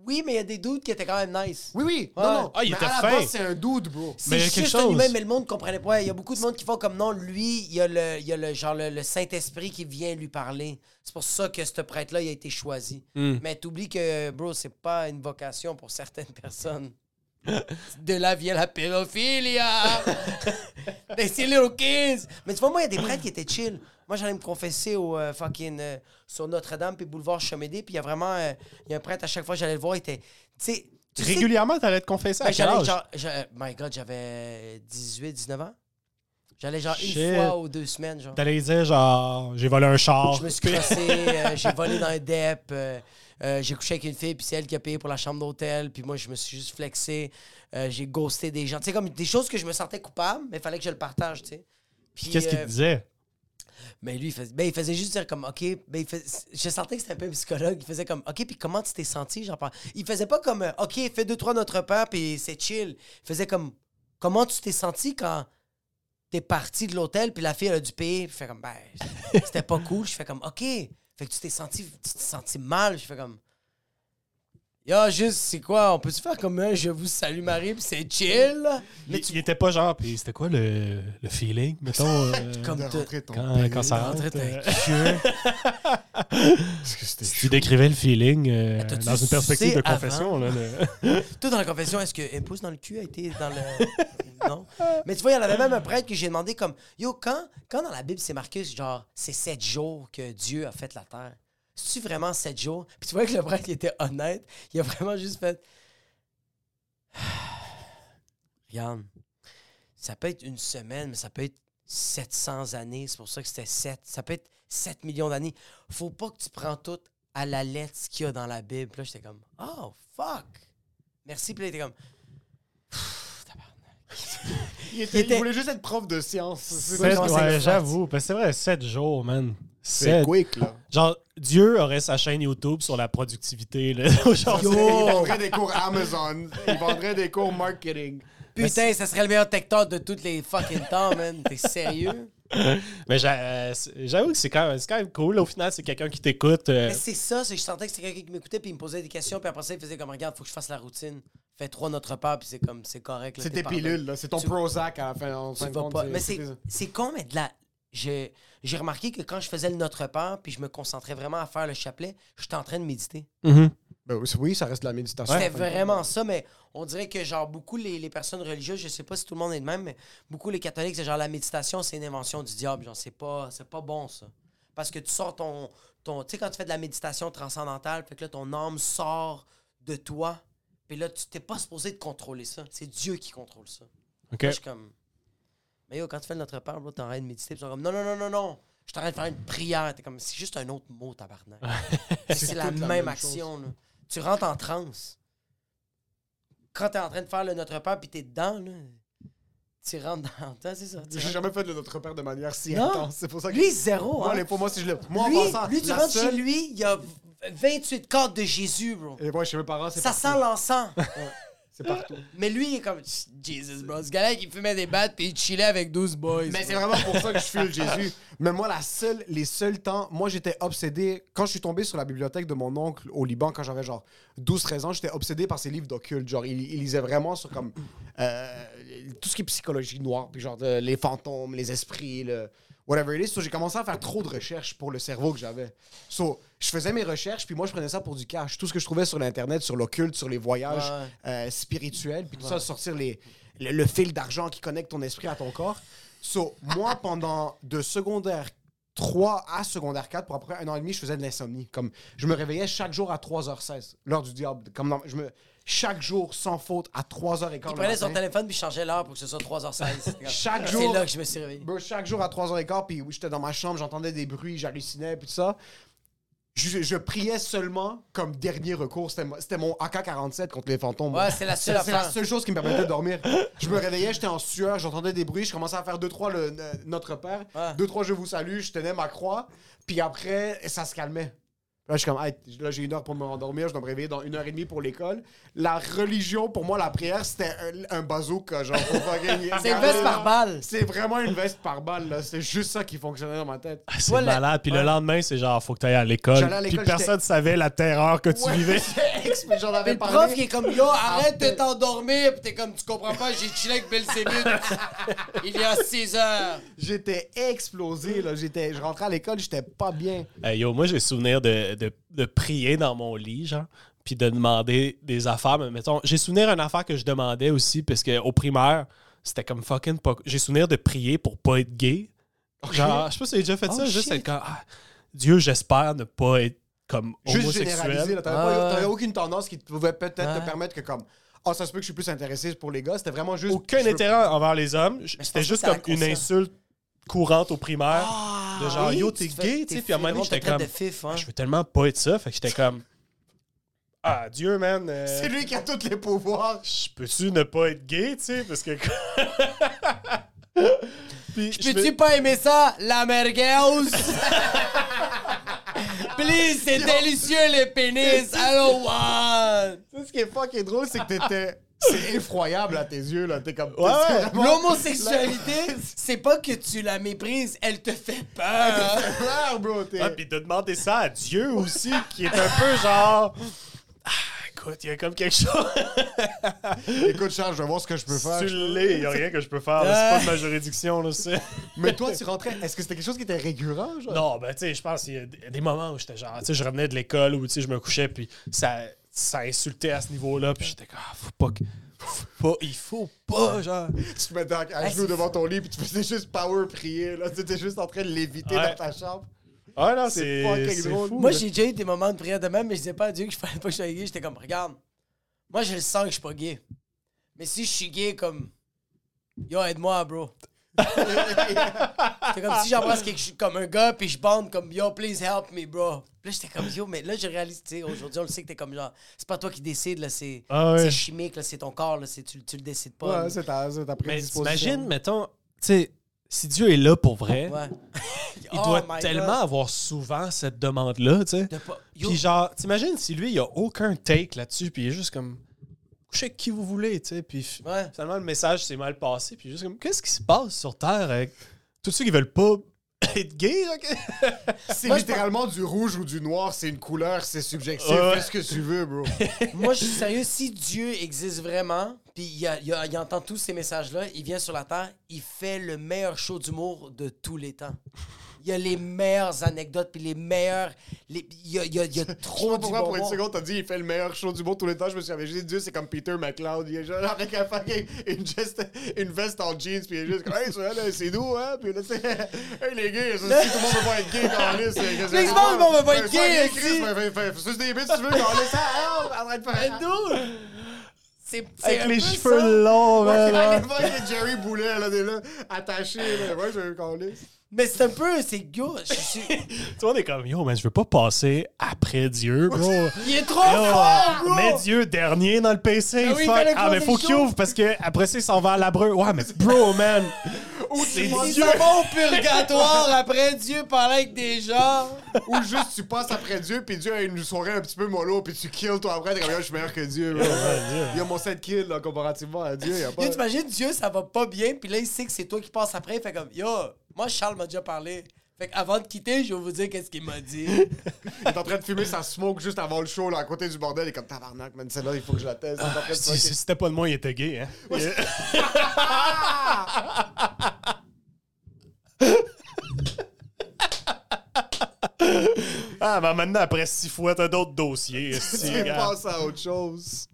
Speaker 2: oui, mais il y a des doutes qui étaient quand même nice.
Speaker 5: Oui, oui.
Speaker 2: Ouais.
Speaker 5: Non, non.
Speaker 4: Ah, il
Speaker 5: Mais
Speaker 4: était
Speaker 5: à la
Speaker 4: fin.
Speaker 5: base, c'est un dude, bro.
Speaker 2: C'est
Speaker 4: Mais il y a
Speaker 2: juste
Speaker 4: quelque
Speaker 2: un
Speaker 4: chose.
Speaker 2: humain, mais le monde comprenait pas. Il y a beaucoup de monde qui font comme non, lui, il y a le, il y a le genre le, le Saint-Esprit qui vient lui parler. C'est pour ça que ce prêtre-là, il a été choisi.
Speaker 4: Hmm.
Speaker 2: Mais t'oublies que, bro, c'est pas une vocation pour certaines personnes. *laughs* De là vient la
Speaker 4: *laughs*
Speaker 2: pédophilia! Des little kids! Mais tu vois, moi, il y a des prêtres qui étaient chill. Moi, j'allais me confesser au euh, fucking. euh, sur Notre-Dame, puis boulevard Chemédé, puis il y a vraiment. euh, Il y a un prêtre, à chaque fois, j'allais le voir, il était. Tu sais. tu sais-
Speaker 4: Régulièrement, t'allais te confesser à
Speaker 2: ben,
Speaker 4: Ah, quel
Speaker 2: j'allais
Speaker 4: âge?
Speaker 2: genre, j'a- my god, j'avais 18, 19 ans. J'allais genre
Speaker 4: Shit.
Speaker 2: une fois ou deux semaines, genre.
Speaker 4: T'allais dire, genre, j'ai volé un char.
Speaker 2: Je me suis crossé, euh, j'ai volé dans un DEP, euh, euh, j'ai couché avec une fille, puis c'est elle qui a payé pour la chambre d'hôtel, puis moi, je me suis juste flexé, euh, j'ai ghosté des gens. Tu sais, comme des choses que je me sentais coupable, mais il fallait que je le partage, tu sais. Puis,
Speaker 4: Qu'est-ce qu'il
Speaker 2: euh,
Speaker 4: te disait?
Speaker 2: Mais lui, il faisait, ben, il faisait juste dire comme, OK, ben, il fais- je sentais que c'était un peu un psychologue. Il faisait comme, OK, puis comment tu t'es senti? Genre, par- il faisait pas comme, euh, OK, fais deux, trois notre pain, puis c'est chill. Il faisait comme, comment tu t'es senti quand t'es parti de l'hôtel, puis la fille, elle a dû payer? Puis je fais comme, ben, c'était pas cool. Je fais comme, OK. Fait que tu t'es senti, tu t'es senti mal. Je fais comme, Yo, juste, c'est quoi? On peut-tu faire comme un je vous salue Marie, puis c'est chill? là? Mais
Speaker 4: il,
Speaker 2: tu
Speaker 4: il était pas genre, puis c'était quoi le, le feeling, mettons, euh,
Speaker 2: comme
Speaker 5: De
Speaker 2: t'as-
Speaker 5: rentrer ton
Speaker 4: quand, quand ça rentre?
Speaker 2: rentrer
Speaker 4: euh,
Speaker 2: ta *laughs* queue.
Speaker 5: Parce que c'était
Speaker 4: tu décrivais le feeling euh,
Speaker 2: Mais t'as-tu
Speaker 4: dans une
Speaker 2: sucé
Speaker 4: perspective de
Speaker 2: avant?
Speaker 4: confession. Là,
Speaker 2: *laughs*
Speaker 4: de-
Speaker 2: Toi, dans la confession, est-ce que pouce dans le cul a été dans le. *laughs* non. Mais tu vois, il y en avait même un prêtre que j'ai demandé comme Yo, quand, quand dans la Bible, c'est marqué, genre, c'est sept jours que Dieu a fait la terre. C'est-tu vraiment sept jours? Puis tu vois que le prêtre, il était honnête. Il a vraiment juste fait. *sighs* Regarde, ça peut être une semaine, mais ça peut être 700 années. C'est pour ça que c'était 7. Ça peut être 7 millions d'années. Faut pas que tu prends tout à la lettre ce qu'il y a dans la Bible. Puis là, j'étais comme, oh, fuck. Merci. Puis là, il était comme, Pff, tabarnak.
Speaker 5: Il, était-
Speaker 2: était-
Speaker 5: il voulait juste être prof de sciences.
Speaker 2: Ouais,
Speaker 4: Sept-
Speaker 2: non, c'est
Speaker 4: ouais,
Speaker 2: le
Speaker 4: j'avoue, parce que c'est vrai, 7 jours, man.
Speaker 5: C'est
Speaker 4: Sept.
Speaker 5: quick, là.
Speaker 4: Genre, Dieu aurait sa chaîne YouTube sur la productivité. Là, *laughs* aujourd'hui.
Speaker 5: Il vendrait des cours Amazon. Il vendrait des cours marketing.
Speaker 2: Putain, ça serait le meilleur tecteur de toutes les fucking temps, man. T'es sérieux?
Speaker 4: Mais j'a- euh, c'est- j'avoue que c'est quand, même- c'est quand même cool. Au final, c'est quelqu'un qui t'écoute. euh,
Speaker 2: Mais c'est ça, c'est que je sentais que c'était quelqu'un qui m'écoutait, puis il me posait des questions, puis après ça, il faisait comme, regarde, faut que je fasse la routine. Fais trois notre part, puis c'est comme, c'est correct. là,
Speaker 5: C'est
Speaker 2: t'es
Speaker 5: tes
Speaker 2: pardonné.
Speaker 5: pilules, là. C'est ton
Speaker 2: Tu-
Speaker 5: Prozac à la fin. en
Speaker 2: Tu
Speaker 5: fin de
Speaker 2: vas
Speaker 5: compte,
Speaker 2: pas. Mais c'est c'est con, mais de la. je- J'ai remarqué que quand je faisais le Notre Père, puis je me concentrais vraiment à faire le chapelet, j'étais en train de méditer.
Speaker 4: mhm.
Speaker 5: Ben oui, oui, ça reste de la méditation.
Speaker 2: C'était vraiment ça, mais on dirait que, genre, beaucoup les, les personnes religieuses, je sais pas si tout le monde est de même, mais beaucoup les catholiques, c'est genre la méditation, c'est une invention du diable. Genre, c'est pas, c'est pas bon, ça. Parce que tu sors ton. ton tu sais, quand tu fais de la méditation transcendantale, fait que là, ton âme sort de toi, puis là, tu t'es pas supposé de contrôler ça. C'est Dieu qui contrôle ça.
Speaker 4: OK.
Speaker 2: Moi, je suis comme. Mais yo, quand tu fais le notre père, bro, t'es en train de méditer. Puis ils sont comme, non, non, non, non, non. Je suis en train de faire une prière. T'es comme, c'est juste un autre mot, tabarnak. *laughs* c'est la
Speaker 5: toute
Speaker 2: même,
Speaker 5: la même
Speaker 2: action, là. Tu rentres en transe. Quand t'es en train de faire le notre père, puis t'es dedans, là. Tu rentres dans. Toi, c'est ça. tu
Speaker 5: J'ai
Speaker 2: rentres-
Speaker 5: jamais fait de notre père de manière si
Speaker 2: Non.
Speaker 5: intense. C'est pour ça que.
Speaker 2: Lui, zéro,
Speaker 5: moi,
Speaker 2: hein.
Speaker 5: les- pour moi, si je le. Moi,
Speaker 2: lui,
Speaker 5: en passant,
Speaker 2: lui, tu
Speaker 5: la
Speaker 2: rentres
Speaker 5: seule-
Speaker 2: chez lui, il y a 28 cordes de Jésus, bro.
Speaker 5: Et moi, chez mes parents, c'est
Speaker 2: Ça
Speaker 5: partout.
Speaker 2: sent l'encens.
Speaker 5: C'est partout.
Speaker 2: Mais lui, il est comme, Jesus, bro. Ce gars-là qui fumait des battes, puis il chillait avec 12 boys.
Speaker 5: Mais c'est
Speaker 2: bro.
Speaker 5: vraiment pour ça que je fuis le *laughs* Jésus. Mais moi, la seule, les seuls temps, moi, j'étais obsédé. Quand je suis tombé sur la bibliothèque de mon oncle au Liban, quand j'avais genre 12-13 ans, j'étais obsédé par ses livres d'occulte. Genre, il, il lisait vraiment sur comme euh, tout ce qui est psychologie noire, puis genre de- les fantômes, les esprits, le whatever it is. So, j'ai commencé à faire trop de recherches pour le cerveau que j'avais. So, je faisais mes recherches, puis moi, je prenais ça pour du cash. Tout ce que je trouvais sur l'Internet, sur l'occulte, sur les voyages
Speaker 2: Ouais, ouais.
Speaker 5: euh, spirituels, puis tout ça, sortir les, le, le fil d'argent qui connecte ton esprit à ton corps. So, moi, *laughs* pendant de secondaire 3 à secondaire 4, pour après un an et demi, je faisais de l'insomnie. Comme, je me réveillais chaque jour à 3h16, l'heure du diable. Comme, dans- je me... Chaque jour, sans faute, à 3h15
Speaker 2: Il prenait son téléphone puis changeait l'heure pour que ce soit
Speaker 5: *laughs*
Speaker 2: 3h16.
Speaker 5: Chaque
Speaker 2: C'est
Speaker 5: jour-
Speaker 2: là que je me suis réveillé.
Speaker 5: Bro, chaque jour à 3h15, puis oui, j'étais dans ma chambre, j'entendais des bruits, j'hallucinais, puis tout ça. Je, je priais seulement comme dernier recours. C'était mo- C'était mon AK-47 contre les fantômes.
Speaker 2: Ouais, c'est la seule
Speaker 5: C'est la
Speaker 2: affaire.
Speaker 5: seule chose qui me permettait de dormir. Je me réveillais, j'étais en sueur, j'entendais des bruits, je commençais à faire 2-3 le euh, Notre Père,
Speaker 2: Ouais.
Speaker 5: 2-3 Je vous salue, je tenais ma croix, puis après, ça se calmait. Là, je suis comme, Hey, là, j'ai une heure pour me rendormir, je dois me réveiller dans une heure et demie pour l'école. La religion, pour moi, la prière, c'était un, un bazooka, genre, pour fucking-
Speaker 2: *laughs* C'est une veste par balle.
Speaker 5: c'est vraiment une veste par balle, là. C'est juste ça qui fonctionnait dans ma tête.
Speaker 4: C'est
Speaker 2: Ouais, la-
Speaker 4: malade. Puis
Speaker 2: ouais.
Speaker 4: le lendemain, c'est genre, faut que tu ailles à l'école.
Speaker 5: J'allais à
Speaker 4: Puis
Speaker 5: l'école,
Speaker 4: personne savait la terreur que tu
Speaker 2: *laughs*
Speaker 5: Ouais,
Speaker 4: vivais.
Speaker 5: c'est ex- mais J'en
Speaker 2: Mais
Speaker 5: avais
Speaker 2: le
Speaker 5: parlé.
Speaker 2: prof qui est comme Yo,
Speaker 5: Ah,
Speaker 2: arrête de t'endormir. Puis t'es comme Tu comprends pas, j'ai chillé avec Belzébuth.
Speaker 5: *laughs*
Speaker 2: Il y a 6 heures.
Speaker 5: J'étais explosé, là. J'étais... Je rentrais à l'école, j'étais pas bien.
Speaker 4: Hey, Euh, yo, moi, j'ai souvenir de, de, de prier dans mon lit, genre, puis de demander des affaires. Mais mettons, j'ai souvenir d'une affaire que je demandais aussi, parce que au primaire, c'était comme fucking pas. J'ai souvenir de prier pour pas être gay. Genre, je sais pas si j'ai déjà fait
Speaker 2: Oh,
Speaker 4: ça, juste
Speaker 2: shit.
Speaker 4: être comme, ah, Dieu, j'espère ne pas être comme
Speaker 5: Juste généralisé,
Speaker 4: homosexuel. Ah,
Speaker 5: là. T'avais,
Speaker 2: Ouais,
Speaker 5: pas-
Speaker 2: ouais.
Speaker 5: t'avais aucune tendance qui te pouvait peut-être
Speaker 2: Ouais.
Speaker 5: te permettre que, comme, oh, ça se peut que je suis plus intéressé pour les gars. C'était vraiment juste.
Speaker 4: Aucun
Speaker 5: je veux-
Speaker 4: intérêt envers les hommes. Je-
Speaker 2: pense
Speaker 4: C'était
Speaker 2: que
Speaker 4: juste
Speaker 2: c'est
Speaker 4: comme une
Speaker 2: inconscient.
Speaker 4: insulte courante au primaire.
Speaker 5: Ah,
Speaker 4: de genre,
Speaker 2: Ah, oui,
Speaker 4: yo,
Speaker 2: tu
Speaker 4: t'es
Speaker 2: te fais-
Speaker 4: gay, tu
Speaker 2: t'es
Speaker 4: sais. Puis à un moment donné,
Speaker 2: on te
Speaker 4: j'étais
Speaker 2: traite
Speaker 4: comme,
Speaker 2: de fif, hein.
Speaker 4: je veux tellement pas être ça. Fait que j'étais comme, ah, Dieu, man. euh,
Speaker 5: C'est lui qui a tous les pouvoirs.
Speaker 4: *laughs* je peux-tu ne pas être gay, tu sais, parce que... *laughs* Puis, je
Speaker 2: Peux-tu
Speaker 4: me-
Speaker 2: pas aimer ça, la
Speaker 5: *laughs*
Speaker 2: merguez? Please, c'est délicieux les pénis. Allô, one.
Speaker 5: Tu sais, ce qui est fucking drôle, c'est que t'étais. C'est effroyable à tes yeux, là. T'es comme.
Speaker 4: Ouais, ouais.
Speaker 5: t'es vraiment-
Speaker 2: L'homosexualité, c'est pas que tu la méprises, elle te fait peur.
Speaker 5: Clair, bro. T'es...
Speaker 4: Ah, puis de demander ça à Dieu aussi, qui est un peu genre... Ah, écoute, il y a comme quelque chose...
Speaker 5: Écoute, Charles, je vais voir ce que je peux faire.
Speaker 4: tu l'es, il n'y a rien que je peux faire, là, c'est pas de ma juridiction, là, c'est...
Speaker 5: Mais toi, tu rentrais. Est-ce que c'était quelque chose qui était récurrent,
Speaker 4: *laughs*
Speaker 5: genre?
Speaker 4: Non, ben, tu sais, je pense qu'il y a des- des moments où j'étais genre... Tu sais, je revenais de l'école ou, tu sais, je me couchais, puis ça, ça insultait à ce niveau-là, puis j'étais comme, ah, faut pas que... Faut pas, il faut pas, genre...
Speaker 5: Tu te mettais à, à
Speaker 2: Ah,
Speaker 5: genoux
Speaker 2: c'est
Speaker 5: devant ton lit, puis tu faisais juste power prier, là. Tu étais juste en train de léviter
Speaker 4: Ouais.
Speaker 5: dans ta chambre.
Speaker 4: Ah non,
Speaker 5: C'est
Speaker 4: c'est...
Speaker 5: fucking
Speaker 4: c'est
Speaker 5: drôle.
Speaker 4: fou,
Speaker 2: Moi,
Speaker 4: là.
Speaker 2: j'ai déjà eu des moments de prière de même, mais je disais pas à Dieu que je fallait pas que je sois gay. J'étais comme, regarde, moi, je le sens que je suis pas gay. Mais si je suis gay, comme, yo, aide-moi, bro. C'est comme si j'embrasse quelque chose comme un gars, puis je bande comme, yo, please help me, bro. Puis là, j'étais comme, yo, mais là, je réalise, tu sais, aujourd'hui, on le sait que t'es comme genre, c'est pas toi qui décides, là, c'est
Speaker 4: Ah ouais.
Speaker 2: c'est chimique, là, c'est ton corps, là, c'est- tu, tu le décides pas. là.
Speaker 5: Ouais, c'est ta, c'est ta
Speaker 4: Mais
Speaker 5: prédisposition.
Speaker 4: t'imagines, mettons, tu sais, si Dieu est là pour vrai,
Speaker 2: Ouais.
Speaker 4: il
Speaker 2: Oh
Speaker 4: doit
Speaker 2: my
Speaker 4: tellement
Speaker 2: God.
Speaker 4: avoir souvent cette demande-là, tu sais.
Speaker 2: De pas- Yo,
Speaker 4: Puis genre, t'imagines si lui, il a aucun take là-dessus, puis il est juste comme, couchez avec qui vous voulez, tu sais. Puis f-
Speaker 2: Ouais.
Speaker 4: finalement, le message s'est mal passé, puis juste comme, qu'est-ce qui se passe sur Terre avec tous ceux qui veulent pas *coughs* être gays, là? que-
Speaker 5: C'est
Speaker 2: Moi, je
Speaker 5: littéralement du rouge ou du noir, c'est une couleur, c'est subjectif.
Speaker 4: Ouais.
Speaker 5: Fais ce que tu veux, bro.
Speaker 2: Moi, *laughs* je suis sérieux, si Dieu existe vraiment, puis il, y a- il y a- il entend tous ces messages-là, il vient sur la Terre, il fait le meilleur show d'humour de tous les temps. Il y a les meilleures anecdotes, puis les meilleurs... les- il, y a, il y a- il y a
Speaker 5: Je sais
Speaker 2: trop
Speaker 5: pas
Speaker 2: de
Speaker 5: pourquoi, pour une seconde, t'as dit il fait le meilleur show du monde tous les temps. Je me suis réveillé, j'ai dit, Dieu, c'est comme Peter McLeod. Il est genre avec un fucking- une, geste- une veste en jeans, puis il est juste comme, hey, ça, là, c'est nous, hein. Puis là, c'est, *laughs* hey, les gays, ça, si tout le monde veut pas être gay, quand liste.
Speaker 2: Mais tout le monde veut pas être gay,
Speaker 5: Chris,
Speaker 2: si.
Speaker 5: mais fais- fais- fais juste des bits, si tu veux, quand liste, ah, ah, arrête de faire.
Speaker 2: C'est c'est
Speaker 4: avec
Speaker 2: un
Speaker 4: les
Speaker 2: peu
Speaker 4: cheveux
Speaker 2: ça.
Speaker 4: longs,
Speaker 2: Euh,
Speaker 5: Ouais,
Speaker 4: man, hein.
Speaker 5: le mec de Jerry Boulet, là, des là, attaché, là. Ouais, je veux qu'on lisse.
Speaker 2: Mais c'est un peu... C'est... Yo, je suis-
Speaker 4: Tout le monde est comme, yo, mais je veux pas passer après Dieu, bro.
Speaker 2: Il est trop
Speaker 4: Yo,
Speaker 2: fort, bro!
Speaker 4: mais Dieu, dernier dans le PC.
Speaker 2: Oh, Ah oui, il
Speaker 4: fuck.
Speaker 2: fallait
Speaker 4: Ah, mais
Speaker 2: closer
Speaker 4: faut
Speaker 2: le
Speaker 4: qu'il
Speaker 2: show.
Speaker 4: ouvre parce que après ça, il s'en va à l'abreu. Ouais, mais bro,
Speaker 2: *laughs*
Speaker 4: man. c'est
Speaker 2: Ils
Speaker 4: Dieu.
Speaker 2: s'en vont au purgatoire après Dieu parler avec des gens.
Speaker 5: Ou juste tu passes après Dieu, puis Dieu a une soirée un petit peu mollo, puis tu kills toi après, t'es comme, Yo, je suis meilleur que Dieu. bro. Il y a mon 7 kills, là, comparativement à Dieu. Il y a pas...
Speaker 2: Yo, t'imagines, Dieu, ça va pas bien, puis là, il sait que c'est toi qui passes après, il fait comme, yo, moi, Charles m'a déjà parlé, Fait qu'avant de quitter, je vais vous dire qu'est-ce qu'il m'a dit.
Speaker 5: Il est en train de fumer sa smoke juste avant le show, là, à côté du bordel. Il est comme tabarnak, man, celle-là, il faut que je la teste. Il est en train de
Speaker 4: Ah, Si si
Speaker 5: smoker.
Speaker 4: c'était pas de moi, il était gay, hein?
Speaker 2: *laughs*
Speaker 4: Ah, mais
Speaker 2: *laughs*
Speaker 4: maintenant, après six fois, t'as d'autres dossiers.
Speaker 5: Tu
Speaker 4: esti,
Speaker 5: veux
Speaker 4: regarde.
Speaker 5: passer à autre chose.